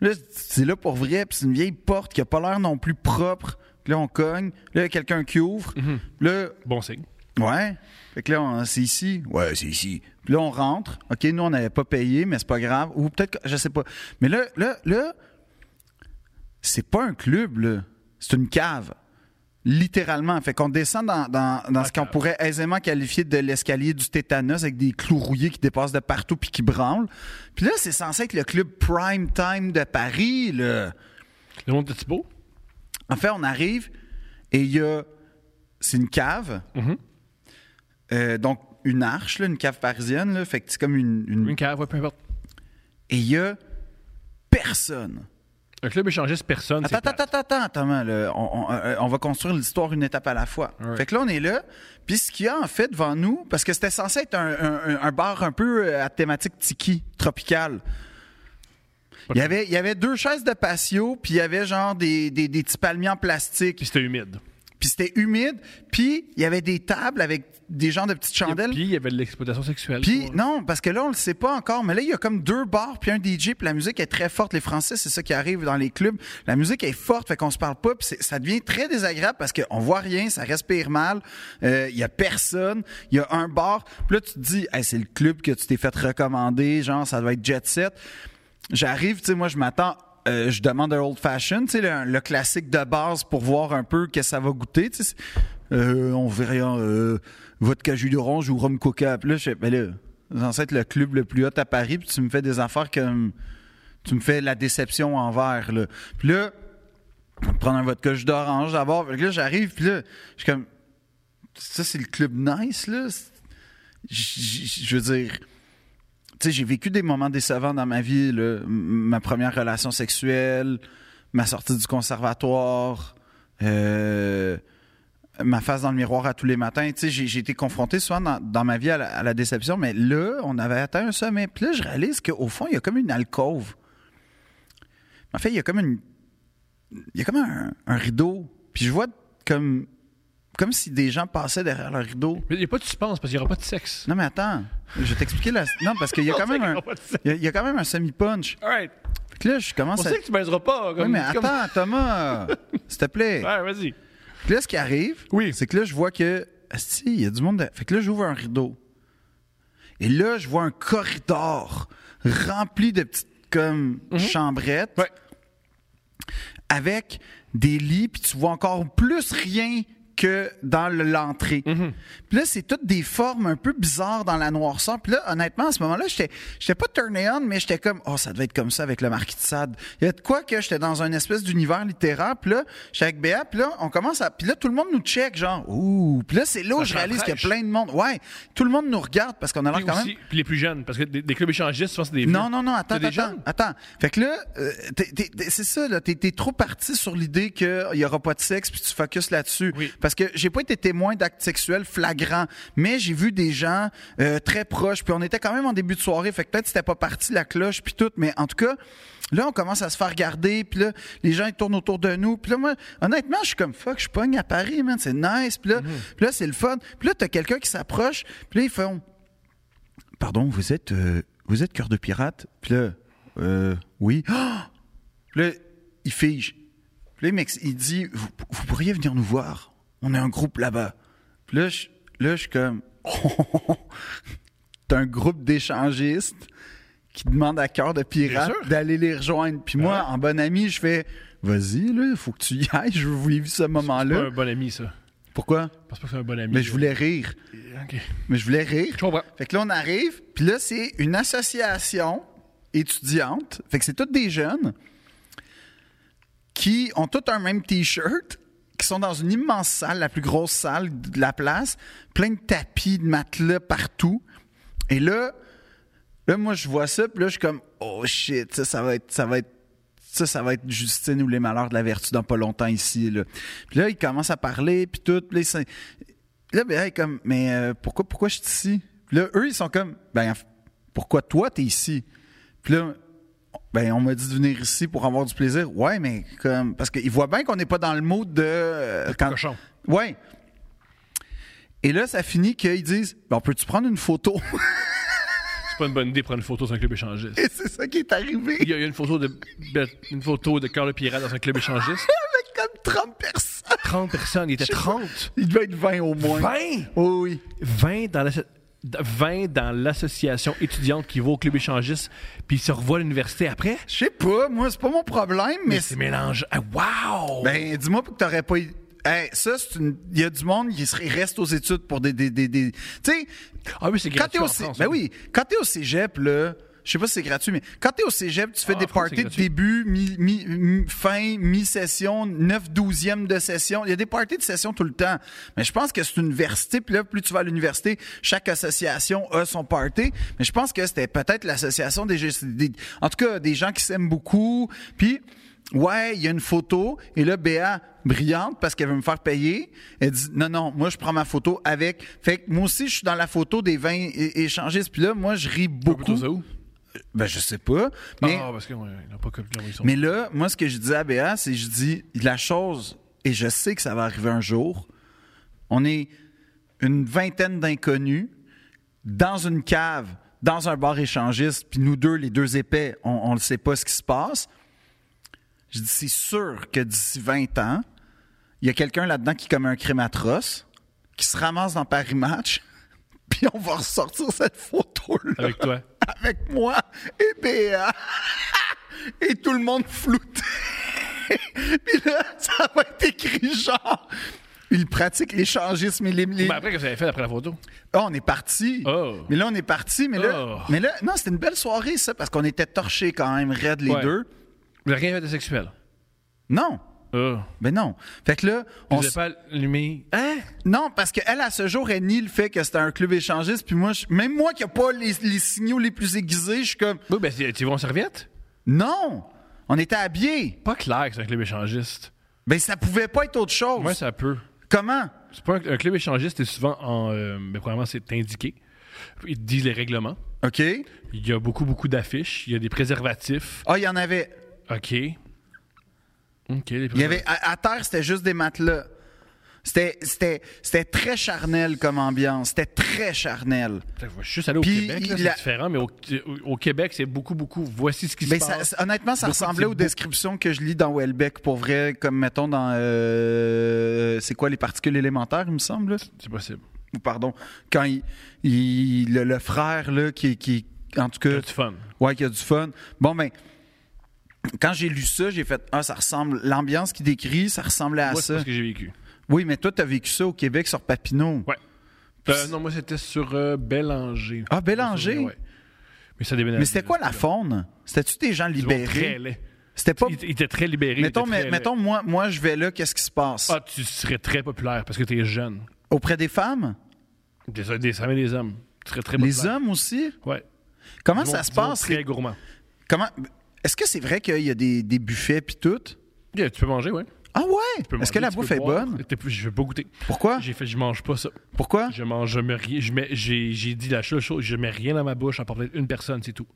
Speaker 2: Là, c'est là pour vrai, puis c'est une vieille porte qui n'a pas l'air non plus propre. Là, on cogne, là, il y a quelqu'un qui ouvre. Là,
Speaker 1: Bon signe.
Speaker 2: ouais. Fait que là, on- c'est ici. Ouais, c'est ici. Puis là, on rentre. OK, nous, on n'avait pas payé, mais c'est pas grave. Ou peut-être que, je sais pas. Mais là, là, là, c'est pas un club, là. C'est une cave. Littéralement. Fait qu'on descend dans, dans- dans ce qu'on pourrait aisément qualifier de l'escalier du tétanos avec des clous rouillés qui dépassent de partout puis qui branlent. Puis là, c'est censé être le club prime time de Paris, là.
Speaker 1: Le monde était beau?
Speaker 2: En fait, on arrive et il y a. C'est une cave. Euh, donc, une arche, là, une cave parisienne. Là, fait que c'est comme une. une-
Speaker 1: Une cave, ouais, peu importe.
Speaker 2: Et il y a personne.
Speaker 1: Le club échangiste personne.
Speaker 2: Attends,
Speaker 1: c'est
Speaker 2: attends,
Speaker 1: plate.
Speaker 2: attends, attends, attends, man, là, on, on- euh, on va construire l'histoire une étape à la fois.
Speaker 1: Alright.
Speaker 2: Fait que là, on est là. Puis ce qu'il y a, en fait, devant nous, parce que c'était censé être un, un- un- un bar un peu euh, à thématique tiki, tropicale. Il y, avait, il y avait deux chaises de patio, puis il y avait genre des, des, des petits palmiers en plastique.
Speaker 1: Puis c'était humide.
Speaker 2: Puis c'était humide. Puis il y avait des tables avec des genres de petites chandelles.
Speaker 1: Puis il y avait de l'exploitation sexuelle.
Speaker 2: Puis
Speaker 1: Ouais.
Speaker 2: non, parce que là, on le sait pas encore, mais là, il y a comme deux bars, puis un DJ, puis la musique est très forte. Les Français, c'est ça qui arrive dans les clubs. La musique est forte, fait qu'on se parle pas, puis c'est- ça devient très désagréable parce qu'on voit rien, ça respire mal, euh, il y a personne, il y a un bar. Puis là, tu te dis, Hey, c'est le club que tu t'es fait recommander, genre, ça doit être jet set. J'arrive, tu sais, moi, je m'attends. euh, je demande un old fashioned, tu sais, le, le classique de base pour voir un peu que ça va goûter. tu sais. Euh, on verra euh, vodka jus d'orange ou rhum coca. Puis là, je fais, ben là, c'est censé être le club le plus haut à Paris, puis tu me fais des affaires comme. Tu me fais la déception envers, là. Puis là, on va prendre un vodka jus d'orange d'abord. Puis là, j'arrive, puis là, je suis comme. Ça, c'est le club nice, là. C'est- j- j- Je veux dire tu sais, j'ai vécu des moments décevants dans ma vie. là. M- Ma première relation sexuelle, ma sortie du conservatoire, euh, ma face dans le miroir à tous les matins. Tu sais, j'ai, j'ai été confronté souvent dans, dans ma vie à la, à la déception, mais là, on avait atteint un sommet. Puis là, je réalise qu'au fond, il y a comme une alcôve. En fait, il y a comme une. Il y a comme un, un rideau. Puis je vois comme. Comme si des gens passaient derrière le rideau.
Speaker 1: Mais il n'y a pas de suspense parce qu'il n'y aura pas de sexe.
Speaker 2: Non, mais attends. Je vais t'expliquer la. Non, parce qu'il y a quand même un.
Speaker 1: Pas de sexe.
Speaker 2: Il y a- il y, a quand même un semi-punch.
Speaker 1: All right.
Speaker 2: Fait que là, je
Speaker 1: On
Speaker 2: commence à.
Speaker 1: sait que tu baiseras pas.
Speaker 2: Oui,
Speaker 1: Comme,
Speaker 2: mais
Speaker 1: comme-
Speaker 2: attends, Thomas, s'il te plaît.
Speaker 1: Ouais, vas-y.
Speaker 2: Puis là, ce qui arrive,
Speaker 1: Oui.
Speaker 2: c'est que là, je vois que. Asti, il y a du monde. de- Fait que là, j'ouvre un rideau. Et là, je vois un corridor rempli de petites comme chambrettes.
Speaker 1: Mhm. Ouais.
Speaker 2: Avec des lits, puis tu vois encore plus rien que dans le- l'entrée.
Speaker 1: Mhm.
Speaker 2: Puis là, c'est toutes des formes un peu bizarres dans la noirceur. Puis là, honnêtement, à ce moment-là, j'étais j'étais pas turné on, mais j'étais comme, oh, ça devait être comme ça avec le Marquis de Sade. Il y a de quoi que j'étais dans un espèce d'univers littéraire. Puis là, j'étais avec Béa, puis là, on commence à. Puis là, tout le monde nous check, genre, ouh. Puis là, c'est là
Speaker 1: Ça
Speaker 2: où je réalise qu'il y a
Speaker 1: s'entraîche.
Speaker 2: plein de monde. Ouais, tout le monde nous regarde parce qu'on a l'air
Speaker 1: Puis
Speaker 2: quand même.
Speaker 1: aussi- puis les plus jeunes, parce que des, des clubs échangistes, souvent, c'est des vieux.
Speaker 2: Non, non, non,
Speaker 1: T'as
Speaker 2: attends,
Speaker 1: des
Speaker 2: attends,
Speaker 1: jeunes?
Speaker 2: attends. Fait que là, euh, t'es- t'es- t'es- c'est ça, là, t'es, t'es trop parti sur l'idée qu'il n'y aura pas de sexe, puis tu focuses là-dessus.
Speaker 1: Oui.
Speaker 2: Parce que j'ai pas été témoin d'actes sexuels flagrants, mais j'ai vu des gens euh, très proches, puis on était quand même en début de soirée, fait que peut-être c'était pas parti la cloche, puis tout, mais en tout cas... Là, on commence à se faire garder, puis là, les gens, ils tournent autour de nous. Puis là, moi, honnêtement, je suis comme, fuck, je pogne à Paris, man, c'est nice. Puis là,
Speaker 1: Mm.
Speaker 2: puis là c'est le fun. Puis là, t'as quelqu'un qui s'approche, puis là, ils font, Pardon, vous êtes, euh, vous êtes cœur de pirate Puis là, euh, oui. Ah Puis là, il fige. Puis là, le mec, il dit, vous, vous pourriez venir nous voir. On est un groupe là-bas. Puis là, je, là, je suis comme, t'as un groupe d'échangistes qui demande à cœur de pirate
Speaker 1: Bien sûr.
Speaker 2: d'aller les rejoindre. Puis moi, en bon ami, je fais, vas-y, là, faut que tu y ailles. Je veux vivre ce
Speaker 1: C'est pas
Speaker 2: moment-là.
Speaker 1: un bon ami, ça.
Speaker 2: Pourquoi
Speaker 1: Je pense pas que c'est un bon ami. euh,
Speaker 2: Mais je voulais rire.
Speaker 1: Ok.
Speaker 2: Mais je voulais rire.
Speaker 1: Je comprends.
Speaker 2: Fait que là, on arrive, puis là, c'est une association étudiante. Fait que c'est toutes des jeunes qui ont tous un même T-shirt, qui sont dans une immense salle, la plus grosse salle de la place, plein de tapis, de matelas partout. Et là, là moi, je vois ça, puis là, je suis comme, oh shit, ça, ça va être. Ça va être ça, ça va être Justine ou les malheurs de la vertu dans pas longtemps ici. Là. Puis là, il commence à parler, puis tout. Puis là, il s'in- Là, ben, elle est comme, mais euh, pourquoi, pourquoi je suis ici? Puis là, eux, ils sont comme, ben, en f- pourquoi toi, t'es ici? Puis là, ben, on m'a dit de venir ici pour avoir du plaisir. Ouais, mais comme. Parce qu'ils voient bien qu'on n'est pas dans le mood de. euh, quand-
Speaker 1: cochon.
Speaker 2: Ouais. Et là, ça finit qu'ils disent ben, Peux-tu prendre une photo
Speaker 1: C'est pas une bonne idée de prendre une photo sur un club échangiste.
Speaker 2: Et c'est ça qui est arrivé.
Speaker 1: Il y a il y a une photo de, une photo de Cœur le Pirate dans un club échangiste.
Speaker 2: Avec comme 30 personnes.
Speaker 1: 30 personnes, il était 30.
Speaker 2: Il devait être 20 au moins.
Speaker 1: 20?
Speaker 2: Oui, oui.
Speaker 1: 20 dans l'asso- 20 dans l'association étudiante qui va au club échangiste, puis il se revoit à l'université après.
Speaker 2: Je sais pas, moi, c'est pas mon problème, mais.
Speaker 1: Mais c'est mélange. Ah, wow!
Speaker 2: Ben, dis-moi que t'aurais pas. eu- Hey, ça, c'est une. Il y a du monde qui serait- reste aux études pour des. des, des, des- Tu sais,
Speaker 1: ah oui, c'est
Speaker 2: quand
Speaker 1: gratuit
Speaker 2: t'es au,
Speaker 1: en
Speaker 2: cé-
Speaker 1: France,
Speaker 2: ben
Speaker 1: hein.
Speaker 2: oui, quand t'es au cégep, là. Je sais pas si c'est gratuit, mais quand t'es au cégep, tu fais
Speaker 1: Ah,
Speaker 2: des
Speaker 1: en France, c'est
Speaker 2: parties de
Speaker 1: gratuit.
Speaker 2: début, mi, mi- mi- fin, mi-session, 9 12e de session. Il y a des parties de session tout le temps. Mais je pense que c'est une université, puis là, plus tu vas à l'université, chaque association a son party. Mais je pense que c'était peut-être l'association des, gestes- des- En tout cas, des gens qui s'aiment beaucoup. Puis, ouais, il y a une photo. Et là, Béa, brillante, parce qu'elle veut me faire payer, elle dit, non, non, moi, je prends ma photo avec... Fait que moi aussi, je suis dans la photo des 20 é- échangistes. Puis là, moi, je
Speaker 1: Ah,
Speaker 2: ris beaucoup.
Speaker 1: Plutôt ça où?
Speaker 2: Ben, je sais pas. Mais...
Speaker 1: Ah, parce que ouais, il n'a pas que ils sont-
Speaker 2: Mais là, moi, ce que je dis à Béa, c'est je dis la chose, et je sais que ça va arriver un jour. On est une vingtaine d'inconnus dans une cave, dans un bar échangiste, puis nous deux, les deux épais, on ne sait pas ce qui se passe. Je dis c'est sûr que d'ici 20 ans, il y a quelqu'un là-dedans qui commet un crime atroce, qui se ramasse dans Paris Match, puis on va ressortir cette photo-là
Speaker 1: Avec toi.
Speaker 2: avec moi et Béa. Et tout le monde flouté. Puis là, ça va être écrit genre. Il pratique l'échangisme et les. les-
Speaker 1: Mais Ben, après, qu'est-ce que vous avez fait après la photo?
Speaker 2: Ah, on est parti.
Speaker 1: Oh.
Speaker 2: Mais là, on est parti. Mais là,
Speaker 1: Oh.
Speaker 2: mais là non, c'était une belle soirée, ça, parce qu'on était torchés quand même, raides les
Speaker 1: Ouais.
Speaker 2: deux.
Speaker 1: Vous n'avez rien fait de sexuel.
Speaker 2: Non.
Speaker 1: Ah.
Speaker 2: Mais non. Fait que là,
Speaker 1: Vous
Speaker 2: on
Speaker 1: n'avez
Speaker 2: s-
Speaker 1: pas allumé. Hein?
Speaker 2: Non, parce qu'elle, à ce jour, elle nie le fait que c'était un club échangiste. Puis moi, je- même moi qui n'ai pas les, les signaux les plus aiguisés, je suis comme.
Speaker 1: Oui, ben, c'est- tu vas en serviette?
Speaker 2: Non! On était habillés.
Speaker 1: Pas clair que c'est un club échangiste.
Speaker 2: Ben, ça pouvait pas être autre chose.
Speaker 1: Moi, ça peut.
Speaker 2: Comment?
Speaker 1: C'est pas un, un club échangiste, c'est souvent en. euh, ben, premièrement, c'est indiqué. Ils te disent les règlements.
Speaker 2: OK.
Speaker 1: Il y a beaucoup, beaucoup d'affiches. Il y a des préservatifs.
Speaker 2: Ah, il y en avait.
Speaker 1: OK. OK, les
Speaker 2: Il y avait, à, à terre, c'était juste des matelas. C'était, c'était, c'était très charnel comme ambiance. C'était très charnel.
Speaker 1: Putain, Je vais juste aller au
Speaker 2: Puis,
Speaker 1: Québec, là,
Speaker 2: il a-
Speaker 1: c'est différent, mais au, au- au Québec, c'est beaucoup, beaucoup. Voici ce qui
Speaker 2: Mais
Speaker 1: se
Speaker 2: Ben, ça-
Speaker 1: passe.
Speaker 2: ça- honnêtement, ça
Speaker 1: Beaucoup,
Speaker 2: ressemblait
Speaker 1: c'est
Speaker 2: aux
Speaker 1: beaucoup.
Speaker 2: descriptions que je lis dans Welbeck, pour vrai, comme mettons dans. euh, c'est quoi les particules élémentaires, il me semble? là?
Speaker 1: C'est possible.
Speaker 2: Ou pardon, quand il, il- le, le frère, là, qui. qui en tout
Speaker 1: C'est
Speaker 2: cas,
Speaker 1: du fun.
Speaker 2: Ouais, qu'il y a du fun. Bon, ben, quand j'ai lu ça, j'ai fait Ah, ça ressemble. L'ambiance qu'il décrit, ça ressemblait à
Speaker 1: moi, c'est
Speaker 2: ça.
Speaker 1: ce que j'ai vécu.
Speaker 2: Oui, mais toi, t'as vécu ça au Québec sur Papineau.
Speaker 1: Ouais. Euh, non, moi, c'était sur euh, Bélanger.
Speaker 2: Ah, Bélanger?
Speaker 1: Ouais. Mais ça déménageait.
Speaker 2: Mais c'était quoi la faune? C'était-tu des gens
Speaker 1: Ils vont Très
Speaker 2: libérés?
Speaker 1: laid.
Speaker 2: C'était pas.
Speaker 1: Il, il était très libéré. il
Speaker 2: Mettons,
Speaker 1: était
Speaker 2: mais-
Speaker 1: très laid.
Speaker 2: mettons moi, moi, je vais là, qu'est-ce qui se passe?
Speaker 1: Ah, tu serais très populaire parce que t'es jeune.
Speaker 2: Auprès des femmes?
Speaker 1: Des, des femmes et des hommes. Tu serais très populaire.
Speaker 2: Les hommes aussi?
Speaker 1: Ouais.
Speaker 2: Comment
Speaker 1: Du
Speaker 2: ça
Speaker 1: monde-
Speaker 2: se
Speaker 1: du monde
Speaker 2: passe?
Speaker 1: Très gourmand.
Speaker 2: Comment... Est-ce que c'est vrai qu'il y a des, des buffets puis tout?
Speaker 1: Yeah, tu peux manger, ouais. Tu
Speaker 2: Ah ouais?
Speaker 1: peux
Speaker 2: Est-ce que
Speaker 1: manger,
Speaker 2: la
Speaker 1: tu
Speaker 2: bouffe
Speaker 1: peux
Speaker 2: est
Speaker 1: boire.
Speaker 2: bonne? Ah.
Speaker 1: T'es- Je vais pas goûter.
Speaker 2: Pourquoi?
Speaker 1: J'ai fait, je mange pas ça.
Speaker 2: Pourquoi?
Speaker 1: Je mange jamais rien. Je mets- J'ai j'ai dit la seule chose, je mets rien dans ma bouche, à part peut-être une personne, c'est tout.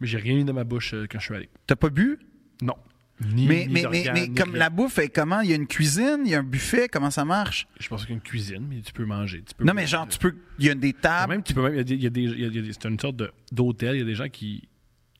Speaker 1: Mais j'ai rien mis dans ma bouche euh, quand je suis allé.
Speaker 2: T'as pas bu?
Speaker 1: Non. Ni,
Speaker 2: Mais,
Speaker 1: ni
Speaker 2: mais, mais,
Speaker 1: d'organes,
Speaker 2: mais
Speaker 1: ni
Speaker 2: comme
Speaker 1: rien.
Speaker 2: la bouffe, est comment? Il y a une cuisine, il y a un buffet, comment ça marche?
Speaker 1: Je pense qu'il y a une cuisine, mais tu peux manger. Tu peux euh,
Speaker 2: Non, mais genre, tu peux. Il y a des tables.
Speaker 1: Même, tu peux même. il y a des- il y a des- il y a des- C'est une sorte de- d'hôtel. Il y a des gens qui.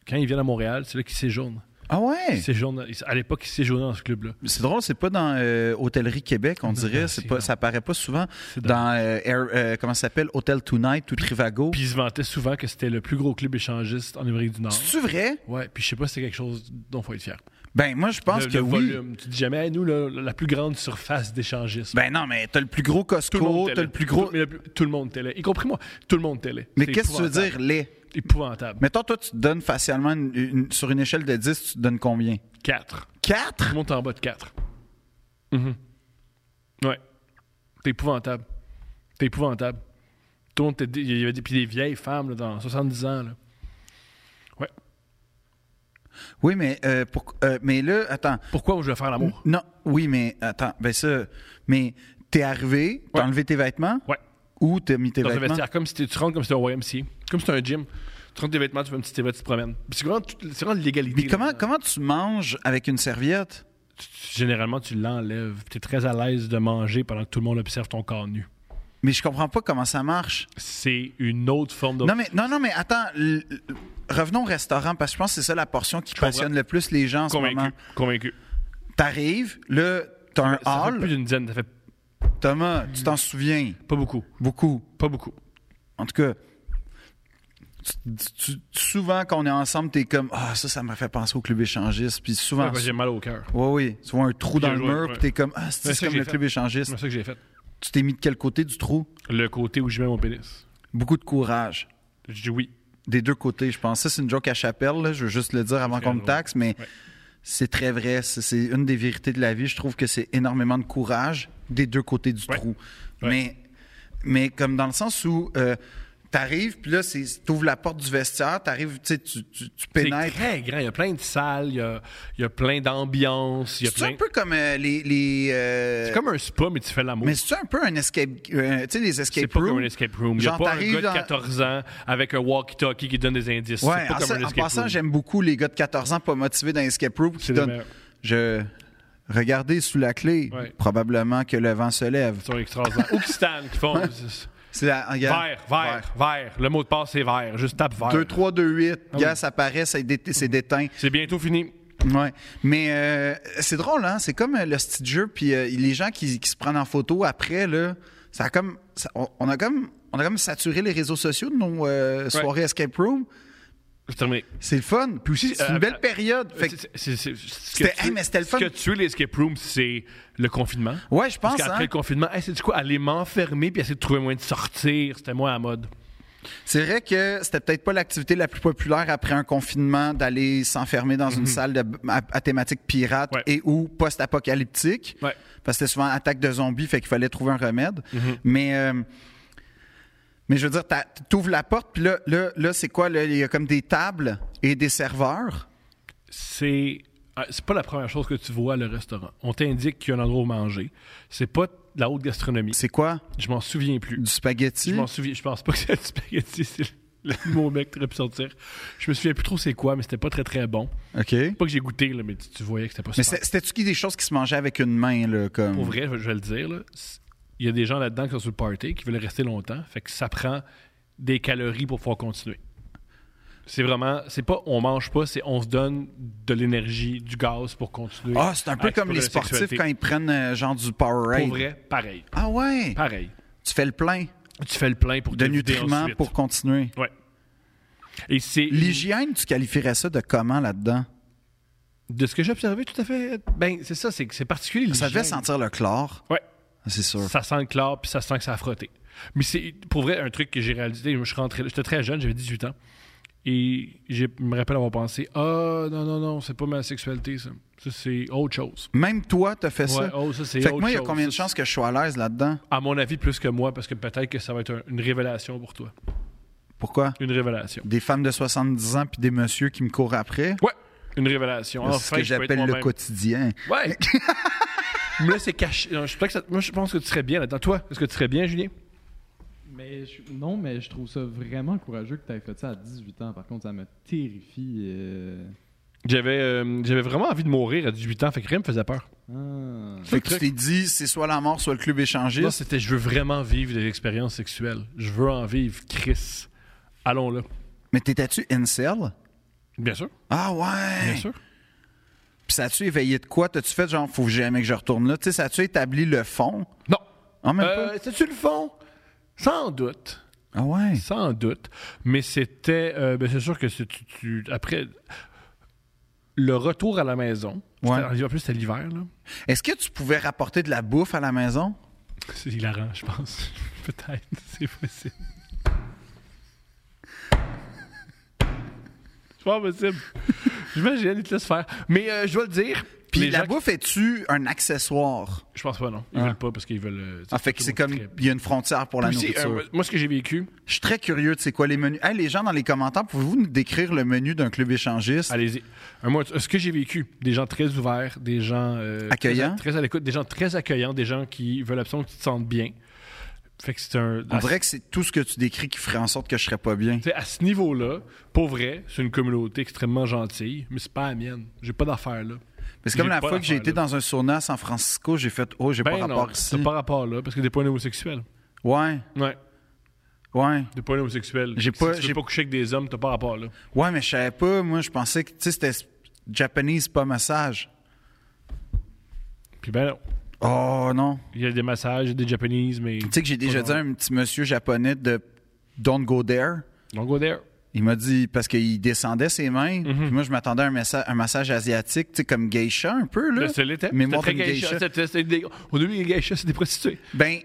Speaker 1: Quand ils viennent à Montréal, c'est là qu'ils séjournent.
Speaker 2: Ah
Speaker 1: Ils
Speaker 2: ouais?
Speaker 1: séjournent à l'époque, ils séjournaient dans ce club-là.
Speaker 2: C'est drôle, c'est pas dans euh, Hôtellerie Québec, on dirait. C'est
Speaker 1: ben, c'est
Speaker 2: pas,
Speaker 1: dans-
Speaker 2: ça apparaît pas souvent.
Speaker 1: C'est dans-
Speaker 2: Dans euh, Air- euh, comment ça s'appelle? Hotel Tonight ou Trivago.
Speaker 1: Puis ils se vantaient souvent que c'était le plus gros club échangiste en Amérique du Nord.
Speaker 2: C'est-tu vrai?
Speaker 1: Ouais, puis je sais pas si c'est quelque chose dont faut être fier.
Speaker 2: Ben, moi, je pense
Speaker 1: le,
Speaker 2: que
Speaker 1: le
Speaker 2: oui.
Speaker 1: volume. Tu dis jamais, Hey, nous, la, la plus grande surface d'échangistes.
Speaker 2: Ben non, mais t'as le plus gros Costco,
Speaker 1: était
Speaker 2: t'as
Speaker 1: là.
Speaker 2: le plus gros.
Speaker 1: Tout, mais le plus- tout le monde était là, y compris moi. Tout le monde était là.
Speaker 2: Mais
Speaker 1: C'était
Speaker 2: qu'est-ce que tu veux
Speaker 1: épouvantable.
Speaker 2: dire, les?
Speaker 1: Épouvantable.
Speaker 2: Mettons, toi, tu te donnes facialement, une- une- sur une échelle de 10, tu te donnes combien?
Speaker 1: 4.
Speaker 2: 4?
Speaker 1: Je monte en bas de 4. Ouais. T'es épouvantable. T'es épouvantable. Tout le monde était dé- Il y avait des, puis des vieilles femmes là, dans 70 ans. Là. Ouais.
Speaker 2: Oui, mais, euh, pour- euh, mais là, attends.
Speaker 1: Pourquoi moi, je vais faire l'amour?
Speaker 2: Non, oui, mais attends, ben ça, mais t'es arrivé, t'as
Speaker 1: Ouais.
Speaker 2: enlevé tes vêtements
Speaker 1: Ouais.
Speaker 2: ou t'as mis tes
Speaker 1: Dans un
Speaker 2: Mm. vêtements?
Speaker 1: vestiaire, comme si t'es- tu rentres comme si c'était un YMCA. Comme si c'était un gym. Tu rentres tes vêtements, tu fais une petite éva, tu te promènes. Puis C'est vraiment, tout- c'est vraiment l'égalité.
Speaker 2: Mais comment,
Speaker 1: là.
Speaker 2: comment tu manges avec une serviette?
Speaker 1: Tu- tu- Généralement, tu l'enlèves. Tu es très à l'aise de manger pendant que tout le monde observe ton corps nu.
Speaker 2: Mais je comprends pas comment ça marche.
Speaker 1: C'est une autre forme de.
Speaker 2: Non, mais, non, non, mais attends. l- l- Revenons au restaurant, parce que je pense que c'est ça la portion qui passionne le plus les gens en ce moment.
Speaker 1: convaincu. Convaincu.
Speaker 2: T'arrives, là, t'as un
Speaker 1: Ça fait plus
Speaker 2: hall.
Speaker 1: d'une dizaine, ça fait
Speaker 2: Thomas, tu t'en souviens.
Speaker 1: pas beaucoup.
Speaker 2: Beaucoup.
Speaker 1: Pas beaucoup.
Speaker 2: En tout cas, tu- tu- tu- souvent quand on est ensemble, t'es comme Ah, ça, ça m'a fait penser au club échangiste. Puis souvent,
Speaker 1: Ouais, bah, J'ai mal au cœur.
Speaker 2: oui, oui, tu vois un trou dans
Speaker 1: Bien
Speaker 2: le
Speaker 1: joué,
Speaker 2: mur,
Speaker 1: ouais.
Speaker 2: puis t'es comme Ah, c'est
Speaker 1: Mais ça,
Speaker 2: c'est comme
Speaker 1: j'ai
Speaker 2: le
Speaker 1: fait.
Speaker 2: club échangiste.
Speaker 1: C'est ça que j'ai fait.
Speaker 2: Tu t'es mis de quel côté du trou
Speaker 1: Le côté où je mets mon pénis.
Speaker 2: Beaucoup de courage.
Speaker 1: Je dis oui.
Speaker 2: Des deux côtés, je pense. Ça, c'est une joke à chapelle, là, je veux juste le dire avant
Speaker 1: Très
Speaker 2: qu'on me
Speaker 1: drôle.
Speaker 2: taxe, mais
Speaker 1: Ouais.
Speaker 2: c'est très vrai. C'est- C'est une des vérités de la vie. Je trouve que c'est énormément de courage des deux côtés du
Speaker 1: Ouais.
Speaker 2: trou.
Speaker 1: Ouais.
Speaker 2: Mais, mais comme dans le sens où euh, t'arrives, puis là, c'est- t'ouvres la porte du vestiaire, t'arrives, tu sais, tu, tu, tu
Speaker 1: C'est
Speaker 2: pénètres.
Speaker 1: très grand. Il y a plein de salles, il y a, il y a plein d'ambiances. il y a
Speaker 2: C'est
Speaker 1: plein-
Speaker 2: un peu comme euh, les. les euh,
Speaker 1: C'est comme un spa, mais tu fais l'amour.
Speaker 2: Mais c'est un peu un escape. euh, tu sais, les
Speaker 1: C'est
Speaker 2: escape
Speaker 1: pas comme
Speaker 2: rooms.
Speaker 1: un escape room. Il n'y a
Speaker 2: Genre,
Speaker 1: pas un
Speaker 2: t'arrives
Speaker 1: gars de
Speaker 2: dans-
Speaker 1: 14 ans avec un walkie-talkie qui donne des indices.
Speaker 2: Ouais,
Speaker 1: c'est pas
Speaker 2: en,
Speaker 1: comme
Speaker 2: ça-
Speaker 1: un
Speaker 2: en
Speaker 1: escape
Speaker 2: passant,
Speaker 1: room.
Speaker 2: j'aime beaucoup les gars de 14 ans pas motivés dans Escape Room qui
Speaker 1: C'est les
Speaker 2: donnent.
Speaker 1: meilleurs.
Speaker 2: Je. Regardez sous la clé,
Speaker 1: Ouais.
Speaker 2: probablement que le vent se lève.
Speaker 1: Ils sont extraordinaires. Ou qui stand, qui font.
Speaker 2: C'est la- regarde.
Speaker 1: Vert, vert, vert. Le mot de passe, c'est vert. Juste tape vert. Ah
Speaker 2: 2, 3, 2, 8.
Speaker 1: oui.
Speaker 2: Gars, ça paraît, c'est dé- c'est déteint.
Speaker 1: C'est bientôt fini.
Speaker 2: Ouais. Mais euh, c'est drôle, hein? C'est comme euh, le petit jeu, puis euh, les gens qui, qui se prennent en photo après, là, ça a comme. ça- on, on a comme. On a comme saturé les réseaux sociaux de nos euh, soirées escape room.
Speaker 1: C'est terminé.
Speaker 2: C'est le fun. Puis aussi, c'est
Speaker 1: euh,
Speaker 2: une belle
Speaker 1: euh,
Speaker 2: période. Fait que-
Speaker 1: C'est- c'est- c'est- ce
Speaker 2: C'était-
Speaker 1: que tu-
Speaker 2: hey, mais c'était le
Speaker 1: ce
Speaker 2: fun.
Speaker 1: que tu es les escape rooms, c'est le confinement.
Speaker 2: ouais, je
Speaker 1: Parce
Speaker 2: pense.
Speaker 1: qu'après
Speaker 2: hein.
Speaker 1: le confinement, hey, c'est du quoi aller m'enfermer puis essayer de trouver moyen de sortir. C'était moi à la mode.
Speaker 2: C'est vrai que c'était peut-être pas l'activité la plus populaire après un confinement d'aller s'enfermer dans une salle de, à, à thématique pirate
Speaker 1: Mhm. Ouais.
Speaker 2: et ou post-apocalyptique.
Speaker 1: Ouais.
Speaker 2: Parce que c'était souvent attaque de zombies, fait qu'il fallait trouver un remède.
Speaker 1: Mhm.
Speaker 2: Mais. euh, mais je veux dire, t'as- t'ouvres la porte, puis là, là, là c'est quoi? là? Il y a comme des tables et des serveurs.
Speaker 1: c'est euh, c'est pas la première chose que tu vois à le restaurant. On t'indique qu'il y a un endroit où manger. C'est pas de la haute gastronomie.
Speaker 2: C'est quoi?
Speaker 1: Je m'en souviens plus.
Speaker 2: Du spaghetti?
Speaker 1: Je m'en souviens. Je pense pas que c'est du spaghetti. C'est le le mot mec qui aurait pu sortir. Je me souviens plus trop c'est quoi, mais c'était pas très très bon.
Speaker 2: OK. Mais
Speaker 1: Pas que j'ai goûté là, mais tu, tu voyais que c'était pas super.
Speaker 2: c'était- c'était-tu qui des choses qui se mangeaient avec une main, là? Comme...
Speaker 1: Pour vrai, je, je vais le dire. là, c'est- Il y a des gens là-dedans qui sont sur le party qui veulent rester longtemps. Fait que ça prend des calories pour pouvoir continuer. C'est vraiment, c'est pas on mange pas, c'est on se donne de l'énergie, du gaz pour continuer.
Speaker 2: Ah, c'est un peu
Speaker 1: à
Speaker 2: comme
Speaker 1: explorer
Speaker 2: les
Speaker 1: la
Speaker 2: sportifs
Speaker 1: sexualité.
Speaker 2: quand ils prennent euh, genre du Powerade.
Speaker 1: Pour vrai, pareil.
Speaker 2: Ah ouais?
Speaker 1: Pareil.
Speaker 2: Tu fais le plein
Speaker 1: Tu fais le plein pour
Speaker 2: de
Speaker 1: te vider
Speaker 2: nutriments
Speaker 1: ensuite.
Speaker 2: pour continuer.
Speaker 1: Ouais. Et c'est.
Speaker 2: L'hygiène, tu qualifierais ça de comment là-dedans?
Speaker 1: De ce que j'ai observé, tout à fait. Ben, c'est ça, c'est que c'est particulier.
Speaker 2: Ça devait
Speaker 1: l'hygiène.
Speaker 2: sentir le chlore,
Speaker 1: Ouais.
Speaker 2: c'est sûr.
Speaker 1: Ça sent le chlore, puis ça sent que ça a frotté. Mais c'est pour vrai un truc que j'ai réalisé. Je suis rentré, j'étais très jeune, j'avais 18 ans. Et je me rappelle avoir pensé Ah, non, non, non, c'est pas ma sexualité, ça. Ça, c'est autre chose.
Speaker 2: Même toi, t'as fait
Speaker 1: Ouais,
Speaker 2: ça.
Speaker 1: oh, ça, c'est
Speaker 2: fait que
Speaker 1: autre
Speaker 2: moi, il y a
Speaker 1: chose.
Speaker 2: combien de
Speaker 1: Ça,
Speaker 2: chances que je sois à l'aise là-dedans?
Speaker 1: À mon avis, plus que moi, parce que peut-être que ça va être un- une révélation pour toi.
Speaker 2: Pourquoi?
Speaker 1: Une révélation.
Speaker 2: Des femmes de 70 ans puis des messieurs qui me courent après?
Speaker 1: Ouais, une révélation.
Speaker 2: c'est
Speaker 1: Ah, Enfin,
Speaker 2: ce que
Speaker 1: je peux être
Speaker 2: j'appelle le
Speaker 1: moi-même.
Speaker 2: quotidien.
Speaker 1: Ouais. Mais là, c'est caché. Non, je pense que ça- Moi, je pense que tu serais bien là-dedans. Toi, est-ce que tu serais bien, Julien?
Speaker 4: Mais je- non, mais je trouve ça vraiment courageux que tu aies fait ça à 18 ans. Par contre, ça me terrifie. euh.
Speaker 1: J'avais, euh, j'avais vraiment envie de mourir à 18 ans, fait que rien me faisait peur.
Speaker 4: Ah.
Speaker 2: Fait que tu
Speaker 1: truc-
Speaker 2: t'es dit, c'est soit la mort, soit le club
Speaker 1: Là,
Speaker 2: échangiste.
Speaker 1: c'était je veux vraiment vivre des expériences sexuelles. Je veux en vivre, Chris. Allons là.
Speaker 2: Mais t'étais-tu incel?
Speaker 1: Bien sûr,
Speaker 2: Ah ouais!
Speaker 1: bien sûr.
Speaker 2: Puis ça a-tu éveillé de quoi? T'as-tu fait genre, faut jamais que je retourne là? Tu sais, ça a-tu établi le fond?
Speaker 1: Non.
Speaker 2: Ah, même pas.
Speaker 1: Euh, c'est-tu le fond? Sans doute.
Speaker 2: Ah ouais!
Speaker 1: Sans doute. Mais c'était. euh, ben, c'est sûr que c'est- tu, tu- Après. Le retour à la maison.
Speaker 2: Ouais.
Speaker 1: c'était- En plus, c'était l'hiver, là.
Speaker 2: Est-ce que tu pouvais rapporter de la bouffe à la maison?
Speaker 1: C'est hilarant, je pense. Peut-être, c'est possible. C'est pas possible. J'imagine, ils te laissent faire. Mais euh, je dois le dire.
Speaker 2: Puis
Speaker 1: les
Speaker 2: la
Speaker 1: gens qui-
Speaker 2: bouffe, es-tu un accessoire?
Speaker 1: Je pense pas, non. Ils
Speaker 2: Ah.
Speaker 1: veulent pas parce qu'ils veulent. euh,
Speaker 2: Ah, fait que
Speaker 1: tout
Speaker 2: c'est
Speaker 1: le monde
Speaker 2: comme,
Speaker 1: très-
Speaker 2: il y a une frontière pour la
Speaker 1: Puis aussi,
Speaker 2: nourriture.
Speaker 1: euh, moi, ce que j'ai vécu,
Speaker 2: Je suis très curieux de c'est quoi les menus. Hey, les gens dans les commentaires, pouvez-vous nous décrire le menu d'un club échangiste?
Speaker 1: allez-y. Euh, moi, ce que j'ai vécu, des gens très ouverts, des gens. euh,
Speaker 2: Accueillants.
Speaker 1: Très, à- très à l'écoute, des gens très accueillants, des gens qui veulent absolument que tu te sentes bien. Fait que c'est un.
Speaker 2: On
Speaker 1: à-
Speaker 2: dirait que c'est tout ce que tu décris qui ferait en sorte que je serais pas bien.
Speaker 1: tu sais, à ce niveau-là, pour vrai, c'est une communauté extrêmement gentille, mais c'est pas la mienne. J'ai pas d'affaires là.
Speaker 2: Mais c'est comme
Speaker 1: J'ai
Speaker 2: la
Speaker 1: pas
Speaker 2: fois que j'ai
Speaker 1: d'affaires,
Speaker 2: été
Speaker 1: là. Ben
Speaker 2: dans un sauna à San Francisco, j'ai fait Oh, j'ai pas
Speaker 1: non,
Speaker 2: rapport
Speaker 1: t'as
Speaker 2: ici.
Speaker 1: pas rapport là, parce que t'es pas un homosexuel.
Speaker 2: Ouais,
Speaker 1: Ouais,
Speaker 2: ouais.
Speaker 1: t'es pas un homosexuel.
Speaker 2: J'ai
Speaker 1: Si
Speaker 2: pas-
Speaker 1: tu
Speaker 2: j'ai-
Speaker 1: veux pas coucher avec des hommes, t'as pas rapport là.
Speaker 2: Ouais, mais je savais pas. Moi, je pensais que tu sais, c'était Japanese pas massage.
Speaker 1: Puis ben, non.
Speaker 2: Oh non.
Speaker 1: il y a des massages, des japonaises, mais.
Speaker 2: Tu sais que j'ai déjà dit à un petit monsieur japonais de Don't go there.
Speaker 1: Don't go there.
Speaker 2: Il m'a dit parce qu'il descendait ses mains.
Speaker 1: Mhm.
Speaker 2: Puis moi, je m'attendais à un, messa- un massage asiatique, tu sais, comme geisha un peu là.
Speaker 1: Là, c'est l'été.
Speaker 2: Mais
Speaker 1: C'était
Speaker 2: moi,
Speaker 1: très
Speaker 2: une
Speaker 1: geisha.
Speaker 2: geisha.
Speaker 1: C'était- c'était des- Au début, les geishas, c'est des prostituées.
Speaker 2: Ben,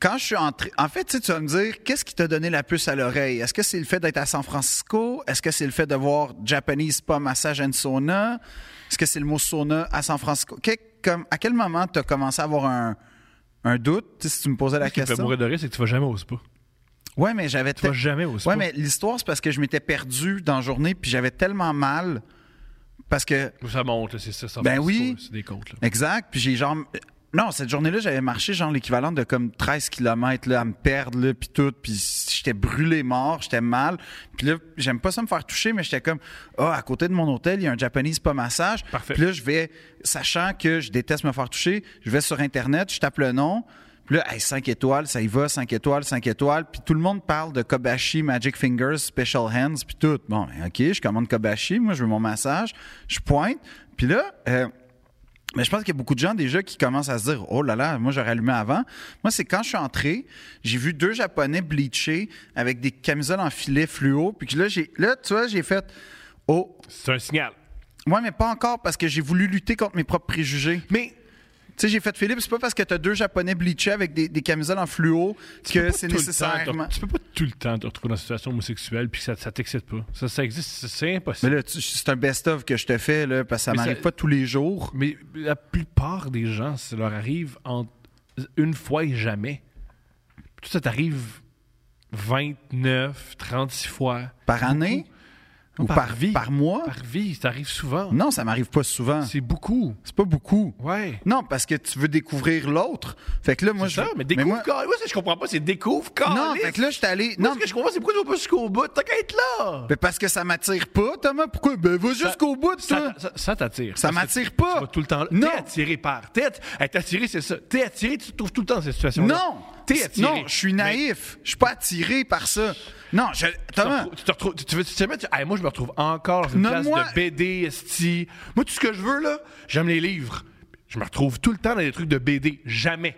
Speaker 2: quand je suis entré. En fait, tu sais, tu vas me dire, qu'est-ce qui t'a donné la puce à l'oreille? Est-ce que c'est le fait d'être à San Francisco? Est-ce que c'est le fait de voir Japanese Spa Massage and Sauna? Est-ce que c'est le mot sauna à San Francisco? Que- comme, à quel moment tu as commencé à avoir un, un doute? Tu sais, Si tu me posais la
Speaker 1: Ce qui me fait
Speaker 2: question.
Speaker 1: mourir de rire, c'est que tu vas jamais au spa.
Speaker 2: Ouais, mais j'avais.
Speaker 1: Tu vas
Speaker 2: te-
Speaker 1: jamais au spa.
Speaker 2: Ouais, mais l'histoire, c'est parce que je m'étais perdu dans la journée, puis j'avais tellement mal. Parce que
Speaker 1: Ça monte, là, c'est ça. ça
Speaker 2: Ben
Speaker 1: monte,
Speaker 2: oui.
Speaker 1: c'est- C'est des côtes, là.
Speaker 2: Exact. Puis j'ai genre. Non, cette journée-là, j'avais marché genre l'équivalent de comme 13 km là, à me perdre, là, puis tout. Puis j'étais brûlé mort, j'étais mal. Puis là, j'aime pas ça me faire toucher, mais j'étais comme, ah, à côté de mon hôtel, il y a un Japanese spa massage.
Speaker 1: Parfait.
Speaker 2: Puis là, je vais, sachant que je déteste me faire toucher, je vais sur Internet, je tape le nom. Puis là, 5 étoiles, ça y va, 5 étoiles, 5 étoiles. Puis tout le monde parle de Kobashi, Magic Fingers, Special Hands, puis tout. Bon, ben, OK, je commande Kobashi, moi, je veux mon massage. Je pointe. Puis là, euh, mais je pense qu'il y a beaucoup de gens déjà qui commencent à se dire Oh là là, moi j'aurais allumé avant. Moi, c'est quand je suis entré, j'ai vu deux Japonais bleachés avec des camisoles en filet fluo. Puis que là, j'ai, là tu vois, j'ai fait Oh,
Speaker 1: C'est un signal.
Speaker 2: moi, mais pas encore parce que j'ai voulu lutter contre mes propres préjugés.
Speaker 5: Mais
Speaker 2: Tu sais, j'ai fait Philippe, c'est pas parce que t'as deux Japonais bleachés avec des, des camisoles en fluo
Speaker 1: Tu peux
Speaker 2: que
Speaker 1: pas
Speaker 2: c'est
Speaker 1: tout le temps
Speaker 2: nécessairement.
Speaker 1: te- Tu peux pas tout le temps te retrouver dans une situation homosexuelle puis que ça, ça t'excite pas. Ça, ça existe, c'est- c'est
Speaker 2: Mais
Speaker 1: impossible.
Speaker 2: là, tu- c'est un best-of que je te fais, là, parce que ça
Speaker 1: Mais ça-
Speaker 2: m'arrive pas tous les jours.
Speaker 1: Mais, la plupart des gens, ça leur arrive en une fois et jamais. Tout ça t'arrive 29, 36 fois
Speaker 2: Par année
Speaker 1: Non,
Speaker 2: Ou
Speaker 1: par
Speaker 2: par,
Speaker 1: vie.
Speaker 2: par mois
Speaker 1: par vie. Ça t'arrive souvent.
Speaker 2: Non, ça m'arrive pas souvent.
Speaker 1: C'est beaucoup.
Speaker 2: C'est pas beaucoup.
Speaker 1: Ouais.
Speaker 2: Non, parce que tu veux découvrir l'autre. Fait que là, moi,
Speaker 1: C'est
Speaker 2: je.
Speaker 1: ça, mais découvre
Speaker 2: moi-
Speaker 5: Moi, ce que je comprends pas, c'est découvre quand.
Speaker 2: Non, fait que là, je suis allé.
Speaker 5: Non,
Speaker 2: Non,
Speaker 5: ce que je comprends, c'est pourquoi tu vas pas jusqu'au bout. T'as qu'à être là.
Speaker 2: mais parce que ça m'attire pas, Thomas. Pourquoi? Ben, va jusqu'au bout,
Speaker 1: Ça,
Speaker 2: toi.
Speaker 1: ça- ça t'attire.
Speaker 2: Ça
Speaker 1: Parce que
Speaker 2: m'attire
Speaker 1: tu-
Speaker 2: pas.
Speaker 1: Tu vas tout le temps.
Speaker 2: Non.
Speaker 1: T'es attiré par. T'es atti- être attiré, c'est ça. T'es attiré, tu te trouves tout le temps dans cette situation.
Speaker 2: Non!
Speaker 1: T'es attiré.
Speaker 2: Non, je suis naïf. Je suis pas attiré par ça. Non, je.
Speaker 1: Tu te
Speaker 2: Thomas.
Speaker 1: retrouves- tu te retrouves, tu, tu veux, tu te mets- tu- Hey, moi, je me retrouve encore dans une
Speaker 2: Non,
Speaker 1: place
Speaker 2: moi-
Speaker 1: de BD, esti. Moi, tout ce que je veux, là, j'aime les livres. Je me retrouve tout le temps dans des trucs de BD. Jamais.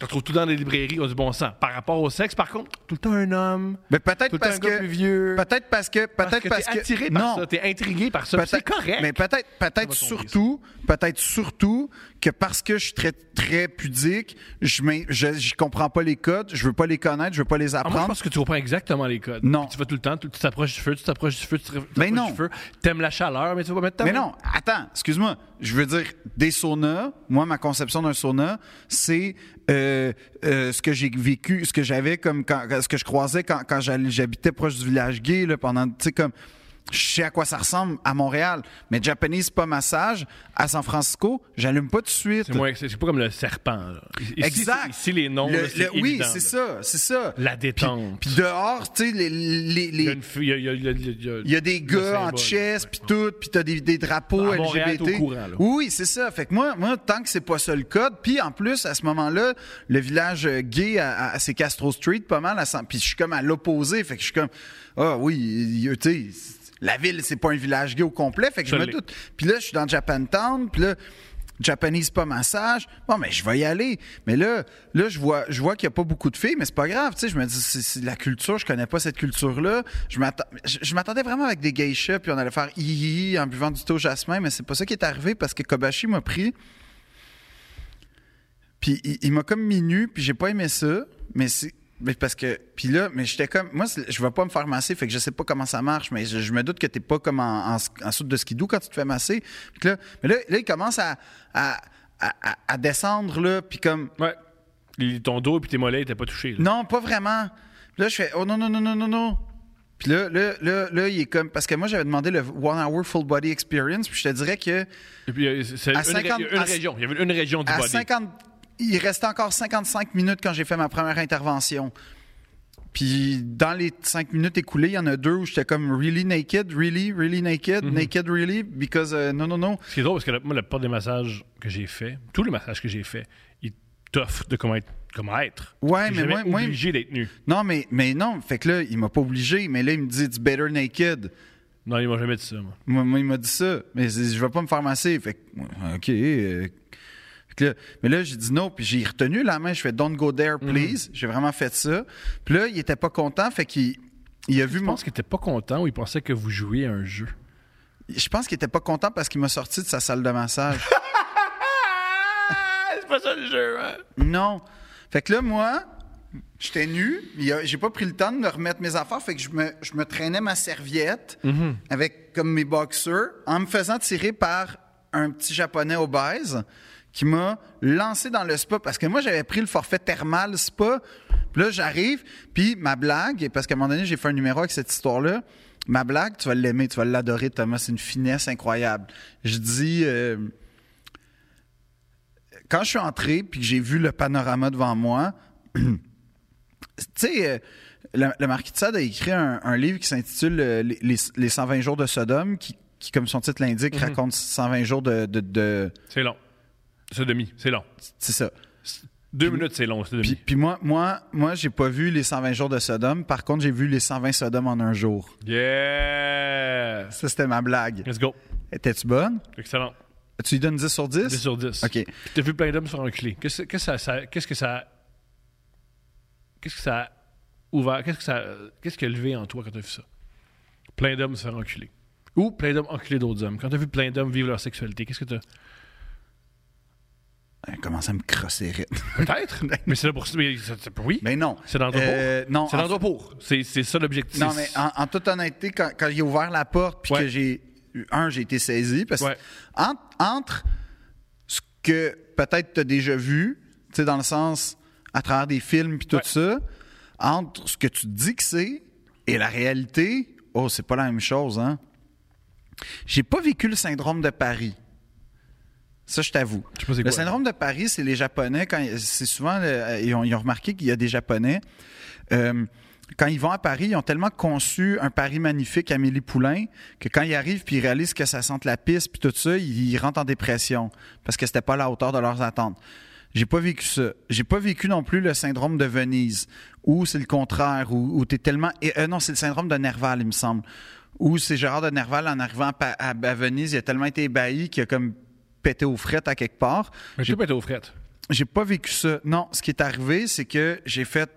Speaker 1: Je me retrouve tout le temps dans les librairies, on a du bon sens. Par rapport au sexe, par contre, tout le temps un homme.
Speaker 2: Mais
Speaker 1: Tout
Speaker 2: peut-être
Speaker 1: le temps
Speaker 2: parce
Speaker 1: un gars
Speaker 2: que.
Speaker 1: plus vieux.
Speaker 2: Peut-être parce que.
Speaker 1: Parce que
Speaker 2: Peut-être parce
Speaker 1: t'es
Speaker 2: que.
Speaker 1: attiré par
Speaker 2: non.
Speaker 1: ça, t'es intrigué par ça. puis C'est
Speaker 2: Peut-être-
Speaker 1: correct.
Speaker 2: Mais peut-être, peut-être
Speaker 1: Ça va tomber,
Speaker 2: surtout, peut-être surtout que parce que je suis très, très pudique, je, m'in- je, je comprends pas les codes, je veux pas les connaître, je veux pas les
Speaker 1: Ah, moi, je
Speaker 2: apprendre.
Speaker 1: pense que tu comprends exactement les codes.
Speaker 2: Non.
Speaker 1: Puis Tu vas tout le temps, tu tu t'approches du feu, tu t'approches du feu, tu t'approches
Speaker 2: Mais non.
Speaker 1: du feu. T'aimes la chaleur, mais tu vas pas mettre ta
Speaker 2: Mais
Speaker 1: main.
Speaker 2: non, attends, excuse-moi. Je veux dire, des saunas, moi, ma conception d'un sauna, c'est euh, euh, ce que j'ai vécu, ce que j'avais comme, quand, ce que je croisais quand, quand j'allais- j'habitais proche du village gay, là, pendant, tu sais, comme, je sais à quoi ça ressemble à Montréal. Mais Japanese pas massage, à San Francisco, j'allume pas tout de suite.
Speaker 1: C'est moins- C'est c'est pas comme le serpent. là. Ici,
Speaker 2: Exact.
Speaker 1: c'est- Ici, les noms,
Speaker 2: Le-
Speaker 1: là,
Speaker 2: le-
Speaker 1: c'est
Speaker 2: Oui,
Speaker 1: évident,
Speaker 2: c'est
Speaker 1: là.
Speaker 2: ça, c'est ça.
Speaker 1: La détente.
Speaker 2: Puis dehors, tu sais, les, les,
Speaker 1: Il y
Speaker 2: les-
Speaker 1: a une fille- il y a- il y a- il y a- il y a-
Speaker 2: Il y a des
Speaker 1: euh, le symbole,
Speaker 2: gars en chess,
Speaker 1: ouais.
Speaker 2: puis tout, puis t'as des, des drapeaux
Speaker 1: À Montréal,
Speaker 2: LGBT.
Speaker 1: t'es au courant, là.
Speaker 2: Oui, c'est ça. Fait que moi, moi, tant que c'est pas ça le code, puis en plus, à ce moment-là, le village euh, gay, à- à- c'est Castro Street, pas mal. à San- Puis je suis comme à l'opposé. Fait que je suis comme, ah oui, il- il- tu sais, la ville, c'est pas un village gay au complet. Fait que je,
Speaker 1: Je
Speaker 2: me
Speaker 1: l'ai.
Speaker 2: doute. Puis là, je suis dans Japantown, puis là... Japanese pas massage. Bon, mais je vais y aller. Mais là, là, je vois, je vois qu'il n'y a pas beaucoup de filles, mais c'est pas grave. Tu sais, je me dis, c'est c'est de la culture, je connais pas cette culture-là. Je m'atta- je- je m'attendais vraiment avec des geishas, puis on allait faire hihi en buvant du thé au jasmin, mais c'est pas ça qui est arrivé parce que Kobashi m'a pris. Puis il, il m'a comme mis nu, puis j'ai pas aimé ça, mais c'est mais parce que puis là, mais j'étais comme moi c'est- je vais pas me faire masser, fait que je sais pas comment ça marche, mais je, je me doute que t'es pas comme en, en, en soute de skidoo quand tu te fais masser. Puis que là, mais là, là, il commence à à, à- à- à descendre là, puis comme
Speaker 1: Ouais. Il- Ton dos et tes mollets n'étaient pas touchés. là.
Speaker 2: non, pas vraiment. Puis là, je fais, oh non, non, non, non, non, non. Puis là, là, là, là, il est comme. Parce que moi, j'avais demandé le One Hour Full Body Experience, puis je te dirais que
Speaker 1: Et puis, euh, c'est
Speaker 2: À
Speaker 1: une, ré-
Speaker 2: 50
Speaker 1: il y a une
Speaker 2: à-
Speaker 1: région. Il y avait une région du
Speaker 2: à
Speaker 1: body.
Speaker 2: 50 il restait encore 55 minutes quand j'ai fait ma première intervention. Puis dans les 5 minutes écoulées, il y en a deux où j'étais comme really naked, really, really naked,
Speaker 1: Mhm.
Speaker 2: naked really, because euh, non, non, non.
Speaker 1: Ce qui est drôle, parce que le- moi, la plupart des massages que j'ai fait, tous les massages que j'ai fait, ils t'offrent de comment être. Comment être.
Speaker 2: Ouais,
Speaker 1: T'es
Speaker 2: mais
Speaker 1: jamais
Speaker 2: moi- moi-
Speaker 1: obligé d'être nu.
Speaker 2: Non, mais, mais non. Fait que là, il m'a pas obligé, mais là, il me dit it's better naked.
Speaker 1: Non, ils m'ont jamais dit ça, moi.
Speaker 2: Moi, moi, il m'a dit ça, mais c'est- je vais pas me faire masser. Fait que, ouais, OK. euh, fait que là- mais là, j'ai dit non, puis j'ai retenu la main. Je fais don't go there,
Speaker 1: Mhm.
Speaker 2: please. J'ai vraiment fait ça. Puis là, il était pas content, fait qu'il il a vu
Speaker 1: Je
Speaker 2: mon.
Speaker 1: pense qu'ils étaient pas contents ou ils pensaient que vous jouiez à un jeu.
Speaker 2: Je pense qu'il était pas content parce qu'il m'a sorti de sa salle de massage.
Speaker 5: Ah, c'est pas ça le jeu, hein?
Speaker 2: non. Fait que là, moi, j'étais nu. il a- J'ai pas pris le temps de me remettre mes affaires. Fait que je me, je me traînais ma serviette
Speaker 1: Mm-hmm.
Speaker 2: avec comme mes boxers en me faisant tirer par un petit japonais obèse qui m'a lancé dans le spa parce que moi, j'avais pris le forfait thermal spa. Puis là, j'arrive. Puis ma blague, parce qu'à un moment donné, j'ai fait un numéro avec cette histoire-là. Ma blague, tu vas l'aimer, tu vas l'adorer, Thomas. C'est une finesse incroyable. Je dis. euh, quand je suis entré puis que j'ai vu le panorama devant moi, tu sais, euh, le, le Marquis de Sade a écrit un, un livre qui s'intitule euh, les, les- les 120 jours de Sodome, qui, qui, comme son titre l'indique,
Speaker 1: Mhm.
Speaker 2: raconte 120 jours de. de- de-
Speaker 1: C'est long. C'est demi, c'est long.
Speaker 2: c'est ça.
Speaker 1: Deux minutes, c'est long, c'est demi.
Speaker 2: Puis, puis moi, moi, moi j'ai pas vu les 120 jours de Sodome. Par contre, j'ai vu les 120 Sodomes en un jour.
Speaker 1: Yeah!
Speaker 2: Ça, c'était ma blague.
Speaker 1: Let's go.
Speaker 2: Étais-tu bonne?
Speaker 1: Excellent.
Speaker 2: Tu lui donnes 10 sur 10?
Speaker 1: 10 sur 10.
Speaker 2: OK.
Speaker 1: T'as vu plein d'hommes sur un clé. Qu'est-ce qu'est-ce que ça- ça- qu'est-ce que ça. Qu'est-ce que ça a ouvert. Qu'est-ce que ça. Qu'est-ce qui a levé en toi quand t'as vu ça? Plein d'hommes se faire enculer. Ou plein d'hommes enculer d'autres hommes. Quand t'as vu plein d'hommes vivre leur sexualité, qu'est-ce que t'as.
Speaker 2: Elle commence à me crosser rythme.
Speaker 1: Peut-être. mais c'est là pour. mais c'est- c'est- Oui.
Speaker 2: Mais non.
Speaker 1: C'est dans le repos.
Speaker 2: Euh, non,
Speaker 1: C'est
Speaker 2: en
Speaker 1: l'endroit pour. C'est c'est ça l'objectif.
Speaker 2: Non, mais en, en toute honnêteté, quand, quand il a ouvert la porte, puis
Speaker 1: Ouais.
Speaker 2: que j'ai. Un, j'ai été saisi, parce que
Speaker 1: Ouais.
Speaker 2: en- entre ce que peut-être tu as déjà vu, tu sais, dans le sens à travers des films, puis tout
Speaker 1: Ouais.
Speaker 2: ça, entre ce que tu dis que c'est et la réalité, oh, c'est pas la même chose, hein. J'ai pas vécu le syndrome de Paris. Ça, je t'avoue.
Speaker 1: Je sais pas c'est
Speaker 2: Le
Speaker 1: quoi.
Speaker 2: syndrome de Paris, c'est les Japonais, quand c'est souvent, euh, ils, ont, ils ont remarqué qu'il y a des Japonais, euh, quand ils vont à Paris, ils ont tellement conçu un Paris magnifique, Amélie Poulain, que quand ils arrivent puis ils réalisent que ça sent la piste puis tout ça, ils, ils rentrent en dépression parce que c'était pas à la hauteur de leurs attentes. J'ai pas vécu ça. J'ai pas vécu non plus le syndrome de Venise, où c'est le contraire, où, où t'es tellement. et, euh, non, c'est le syndrome de Nerval, il me semble. Où c'est Gérard de Nerval, en arrivant à, Pa- à- à Venise, il a tellement été ébahi qu'il a comme pété aux frettes à quelque part.
Speaker 1: Mais
Speaker 2: J'ai-
Speaker 1: tout peut être aux frettes.
Speaker 2: j'ai pas vécu ça. Non, ce qui est arrivé, c'est que j'ai fait.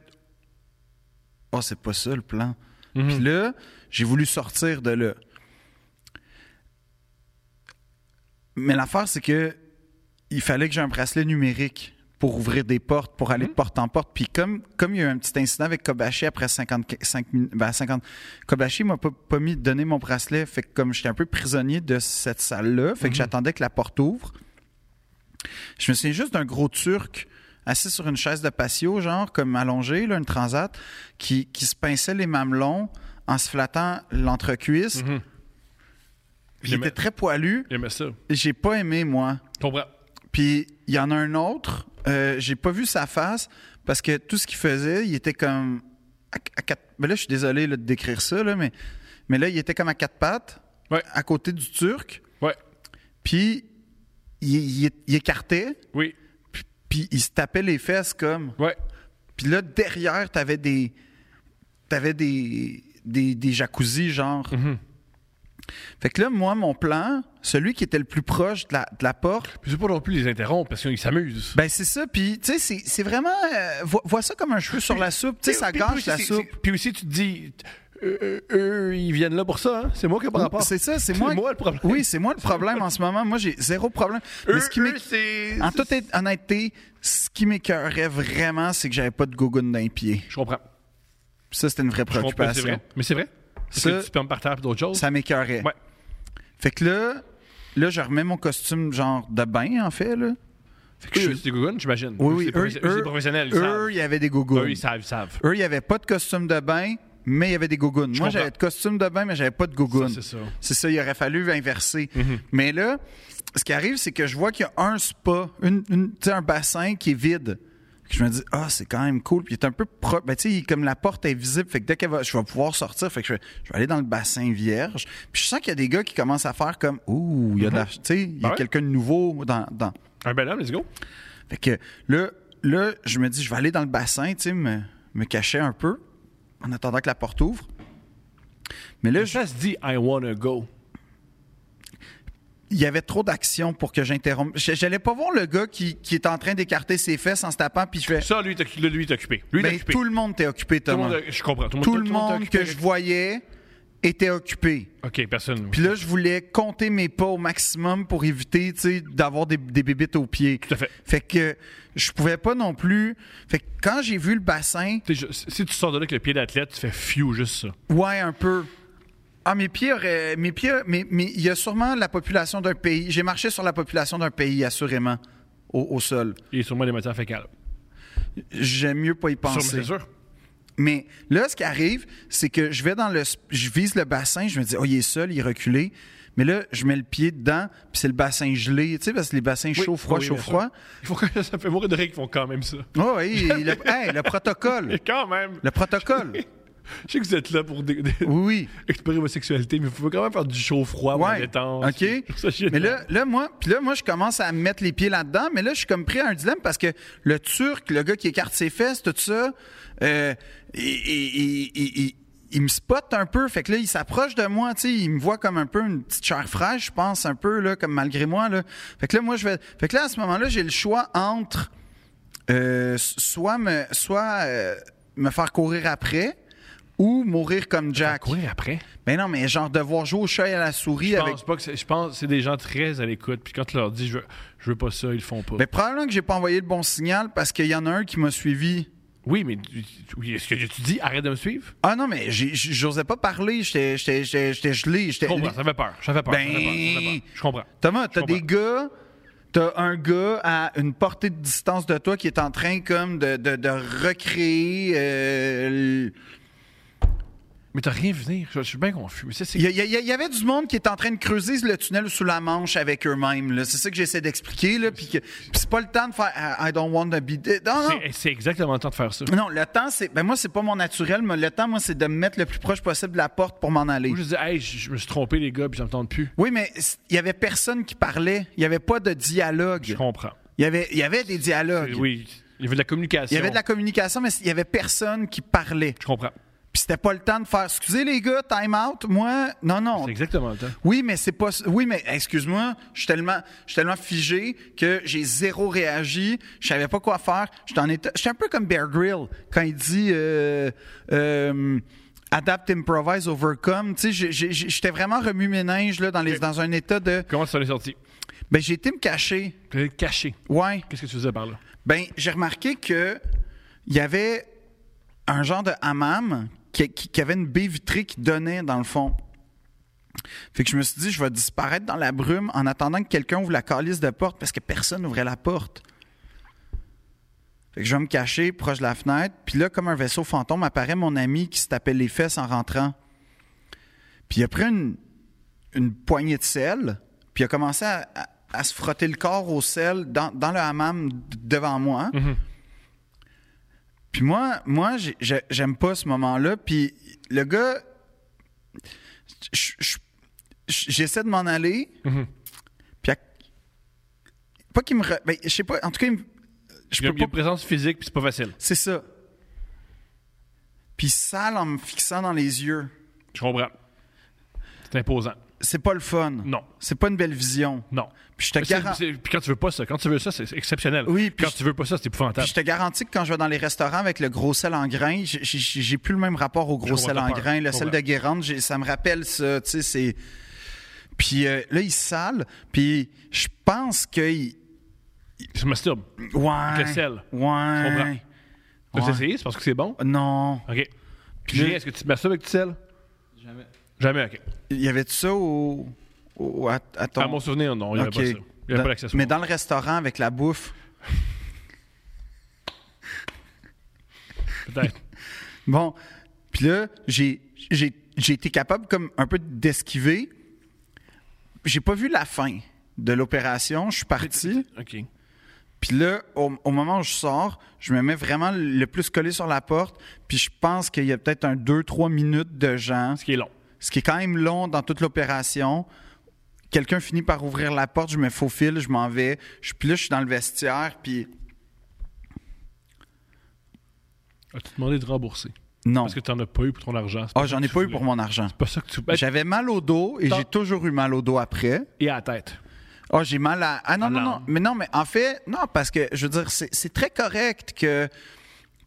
Speaker 2: Oh, c'est pas ça le plan. Puis là, j'ai voulu sortir de là. Mais l'affaire, c'est que il fallait que j'ai un bracelet numérique pour ouvrir des portes, pour aller de porte en porte. Puis comme, comme il y a eu un petit incident avec Kobashi après 55 minutes, ben 50, Kobashi m'a pas, pas mis de donner mon bracelet. Fait que comme j'étais un peu prisonnier de cette salle-là, fait que j'attendais que la porte ouvre. Je me souviens juste d'un gros turc assis sur une chaise de patio, genre comme allongé, là, une transat, qui, qui se pinçait les mamelons en se flattant l'entrecuisse.
Speaker 1: Mhm.
Speaker 2: Il était très poilu.
Speaker 1: J'aimais ça.
Speaker 2: J'ai pas aimé, moi.
Speaker 1: Comprends.
Speaker 2: Puis il y en a un autre, euh, j'ai pas vu sa face parce que tout ce qu'il faisait, il était comme à, à quatre. Mais là, je suis désolé là, de décrire ça, là, mais, mais là, il était comme à quatre pattes,
Speaker 1: Ouais.
Speaker 2: à côté du Turc.
Speaker 1: Ouais.
Speaker 2: Puis il, il- il écartait,
Speaker 1: Oui.
Speaker 2: puis, puis il se tapait les fesses comme.
Speaker 1: Ouais.
Speaker 2: Puis là, derrière, t'avais des. T'avais des. Des, des jacuzzi, genre.
Speaker 1: Mhm.
Speaker 2: Fait que là, moi, mon plan, celui qui était le plus proche de la, de la porte,
Speaker 1: Puis c'est pas non plus les interrompre parce qu'ils s'amusent.
Speaker 2: Ben c'est ça, puis tu sais, c'est- c'est vraiment... euh, vo- vois ça comme un cheveu sur la soupe, tu sais, ça
Speaker 1: Puis- puis
Speaker 2: gâche
Speaker 1: aussi,
Speaker 2: la
Speaker 1: c'est-
Speaker 2: soupe.
Speaker 1: c'est- Puis aussi, tu te dis, euh, euh, eux, ils viennent là pour ça, hein? C'est moi qui ai pas rapport.
Speaker 2: C'est ça, c'est moi...
Speaker 1: C'est moi le problème.
Speaker 2: Oui, c'est moi le problème en ce moment. Moi, j'ai zéro problème. Mais
Speaker 5: Eux,
Speaker 2: ce qui m'é-
Speaker 5: eux, c'est.
Speaker 2: en toute hé- honnêteté, ce qui m'écœurait vraiment, c'est que j'avais pas de gougoune d'un pied.
Speaker 1: Je comprends.
Speaker 2: Ça, c'était une vraie
Speaker 1: Je comprends, c'est
Speaker 2: préoccupation.
Speaker 1: vrai. Mais c'est vrai. Parce
Speaker 2: Ça-
Speaker 1: que tu peux me partir pour d'autres choses.
Speaker 2: Ça m'écœurait.
Speaker 1: Ouais.
Speaker 2: Fait que là, là, je remets mon costume genre de bain, en fait, là. Fait que
Speaker 1: Eux,
Speaker 2: je
Speaker 1: c'est des gougounes, j'imagine.
Speaker 2: Oui, oui,
Speaker 1: C'est
Speaker 2: eux,
Speaker 1: professe- eux, c'est
Speaker 2: eux,
Speaker 1: professionnel, ils
Speaker 2: Eux,
Speaker 1: savent.
Speaker 2: il y avait des gougounes.
Speaker 1: Eux, ils savent, ils savent.
Speaker 2: Eux, il n'y avait pas de costume de bain, mais il y avait des gougounes. Moi,
Speaker 1: comprends.
Speaker 2: j'avais de costume de bain, mais j'avais pas de
Speaker 1: Ça,
Speaker 2: gougounes.
Speaker 1: c'est ça. Mm-hmm.
Speaker 2: C'est ça, il aurait fallu inverser. Mais là, ce qui arrive, c'est que je vois qu'il y a un spa, une, une- tu sais, un bassin qui est vide. Puis je me dis, ah, c'est quand même cool. Puis il est un peu propre. Ben, tu sais, il- comme la porte est visible, fait que dès que je vais pouvoir sortir, fait que je, vais- je vais aller dans le bassin vierge. Puis je sens qu'il y a des gars qui commencent à faire comme, ouh, il y a de la- tu sais, il y
Speaker 1: Ah
Speaker 2: a
Speaker 1: ouais?
Speaker 2: quelqu'un de nouveau dans- dans,
Speaker 1: Un bel homme, let's go.
Speaker 2: fait que là, là, je me dis, je vais aller dans le bassin, tu sais, me, me cacher un peu en attendant que la porte ouvre. Mais là, je-
Speaker 1: Ça se dit I wanna go.
Speaker 2: il y avait trop d'action pour que j'interrompe. J- J'allais pas voir le gars qui, qui est en train d'écarter ses fesses en se tapant, puis je fais.
Speaker 1: Ça, lui, t'oc- lui, est occupé. Lui, il est
Speaker 2: Ben,
Speaker 1: occupé.
Speaker 2: tout le monde était occupé,
Speaker 1: Tout le monde
Speaker 2: Thomas.
Speaker 1: est- je comprends. Tout le monde,
Speaker 2: Tout le
Speaker 1: est
Speaker 2: monde
Speaker 1: occupé.
Speaker 2: que je voyais était occupé.
Speaker 1: Ok, personne.
Speaker 2: Puis là, je voulais compter mes pas au maximum pour éviter, tu sais, d'avoir des, des bébites aux pieds.
Speaker 1: Tout à fait.
Speaker 2: Fait que je pouvais pas non plus. Fait que quand j'ai vu le bassin,
Speaker 1: T'sais, je- si tu sors de là avec le pied d'athlète, tu fais fiu, juste ça.
Speaker 2: Ouais, un peu. Ah, mes pieds auraient. Mes pieds. Mais mais il y a sûrement la population d'un pays. J'ai marché sur la population d'un pays, assurément, au, au sol.
Speaker 1: Et sûrement des matières fécales.
Speaker 2: J'aime mieux pas y
Speaker 1: Sûrement,
Speaker 2: penser.
Speaker 1: c'est sûr.
Speaker 2: Mais là, ce qui arrive, c'est que je vais dans le. sp- Je vise le bassin, je me dis, oh, il est seul, il est reculé. Mais là, je mets le pied dedans, puis c'est le bassin gelé. Tu sais, parce que les bassins
Speaker 1: Oui, Ah
Speaker 2: chaud, froid,
Speaker 1: oui,
Speaker 2: chaud,
Speaker 1: bien sûr.
Speaker 2: froid.
Speaker 1: Il faut que ça fait mourir de rire qu'ils font quand même ça.
Speaker 2: Oh, oui, le, hey, le protocole.
Speaker 1: Et quand même.
Speaker 2: Le protocole.
Speaker 1: Je sais que vous êtes là pour dé- dé-
Speaker 2: Oui.
Speaker 1: explorer votre sexualité, mais il faut quand même faire du chaud froid pour la
Speaker 2: Ah Ouais.
Speaker 1: détente.
Speaker 2: OK.
Speaker 1: Ça, je-
Speaker 2: mais là, là, moi, puis là, moi, je commence à mettre les pieds là-dedans, mais là, je suis comme pris à un dilemme parce que le Turc, le gars qui écarte ses fesses, tout ça, euh, il, il- il- il- il- il me spot un peu. Fait que là, il s'approche de moi, tu sais, il me voit comme un peu une petite chair fraîche, je pense, un peu, là, comme malgré moi, là. Fait que là, moi, je vais. Fait que là, à ce moment-là, j'ai le choix entre euh, soit me, soit euh, me faire courir après ou mourir comme Jack.
Speaker 1: Courir après.
Speaker 2: Mais non, mais genre devoir jouer au chat et à la souris
Speaker 1: Je
Speaker 2: avec
Speaker 1: pense pas que c'est- je pense que c'est des gens très à l'écoute. Puis quand tu leur dis je veux, je veux pas ça, ils le font pas.
Speaker 2: Mais probablement que j'ai pas envoyé le bon signal parce qu'il y en a un qui m'a suivi.
Speaker 1: Oui, mais tu- tu- oui, est-ce que tu dis arrête de me suivre?
Speaker 2: Ah non, mais j'ai- j'- j'osais pas parler, j'étais j'étais- j'étais- j'étais gelé. j'étais-
Speaker 1: Je comprends, ça fait peur. Ça fait peur. ça fait peur, ça fait peur. Je comprends.
Speaker 2: Thomas, Ben, t'as
Speaker 1: Je
Speaker 2: des gars, t'as un gars à une portée de distance de toi qui est en train comme de, de, de recréer. euh, l-
Speaker 1: Mais t'as rien vu venir. Je, je suis bien confus. Mais ça, c'est
Speaker 2: Il y, a- il y a- il y avait du monde qui est en train de creuser le tunnel sous la manche avec eux-mêmes. là. C'est ça que j'essaie d'expliquer. là, Puis que- puis c'est pas le temps de faire I, I don't want to be. dead. Non, non.
Speaker 1: c'est- c'est exactement le temps de faire ça.
Speaker 2: Non, le temps, c'est. Ben moi, c'est pas mon naturel, mais le temps, moi, c'est de me mettre le plus proche possible de la porte pour m'en aller.
Speaker 1: Ou je dis hey, je, je me suis trompé les gars, puis j'entends plus.
Speaker 2: Oui, mais c- il y avait personne qui parlait. Il y avait pas de
Speaker 1: Je
Speaker 2: dialogue.
Speaker 1: comprends.
Speaker 2: Il y avait, il y avait des dialogues.
Speaker 1: Oui, il y avait de la communication.
Speaker 2: Il y avait de la communication, mais il y avait personne qui parlait.
Speaker 1: Je comprends.
Speaker 2: Puis c'était pas le temps de faire. Excusez les gars, time out. Moi, non, non.
Speaker 1: C'est exactement le temps.
Speaker 2: Oui, mais c'est pas. Oui, mais excuse-moi, je suis tellement, je suis tellement figé que j'ai zéro réagi. Je savais pas quoi faire. Je suis en état- je suis un peu comme Bear Grylls quand il dit euh, euh, adapt, improvise, overcome. Tu sais, j'ai- j'ai- j'ai- j'étais vraiment remue ménage là dans les, dans un état de.
Speaker 1: Comment ça en est sorti?
Speaker 2: Ben j'ai été me cacher.
Speaker 1: Tu l'as caché.
Speaker 2: Ouais.
Speaker 1: Qu'est-ce que tu faisais par là?
Speaker 2: Ben, j'ai remarqué que il y avait un genre de hammam qui, qui- qui avait une baie vitrée qui donnait dans le fond. Fait que je me suis dit, je vais disparaître dans la brume en attendant que quelqu'un ouvre la calice de porte parce que personne n'ouvrait la porte. Fait que je vais me cacher proche de la fenêtre. Puis là, comme un vaisseau fantôme, apparaît mon ami qui se tapait les fesses en rentrant. Puis il a pris une, une poignée de sel, puis il a commencé à, à- à se frotter le corps au sel dans, dans le hammam d- devant moi.
Speaker 1: Mm. Mhm.
Speaker 2: Puis moi, moi j'ai- j'ai- j'aime pas ce moment-là. Puis le gars, je- je- je- j'essaie de m'en aller.
Speaker 1: Mm-hmm.
Speaker 2: Puis à- pas qu'il me. re- ben, je sais pas, en tout cas, il me- je
Speaker 1: Il y a
Speaker 2: peux
Speaker 1: il y a
Speaker 2: pas
Speaker 1: une présence physique, puis c'est pas facile.
Speaker 2: c'est ça. Puis sale en me fixant dans les yeux.
Speaker 1: Je comprends. C'est imposant.
Speaker 2: C'est pas le fun.
Speaker 1: Non.
Speaker 2: C'est pas une belle vision.
Speaker 1: Non.
Speaker 2: Puis je te,
Speaker 1: Mais c'est-
Speaker 2: garan-
Speaker 1: c'est- Puis quand tu veux pas ça, quand tu veux ça, c'est c'est exceptionnel.
Speaker 2: Oui, puis
Speaker 1: quand
Speaker 2: je-
Speaker 1: tu veux pas ça, c'est
Speaker 2: puis
Speaker 1: épouvantable.
Speaker 2: je te garantis que quand je vais dans les restaurants avec le gros sel en grain, j'ai- j'ai j'ai plus le même rapport au gros
Speaker 1: comprends
Speaker 2: sel
Speaker 1: ta
Speaker 2: en
Speaker 1: peur.
Speaker 2: grain. Le
Speaker 1: Je
Speaker 2: sel de
Speaker 1: comprends.
Speaker 2: Guérande, j'ai- ça me rappelle ça. Tu sais, c'est. Puis euh, là, il sale. Puis je pense qu'il.
Speaker 1: Je masturbe. Tu
Speaker 2: Ouais.
Speaker 1: Avec le sel.
Speaker 2: Ouais.
Speaker 1: T'as
Speaker 2: Ouais.
Speaker 1: essayé? C'est parce que c'est bon?
Speaker 2: Non.
Speaker 1: OK. Puis
Speaker 2: Puis-
Speaker 1: Julien, est-ce que tu te masturbes avec du sel?
Speaker 4: Jamais.
Speaker 1: Jamais, OK.
Speaker 2: Il y avait de ça au. au- à, à ton-
Speaker 1: À mon souvenir, non, il n'y avait
Speaker 2: Ok.
Speaker 1: pas ça. Il n'y avait
Speaker 2: Dans-
Speaker 1: pas l'accessoire.
Speaker 2: Mais dans le restaurant avec la bouffe.
Speaker 1: Peut-être.
Speaker 2: Bon, Puis là, j'ai j'ai- j'ai été capable comme un peu d'esquiver. J'ai pas vu la fin de l'opération. Je suis parti.
Speaker 1: OK.
Speaker 2: Puis là, au, au moment où je sors, je me mets vraiment le plus collé sur la porte. Puis je pense qu'il y a peut-être un 2-3 minutes de gens,
Speaker 1: Ce qui est long.
Speaker 2: ce qui est quand même long dans toute l'opération. Quelqu'un finit par ouvrir la porte, je me faufile, je m'en vais. Je, puis là, je suis dans le vestiaire, puis
Speaker 1: As-tu demandé de rembourser?
Speaker 2: non.
Speaker 1: Parce que t'en as pas eu pour ton argent. c'est
Speaker 2: Ah,
Speaker 1: ça
Speaker 2: j'en
Speaker 1: que
Speaker 2: ai
Speaker 1: tu
Speaker 2: pas eu
Speaker 1: voulais.
Speaker 2: pour mon argent.
Speaker 1: C'est pas ça que tu... Ben,
Speaker 2: J'avais mal au dos et
Speaker 1: T'as-
Speaker 2: j'ai toujours eu mal au dos après.
Speaker 1: et à la tête.
Speaker 2: Ah, j'ai mal à. Ah non, non, non.
Speaker 1: non.
Speaker 2: Mais non, mais en fait, non, parce que je veux dire, c'est c'est très correct que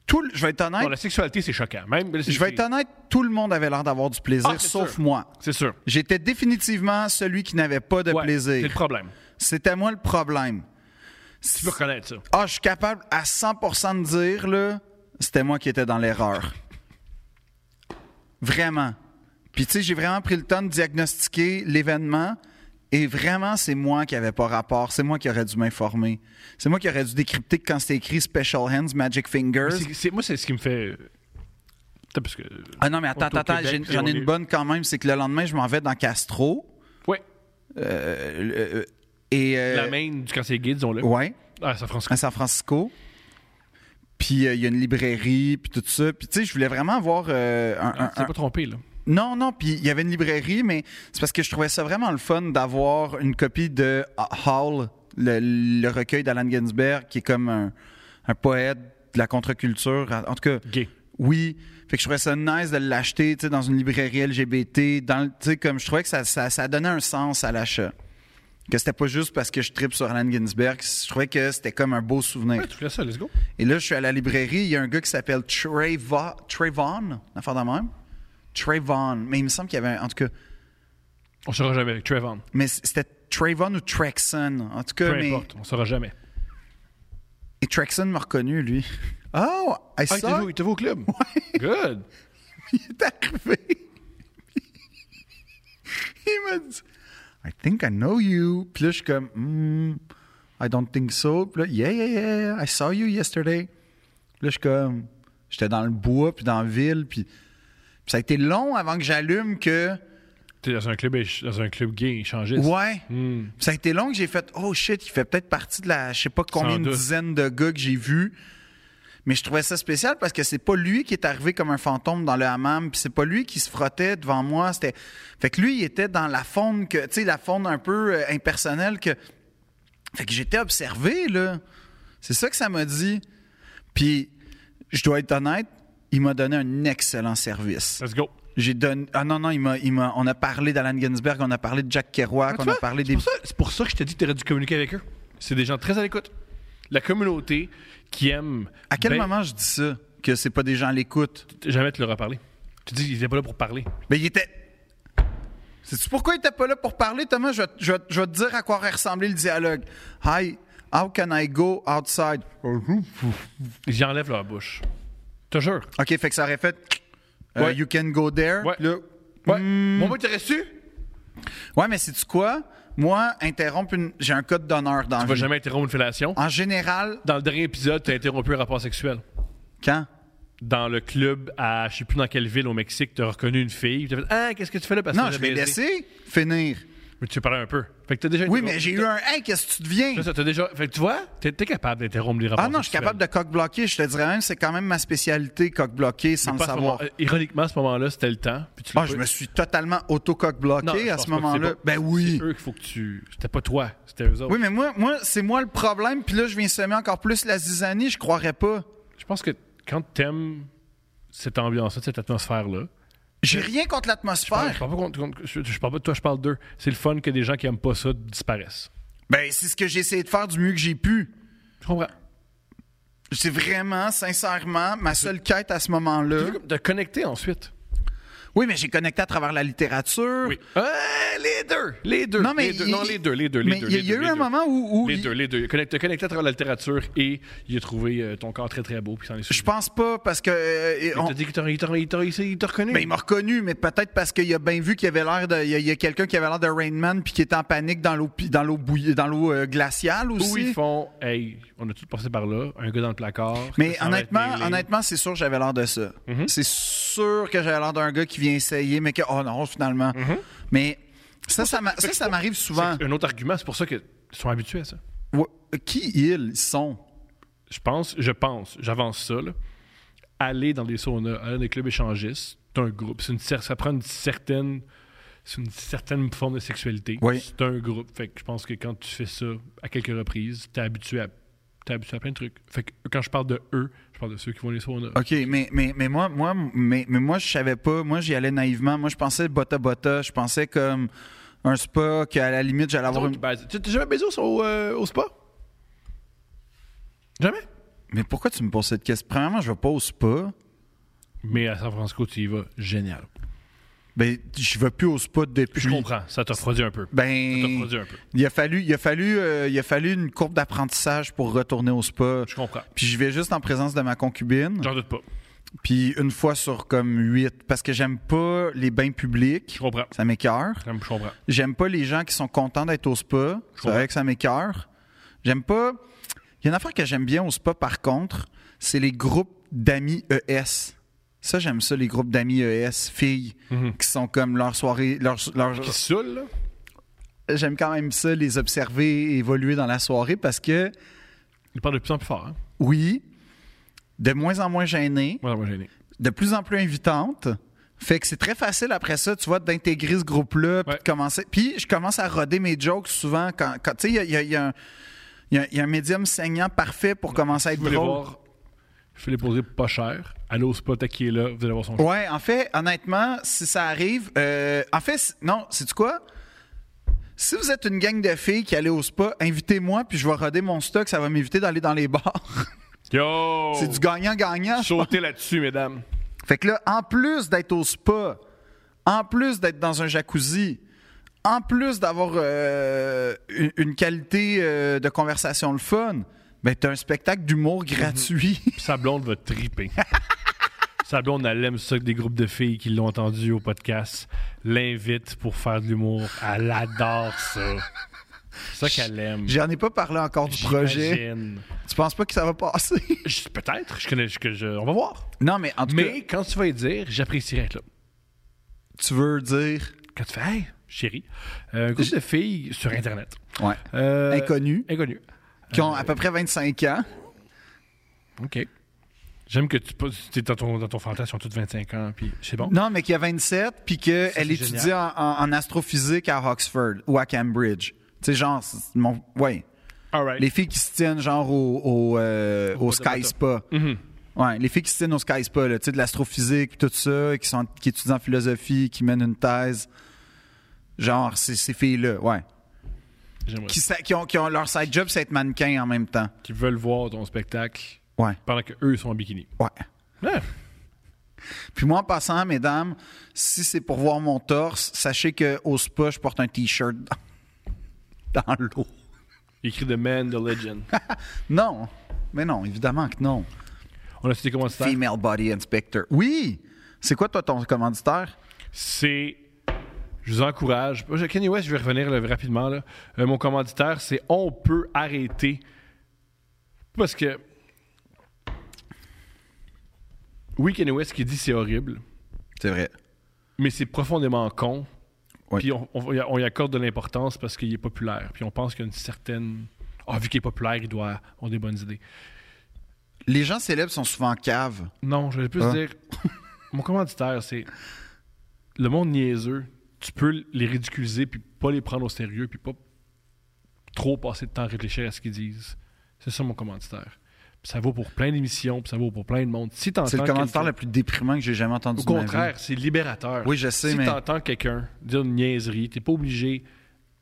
Speaker 2: tout. le- Je vais être honnête.
Speaker 1: Non, la sexualité, c'est choquant. Même,
Speaker 2: Hein? Je vais être honnête, tout le monde avait l'air d'avoir du plaisir,
Speaker 1: Ah, c'est
Speaker 2: sauf
Speaker 1: sûr.
Speaker 2: moi.
Speaker 1: C'est sûr.
Speaker 2: J'étais définitivement celui qui n'avait pas de
Speaker 1: Ouais, C'est
Speaker 2: plaisir.
Speaker 1: le problème.
Speaker 2: C'était moi le problème.
Speaker 1: Tu peux reconnaître ça.
Speaker 2: Ah, je suis capable à 100% de dire, là, c'était moi qui étais dans l'erreur. Vraiment. Puis, tu sais, j'ai vraiment pris le temps de diagnostiquer l'événement et vraiment, c'est moi qui n'avais pas rapport. C'est moi qui aurais dû m'informer. C'est moi qui aurais dû décrypter que quand c'était écrit Special Hands, Magic Fingers.
Speaker 1: C'est- c'est- moi, c'est ce qui me fait. euh, Attends, parce que.
Speaker 2: Ah non, mais attends,
Speaker 1: On est au
Speaker 2: attends, attends,
Speaker 1: Québec,
Speaker 2: j'ai-
Speaker 1: puis
Speaker 2: j'en
Speaker 1: on
Speaker 2: ai une
Speaker 1: est-
Speaker 2: bonne quand même. C'est que le lendemain, je m'en vais dans Castro.
Speaker 1: Ouais.
Speaker 2: Euh, euh, et. euh,
Speaker 1: la main du cancer gay, disons-le.
Speaker 2: Ouais.
Speaker 1: Ah, ça France.
Speaker 2: à San Francisco. Puis euh, il y a une librairie, puis tout ça. Puis tu sais, je voulais vraiment avoir euh, un- un-
Speaker 1: Ah, t'es
Speaker 2: un-
Speaker 1: pas trompé, là.
Speaker 2: Non, non, puis il y avait une librairie, mais c'est parce que je trouvais ça vraiment le fun d'avoir une copie de Hall, le, le recueil d'Alan Ginsberg, qui est comme un, un poète de la contre-culture. En en tout cas,
Speaker 1: Gay.
Speaker 2: oui. Fait que je trouvais ça nice de l'acheter, tu sais, dans une librairie LGBT. Dans, le- tu sais, comme je trouvais que ça, ça, ça donnait un sens à l'achat. Que c'était pas juste parce que je tripe sur Alan Ginsberg. Je trouvais que c'était comme un beau souvenir.
Speaker 1: Ouais, tu fais ça, let's go.
Speaker 2: Et là, je suis à la librairie, il y a un gars qui s'appelle Trayva- Trayvon, l'affaire de même. Trayvon, mais il me semble qu'il y avait un, en tout cas,
Speaker 1: On saura jamais. Trevon.
Speaker 2: mais c- c'était Trayvon ou Trexon, en tout cas,
Speaker 1: Peu
Speaker 2: Euh, mais
Speaker 1: importe, on saura jamais.
Speaker 2: et Trexon m'a reconnu lui. Oh, I
Speaker 5: Ah, il était
Speaker 2: saw.
Speaker 5: vu- il était vu au club.
Speaker 1: Good.
Speaker 2: il est arrivé. il m'a dit, I think I know you. Puis là, je suis comme, Hmm, I don't think so. Puis là, yeah, yeah, yeah, I saw you yesterday. Puis là, je suis comme, j'étais dans le bois, puis dans la ville, puis, puis ça a été long avant que j'allume que,
Speaker 1: T'es dans un club, éch- dans un club gay échangiste.
Speaker 2: ouais.
Speaker 1: Hmm.
Speaker 2: Puis ça a été long que j'ai fait, oh shit, il fait peut-être partie de la, je sais pas combien
Speaker 1: Sans
Speaker 2: de
Speaker 1: doute.
Speaker 2: dizaines de gars que j'ai vus. Mais je trouvais ça spécial parce que c'est pas lui qui est arrivé comme un fantôme dans le hammam, puis c'est pas lui qui se frottait devant moi. C'était, fait que lui, il était dans la faune que, tu sais, la faune un peu euh, impersonnelle que, fait que j'étais observé là. C'est ça que ça m'a dit. Puis, je dois être honnête, il m'a donné un excellent service.
Speaker 1: Let's go.
Speaker 2: J'ai donné, ah non non, il m'a, il m'a, on a parlé d'Alan Ginsberg, on a parlé de Jack Kerouac, on a parlé
Speaker 1: Ah, C'est
Speaker 2: des
Speaker 1: pour, ça, c'est pour ça que je t'ai dit que t'aurais dû communiquer avec eux. C'est des gens très à l'écoute. La communauté qui aime.
Speaker 2: À quel
Speaker 1: ben,
Speaker 2: moment je dis ça que c'est pas des gens à l'écoute
Speaker 1: Jamais te leur a parlé. Tu dis, ils étaient pas là pour parler.
Speaker 2: Mais il était Sais-tu pourquoi il était pas là pour parler Thomas je vais, te- je vais te- je vais te dire à quoi ressemblait le dialogue. Hi, how can I go outside
Speaker 1: Mhm. Ils y enlèvent leur bouche. Je te jure.
Speaker 2: OK, fait que ça aurait fait euh,
Speaker 1: Ouais.
Speaker 2: you can go there.
Speaker 1: Ouais.
Speaker 2: Puis là,
Speaker 1: Ouais. Mon mec, t'aurais su?
Speaker 2: ouais, mais c'est tu quoi Moi, interrompre une j'ai un code d'honneur dans
Speaker 1: Tu
Speaker 2: la
Speaker 1: vas
Speaker 2: vie.
Speaker 1: jamais interrompre une fellation.
Speaker 2: En général,
Speaker 1: Dans le dernier épisode, t'as interrompu un rapport sexuel.
Speaker 2: quand
Speaker 1: Dans le club à je sais plus dans quelle ville au Mexique, t'as reconnu une fille. T'as fait Ah, qu'est-ce que tu fais là? Parce
Speaker 2: Non,
Speaker 1: que
Speaker 2: je
Speaker 1: t'as
Speaker 2: l'ai
Speaker 1: baisé.
Speaker 2: laissé finir.
Speaker 1: Mais tu parlais un peu. Fait que t'as déjà
Speaker 2: Oui,
Speaker 1: interrompu-
Speaker 2: mais j'ai eu un hey, qu'est-ce que tu deviens
Speaker 1: C'est ça, t'as déjà. Fait que tu vois, t'es t'es capable d'interrompre les rapports
Speaker 2: Ah non, je suis
Speaker 1: sexuels.
Speaker 2: capable de cock-bloquer. Je te dirais même, c'est quand même ma spécialité, cock-bloquer, sans
Speaker 1: Mais
Speaker 2: le
Speaker 1: pas à ce
Speaker 2: savoir.
Speaker 1: moment- euh, ironiquement, à ce moment-là, c'était le temps. Puis tu l'as
Speaker 2: Ah,
Speaker 1: pas-
Speaker 2: je me suis totalement
Speaker 1: Non,
Speaker 2: auto-cock-bloqué
Speaker 1: je pense
Speaker 2: à ce
Speaker 1: pas que c'est
Speaker 2: moment-là.
Speaker 1: pas-
Speaker 2: Ben oui.
Speaker 1: C'est eux qu'il faut que tu. C'était pas toi, c'était eux autres.
Speaker 2: Oui, mais moi, moi c'est moi le problème. Puis là, je viens semer encore plus la zizanie. Je croirais pas.
Speaker 1: Je pense que quand t'aimes cette ambiance-là, cette atmosphère-là,
Speaker 2: J'ai rien contre
Speaker 1: je
Speaker 2: l'atmosphère.
Speaker 1: parle pas contre- contre- je- je parle pas de toi, je parle d'eux. C'est le fun que des gens qui aiment pas ça disparaissent.
Speaker 2: Ben, c'est ce que j'ai essayé de faire du mieux que j'ai pu.
Speaker 1: Je comprends.
Speaker 2: C'est vraiment, sincèrement, ma seule quête à ce moment-là.
Speaker 1: Tu veux comme te connecter ensuite.
Speaker 2: Oui, mais j'ai connecté à travers la littérature.
Speaker 1: Oui.
Speaker 5: Ah, les deux! Les deux!
Speaker 2: Non, mais
Speaker 5: les deux,
Speaker 2: il-
Speaker 5: non, les deux, les deux, les
Speaker 2: mais
Speaker 5: deux,
Speaker 2: il y a-
Speaker 5: les
Speaker 2: il y a
Speaker 5: deux,
Speaker 2: eu
Speaker 5: les
Speaker 2: un
Speaker 5: deux.
Speaker 2: moment où, où
Speaker 1: Les
Speaker 2: il-
Speaker 1: deux, les deux. Connecté, connecté à travers la littérature et il a trouvé euh, ton corps très très beau, puis il s'en est
Speaker 2: je
Speaker 1: souvenu.
Speaker 2: pense pas parce que euh,
Speaker 1: Il
Speaker 2: on-
Speaker 1: t'a dit qu'il t'a- il t'a il t'a- il s'est- il t'a reconnu.
Speaker 2: Ben, il m'a reconnu, mais peut-être parce qu'il a bien vu qu'il avait l'air de. Il y a, il y a quelqu'un qui avait l'air de Rain Man puis qui était en panique dans l'eau pi- dans l'eau bouillie- dans l'eau euh, glaciale aussi.
Speaker 1: Où ils font, hey, on a tous passé par là, un gars dans le placard.
Speaker 2: Mais
Speaker 1: ça va être
Speaker 2: honnêtement,
Speaker 1: mêlé. Mhm.
Speaker 2: honnêtement, c'est sûr que j'avais l'air de ça. C'est sûr que j'avais l'air d'un gars qui vient essayer, mais que oh non, finalement.
Speaker 1: Mhm.
Speaker 2: Mais ça, ça, m'a- ça, ça m'arrive souvent.
Speaker 1: C'est Un autre argument, c'est pour ça qu'ils sont habitués à ça.
Speaker 2: Ouais, Qui ils sont?
Speaker 1: Je pense, je pense, j'avance ça, là. Aller dans des saunas, aller dans des clubs échangistes, c'est un groupe. C'est une, cer- ça prend une certaine, c'est une certaine forme de sexualité.
Speaker 2: Oui.
Speaker 1: C'est un groupe. Fait que je pense que quand tu fais ça à quelques reprises, t'es habitué à, t'es habitué à plein de trucs. Fait que quand je parle de eux, je parle de ceux qui vont dans les saunas.
Speaker 2: OK, mais, mais, mais moi, moi, mais, mais moi, je savais pas. Moi, j'y allais naïvement. Moi, je pensais botta botta. Je pensais comme un spa, qu'à la limite, j'allais avoir
Speaker 1: Donc,
Speaker 2: une.
Speaker 1: ben, tu t'as jamais baisé au, au, euh, au spa? Jamais.
Speaker 2: Mais pourquoi tu me poses cette question? Premièrement, je vais pas au spa.
Speaker 1: Mais à San Francisco, tu y vas. Génial.
Speaker 2: Ben, je vais plus au spa depuis.
Speaker 1: Je comprends. Ça te refroidit un peu. Ça te
Speaker 2: Ben,
Speaker 1: refroidit un peu.
Speaker 2: il a fallu, il a fallu, euh, il a fallu une courbe d'apprentissage pour retourner au spa.
Speaker 1: Je comprends.
Speaker 2: Puis je vais juste en présence de ma concubine.
Speaker 1: J'en doute pas.
Speaker 2: Puis une fois sur comme huit, parce que j'aime pas les bains publics.
Speaker 1: Je comprends.
Speaker 2: Ça m'écœure.
Speaker 1: Je comprends.
Speaker 2: J'aime pas les gens qui sont contents d'être au spa. C'est vrai que ça m'écœure. J'aime pas. Il y a une affaire que j'aime bien au spa, par contre, c'est les groupes d'amis ES. Ça, j'aime ça, les groupes d'amis ES, filles,
Speaker 1: Mhm.
Speaker 2: qui sont comme leur soirée. Leur, leur-
Speaker 1: Qui saoule, là?
Speaker 2: J'aime quand même ça, les observer évoluer dans la soirée parce que,
Speaker 1: Il parle de plus en plus fort. Hein?
Speaker 2: oui, de moins en moins gêné,
Speaker 1: Moi, ça m'a gêné.
Speaker 2: de plus en plus invitante. Fait que c'est très facile après ça, tu vois, d'intégrer ce groupe-là, puis
Speaker 1: Ouais.
Speaker 2: de commencer. Puis je commence à roder mes jokes souvent quand, quand- tu sais, il y a, il y a- il y a un- il y a- il y a un médium saignant parfait pour commencer à
Speaker 1: Si
Speaker 2: être
Speaker 1: vous voulez
Speaker 2: drôle.
Speaker 1: voir, je vais les poser pas cher. Allez au spot qui est là, vous allez voir son show.
Speaker 2: Ouais, en fait, honnêtement, si ça arrive, euh, en fait, c- non, c'est tu quoi? Si vous êtes une gang de filles qui allez au spa, invitez-moi, puis je vais roder mon stock, ça va m'éviter d'aller dans les bars.
Speaker 1: Yo!
Speaker 2: C'est du gagnant-gagnant.
Speaker 1: Sautez là-dessus, mesdames.
Speaker 2: Fait que là, en plus d'être au spa, en plus d'être dans un jacuzzi, en plus d'avoir euh, une, une qualité euh, de conversation le fun, ben t'as un spectacle d'humour gratuit.
Speaker 1: Puis sa blonde va triper. sa blonde, elle aime ça que des groupes de filles qui l'ont entendu au podcast l'invitent pour faire de l'humour. Elle adore ça. C'est ça qu'elle aime.
Speaker 2: J'en ai pas parlé encore du projet.
Speaker 1: J'imagine.
Speaker 2: Tu penses pas que ça va passer?
Speaker 1: Je- Peut-être. Je connais. je- que je- on va voir.
Speaker 2: non, mais en tout
Speaker 1: Mais
Speaker 2: cas,
Speaker 1: quand tu vas y dire, j'apprécierais être là.
Speaker 2: tu veux dire...
Speaker 1: Quand tu fais, hey, chérie, euh, un groupe de filles sur Internet.
Speaker 2: Ouais.
Speaker 1: Euh,
Speaker 2: Inconnus,
Speaker 1: Inconnu.
Speaker 2: qui ont à peu près 25 ans.
Speaker 1: OK. J'aime que tu es dans ton, dans ton fantasme, ils ont tous 25 ans, puis c'est bon.
Speaker 2: Non, mais qui a 27, puis
Speaker 1: c'est
Speaker 2: qu'elle étudie en, en- en astrophysique à Oxford ou à Cambridge. Tu sais, genre, c'est mon... ouais.
Speaker 1: All right.
Speaker 2: Les filles qui se tiennent genre au, au, euh, au Sky Spa. Ouais, les filles qui se tiennent au Sky Spa, là, tu sais, de l'astrophysique, puis tout ça, qui, sont, qui étudient en philosophie, qui mènent une thèse. Genre, c'est ces filles-là, ouais.
Speaker 1: J'aimerais
Speaker 2: Qui,
Speaker 1: ça.
Speaker 2: sa- qui ont, qui ont leur side job, c'est être mannequin en même temps.
Speaker 1: Qui veulent voir ton spectacle
Speaker 2: Ouais,
Speaker 1: pendant qu'eux sont en bikini.
Speaker 2: ouais.
Speaker 1: Ouais.
Speaker 2: Puis moi, en passant, mesdames, si c'est pour voir mon torse, sachez qu'au spa, je porte un T-shirt dans, dans l'eau.
Speaker 1: Écrit The Man, The Legend.
Speaker 2: Non, mais non, évidemment que non.
Speaker 1: On a cité comment ça
Speaker 2: Female Body Inspector. Oui! C'est quoi, toi, ton commanditaire?
Speaker 1: c'est. Je vous encourage. Moi, je- Kanye West, je vais revenir là, rapidement. là. Euh, mon commanditaire, c'est on peut arrêter. Parce que. Oui, Kanye West, ce qu'il dit, c'est horrible,
Speaker 2: C'est vrai.
Speaker 1: mais c'est profondément con.
Speaker 2: Oui.
Speaker 1: Puis on, on- on y accorde de l'importance parce qu'il est populaire. Puis on pense qu'il y a une certaine. Ah, vu qu'il est populaire, il doit avoir des bonnes idées.
Speaker 2: Les gens célèbres sont souvent en cave.
Speaker 1: Non, je vais plus
Speaker 2: Ah.
Speaker 1: dire. Mon commanditaire, c'est. Le monde niaiseux, tu peux les ridiculiser puis pas les prendre au sérieux puis pas trop passer de temps à réfléchir à ce qu'ils disent. C'est ça mon commanditaire. Puis ça vaut pour plein d'émissions, puis ça vaut pour plein de monde. Si t'entends
Speaker 2: C'est le commentaire
Speaker 1: quelqu'un-
Speaker 2: le plus déprimant que j'ai jamais entendu.
Speaker 1: Au
Speaker 2: de ma vie.
Speaker 1: contraire, c'est libérateur.
Speaker 2: Oui, je sais,
Speaker 1: si
Speaker 2: mais-
Speaker 1: t'entends quelqu'un dire une niaiserie, t'es pas obligé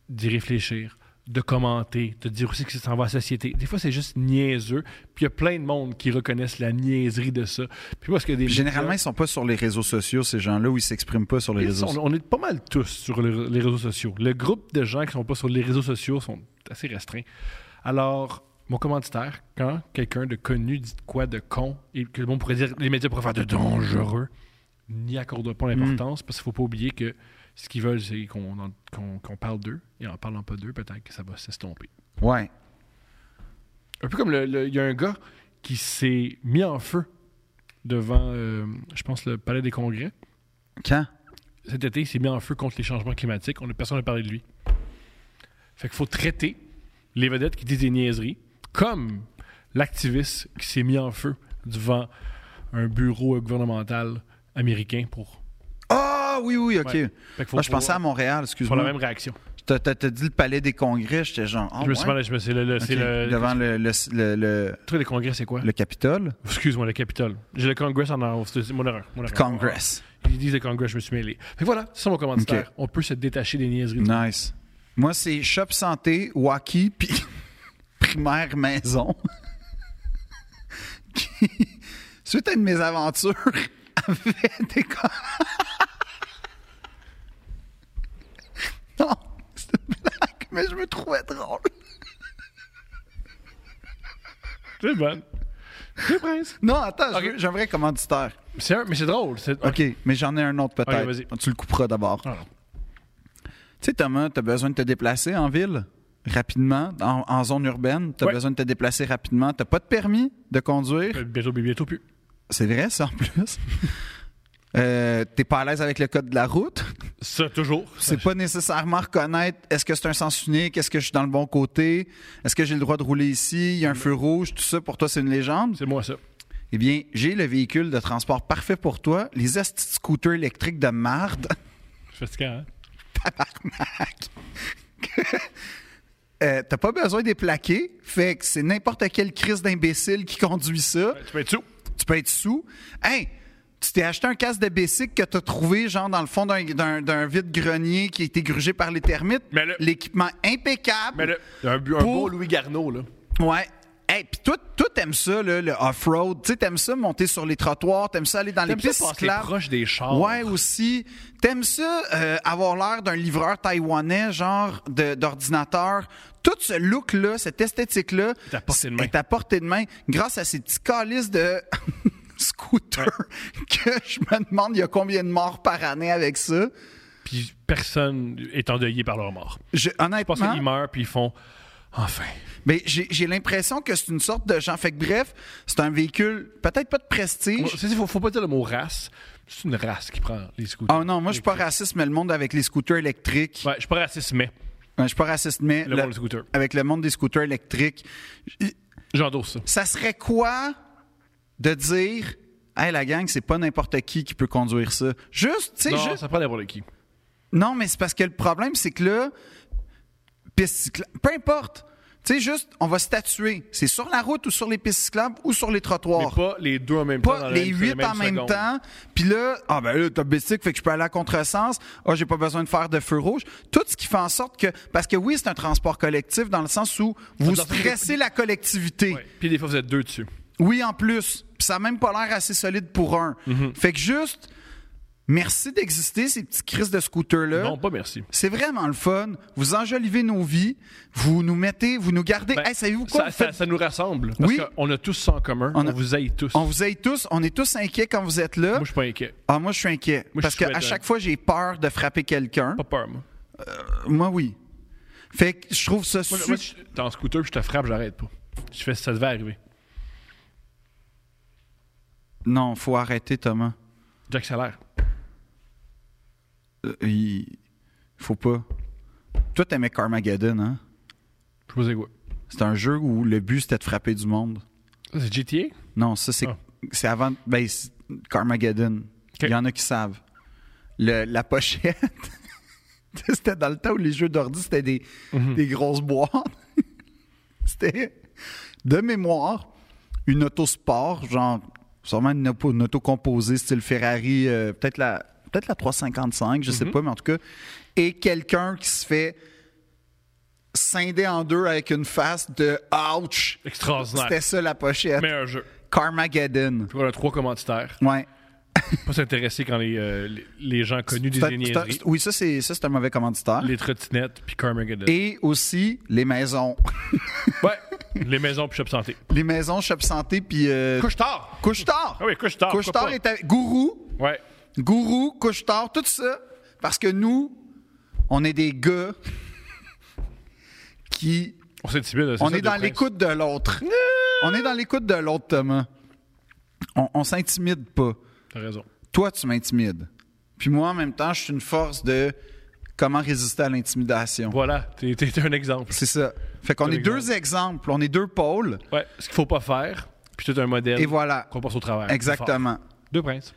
Speaker 1: d'y réfléchir, de commenter, de dire aussi que ça s'en va à la société. Des fois, c'est juste niaiseux. Puis il y a plein de monde qui reconnaissent la niaiserie de ça. Puis parce que des
Speaker 2: Puis Généralement,
Speaker 1: médias-
Speaker 2: ils sont pas sur les réseaux sociaux, ces gens-là, où ils s'expriment pas sur les
Speaker 1: Ils
Speaker 2: réseaux
Speaker 1: sont-
Speaker 2: sociaux.
Speaker 1: on est pas mal tous sur le- les réseaux sociaux. Le groupe de gens qui sont pas sur les réseaux sociaux sont assez restreints. Alors, mon commanditaire, quand quelqu'un de connu dit de quoi de con et que le monde pourrait dire les médias pourraient faire de dangereux, n'y accorde pas
Speaker 2: Mm.
Speaker 1: l'importance parce qu'il faut pas oublier que ce qu'ils veulent, c'est qu'on en- qu'on- qu'on parle d'eux et en parlant pas d'eux, peut-être que ça va s'estomper.
Speaker 2: Ouais.
Speaker 1: Un peu comme le- le- il y a un gars qui s'est mis en feu devant, euh, je pense, le palais des congrès.
Speaker 2: Quand?
Speaker 1: cet été, il s'est mis en feu contre les changements climatiques. On a, personne n'a parlé de lui. Fait qu'il faut traiter les vedettes qui disent des niaiseries, comme l'activiste qui s'est mis en feu devant un bureau gouvernemental américain pour.
Speaker 2: Ah oui, oui, OK.
Speaker 1: Ouais. Fait qu'il faut-
Speaker 2: Moi, je
Speaker 1: faut-
Speaker 2: pensais à Montréal,
Speaker 1: Pour la même
Speaker 2: excuse-moi.
Speaker 1: réaction.
Speaker 2: T'as t'as- t'as dit le palais des congrès, j'étais genre. Ah,
Speaker 1: je me suis
Speaker 2: ouais?
Speaker 1: demandé, je me suis- le, le- c'est
Speaker 2: OK.
Speaker 1: le,
Speaker 2: Devant le, le, le, le,
Speaker 1: le truc des congrès, c'est quoi
Speaker 2: le Capitole?
Speaker 1: Excuse-moi, le Capitole. J'ai le Congress en arrière. C'est c'est mon erreur. mon erreur.
Speaker 2: Congress.
Speaker 1: Ils disent le Congress, je me suis mêlé. Fait que voilà, c'est ça mon commanditaire.
Speaker 2: Ok.
Speaker 1: On peut se détacher des niaiseries.
Speaker 2: Nice. Moi, c'est Shop Santé, Wacky, puis Primaire Maison. Qui, suite à une mésaventure, avait des. con- non, c'est une blague, mais je me trouvais drôle.
Speaker 1: C'est bon. C'est prince.
Speaker 2: Non, attends,
Speaker 1: Ok.
Speaker 2: j'ai- j'ai un vrai commanditaire.
Speaker 1: C'est un- mais c'est drôle. c'est-
Speaker 2: OK, mais j'en ai un autre peut-être.
Speaker 1: Ok, vas-y.
Speaker 2: tu le couperas d'abord.
Speaker 1: Ah non.
Speaker 2: Tu sais, Thomas, tu as besoin de te déplacer en ville rapidement, en, en zone urbaine. Tu as
Speaker 1: Ouais.
Speaker 2: besoin de te déplacer rapidement. Tu pas de permis de
Speaker 1: Euh,
Speaker 2: conduire.
Speaker 1: Bientôt, bientôt plus.
Speaker 2: C'est vrai, ça, en plus. Euh, t'es pas à l'aise avec le code de la route.
Speaker 1: Ça, toujours.
Speaker 2: C'est pas nécessairement reconnaître est-ce que c'est un sens unique, est-ce que je suis dans le bon côté, est-ce que j'ai le droit de rouler ici, il y a un feu rouge, tout ça, pour toi, c'est une légende.
Speaker 1: C'est moi, ça.
Speaker 2: Eh bien, j'ai le véhicule de transport parfait pour toi, les esti de scooters électriques de marde.
Speaker 1: Je suis fatiguant, hein?
Speaker 2: Euh, t'as pas besoin des plaquer, fait que c'est n'importe quelle crise d'imbécile qui conduit ça.
Speaker 1: Tu peux être sous.
Speaker 2: Tu peux être sous. Hey, tu t'es acheté un casque de Bessic que t'as trouvé genre dans le fond d'un- d'un d'un vide-grenier qui a été grugé par les termites.
Speaker 1: Mais le-
Speaker 2: L'équipement impeccable.
Speaker 1: Mais là, un, bu- un beau
Speaker 2: Pour-
Speaker 1: Louis Garneau, là.
Speaker 2: Ouais. Hey, puis toi, toi, t'aimes ça, là, le off-road. Tu sais, t'aimes ça monter sur les trottoirs, t'aimes ça aller dans les
Speaker 1: T'aimes ça
Speaker 2: pistes
Speaker 1: passer
Speaker 2: cyclables.
Speaker 1: proche des chars.
Speaker 2: Ouais, aussi. T'aimes ça euh, avoir l'air d'un livreur taïwanais, genre de- d'ordinateur. Tout ce look-là, cette esthétique-là,
Speaker 1: à portée de main.
Speaker 2: est à portée de main grâce à ces petits calices de scooters que je me demande il y a combien de morts par année avec ça.
Speaker 1: Puis personne est endeuillé par leur mort. Je
Speaker 2: Je,
Speaker 1: pense qu'ils
Speaker 2: honnêtement,
Speaker 1: meurent, puis ils font enfin.
Speaker 2: mais j'ai j'ai l'impression que c'est une sorte de gens. Fait que bref, c'est un véhicule peut-être pas de prestige.
Speaker 1: C'est- c'est- Faut, faut pas dire le mot race. C'est une race qui prend les scooters.
Speaker 2: Oh non, moi je suis pas raciste, mais le monde avec les scooters électriques.
Speaker 1: Ouais, je suis pas raciste, mais
Speaker 2: Euh, Je suis pas raciste, mais
Speaker 1: le
Speaker 2: le-
Speaker 1: monde des scooters.
Speaker 2: avec le monde des scooters électriques. J-
Speaker 1: J'endosse ça.
Speaker 2: Ça serait quoi de dire Hey la gang, c'est pas n'importe qui qui peut conduire ça. Juste, tu sais,
Speaker 1: Non,
Speaker 2: juste-
Speaker 1: ça prend n'importe qui.
Speaker 2: Non, mais c'est parce que le problème, c'est que là, piste cyclable, peu importe. Tu sais, juste, on va statuer. C'est sur la route ou sur les pistes cyclables ou sur les
Speaker 1: Mais
Speaker 2: trottoirs.
Speaker 1: pas les deux en même temps.
Speaker 2: Pas
Speaker 1: dans la
Speaker 2: les
Speaker 1: même-
Speaker 2: huit
Speaker 1: dans la
Speaker 2: en même
Speaker 1: seconde.
Speaker 2: temps. Puis là, ah ben là, t'as bicycle, fait que je peux aller à contresens. Ah, j'ai pas besoin de faire de feu rouge. Tout ce qui fait en sorte que. Parce que oui, c'est un transport collectif dans le sens où vous
Speaker 1: dans-
Speaker 2: stressez la collectivité.
Speaker 1: Ouais. Puis des fois, vous êtes deux dessus.
Speaker 2: Oui, en plus. Puis ça n'a même pas l'air assez solide pour un.
Speaker 1: Mhm.
Speaker 2: Fait que juste, merci d'exister, ces petits crises de scooters-là.
Speaker 1: Non, pas merci.
Speaker 2: C'est vraiment le fun. Vous enjolivez nos vies. Vous nous mettez, vous nous gardez.
Speaker 1: Ben,
Speaker 2: Hey, savez-vous quoi?
Speaker 1: Ça,
Speaker 2: Vous faites-
Speaker 1: ça- ça nous rassemble. Parce
Speaker 2: Oui.
Speaker 1: qu'on a tous ça en commun. On,
Speaker 2: On a-
Speaker 1: vous aille tous.
Speaker 2: On vous aide tous. On est tous inquiets quand vous êtes là.
Speaker 1: Moi, je suis pas inquiet.
Speaker 2: Ah, moi, je suis inquiet.
Speaker 1: Moi, je
Speaker 2: parce
Speaker 1: suis
Speaker 2: qu'à
Speaker 1: inquiet.
Speaker 2: chaque fois, j'ai peur de frapper quelqu'un.
Speaker 1: Pas peur, moi.
Speaker 2: Moi, oui. Fait que je trouve ça...
Speaker 1: Moi,
Speaker 2: su-
Speaker 1: moi, si je- t'es en scooter, puis je te frappe, j'arrête pas. Je fais ça devait arriver.
Speaker 2: Non, faut arrêter, Thomas.
Speaker 1: J'accélère.
Speaker 2: Euh, il... Faut pas. Toi, t'aimais Carmageddon, hein?
Speaker 1: Je posais quoi?
Speaker 2: C'est un jeu où le but, c'était de frapper du monde.
Speaker 1: Ça, C'est GTA?
Speaker 2: Non, ça, c'est
Speaker 1: Ah.
Speaker 2: c'est avant. Ben, c'est Carmageddon. Il y en a qui savent. Le- la pochette. c'était dans le temps où les jeux d'ordi, c'était des, des grosses boîtes. c'était, de mémoire, une auto sport, genre, sûrement une, auto- une auto composée, style Ferrari, euh, peut-être la, peut la 355, je sais pas, mais en tout cas. Et quelqu'un qui se fait scindé en deux avec une face de ouch. C'était
Speaker 1: Extraordinaire.
Speaker 2: ça la pochette.
Speaker 1: Meilleur jeu.
Speaker 2: Carmageddon.
Speaker 1: Puis on a trois commanditaires.
Speaker 2: Ouais.
Speaker 1: Pas s'intéresser quand les, euh, les- les gens connus des
Speaker 2: C'est un- c'est un-
Speaker 1: niaiseries.
Speaker 2: oui, ça c'est ça c'est un mauvais commanditaire.
Speaker 1: Les trottinettes, puis Carmageddon.
Speaker 2: Et aussi les maisons.
Speaker 1: Ouais, les maisons, puis Shop Santé.
Speaker 2: les maisons Shop Santé puis euh,
Speaker 1: Couche-tard!
Speaker 2: Couche-Tard.
Speaker 1: Ah oui, Couche-Tard,
Speaker 2: Couche-Tard
Speaker 1: pourquoi
Speaker 2: est avec Gourou,
Speaker 1: Ouais.
Speaker 2: Gourou, Couche-Tard, tout ça parce que nous on est des gars qui
Speaker 1: On s'est timide.
Speaker 2: on est dans l'écoute de l'autre. On est dans l'écoute de l'autre Thomas. On, on s'intimide pas.
Speaker 1: T'as raison.
Speaker 2: toi, tu m'intimides. Puis moi, en même temps, je suis une force de comment résister à l'intimidation.
Speaker 1: Voilà, t'es t'es- t'es un exemple.
Speaker 2: C'est ça. Fait qu'on
Speaker 1: Un
Speaker 2: est deux exemples, on est deux pôles,
Speaker 1: Ouais, ce qu'il faut pas faire, puis tout un modèle
Speaker 2: et voilà.
Speaker 1: qu'on passe au travail.
Speaker 2: Exactement.
Speaker 1: Deux princes.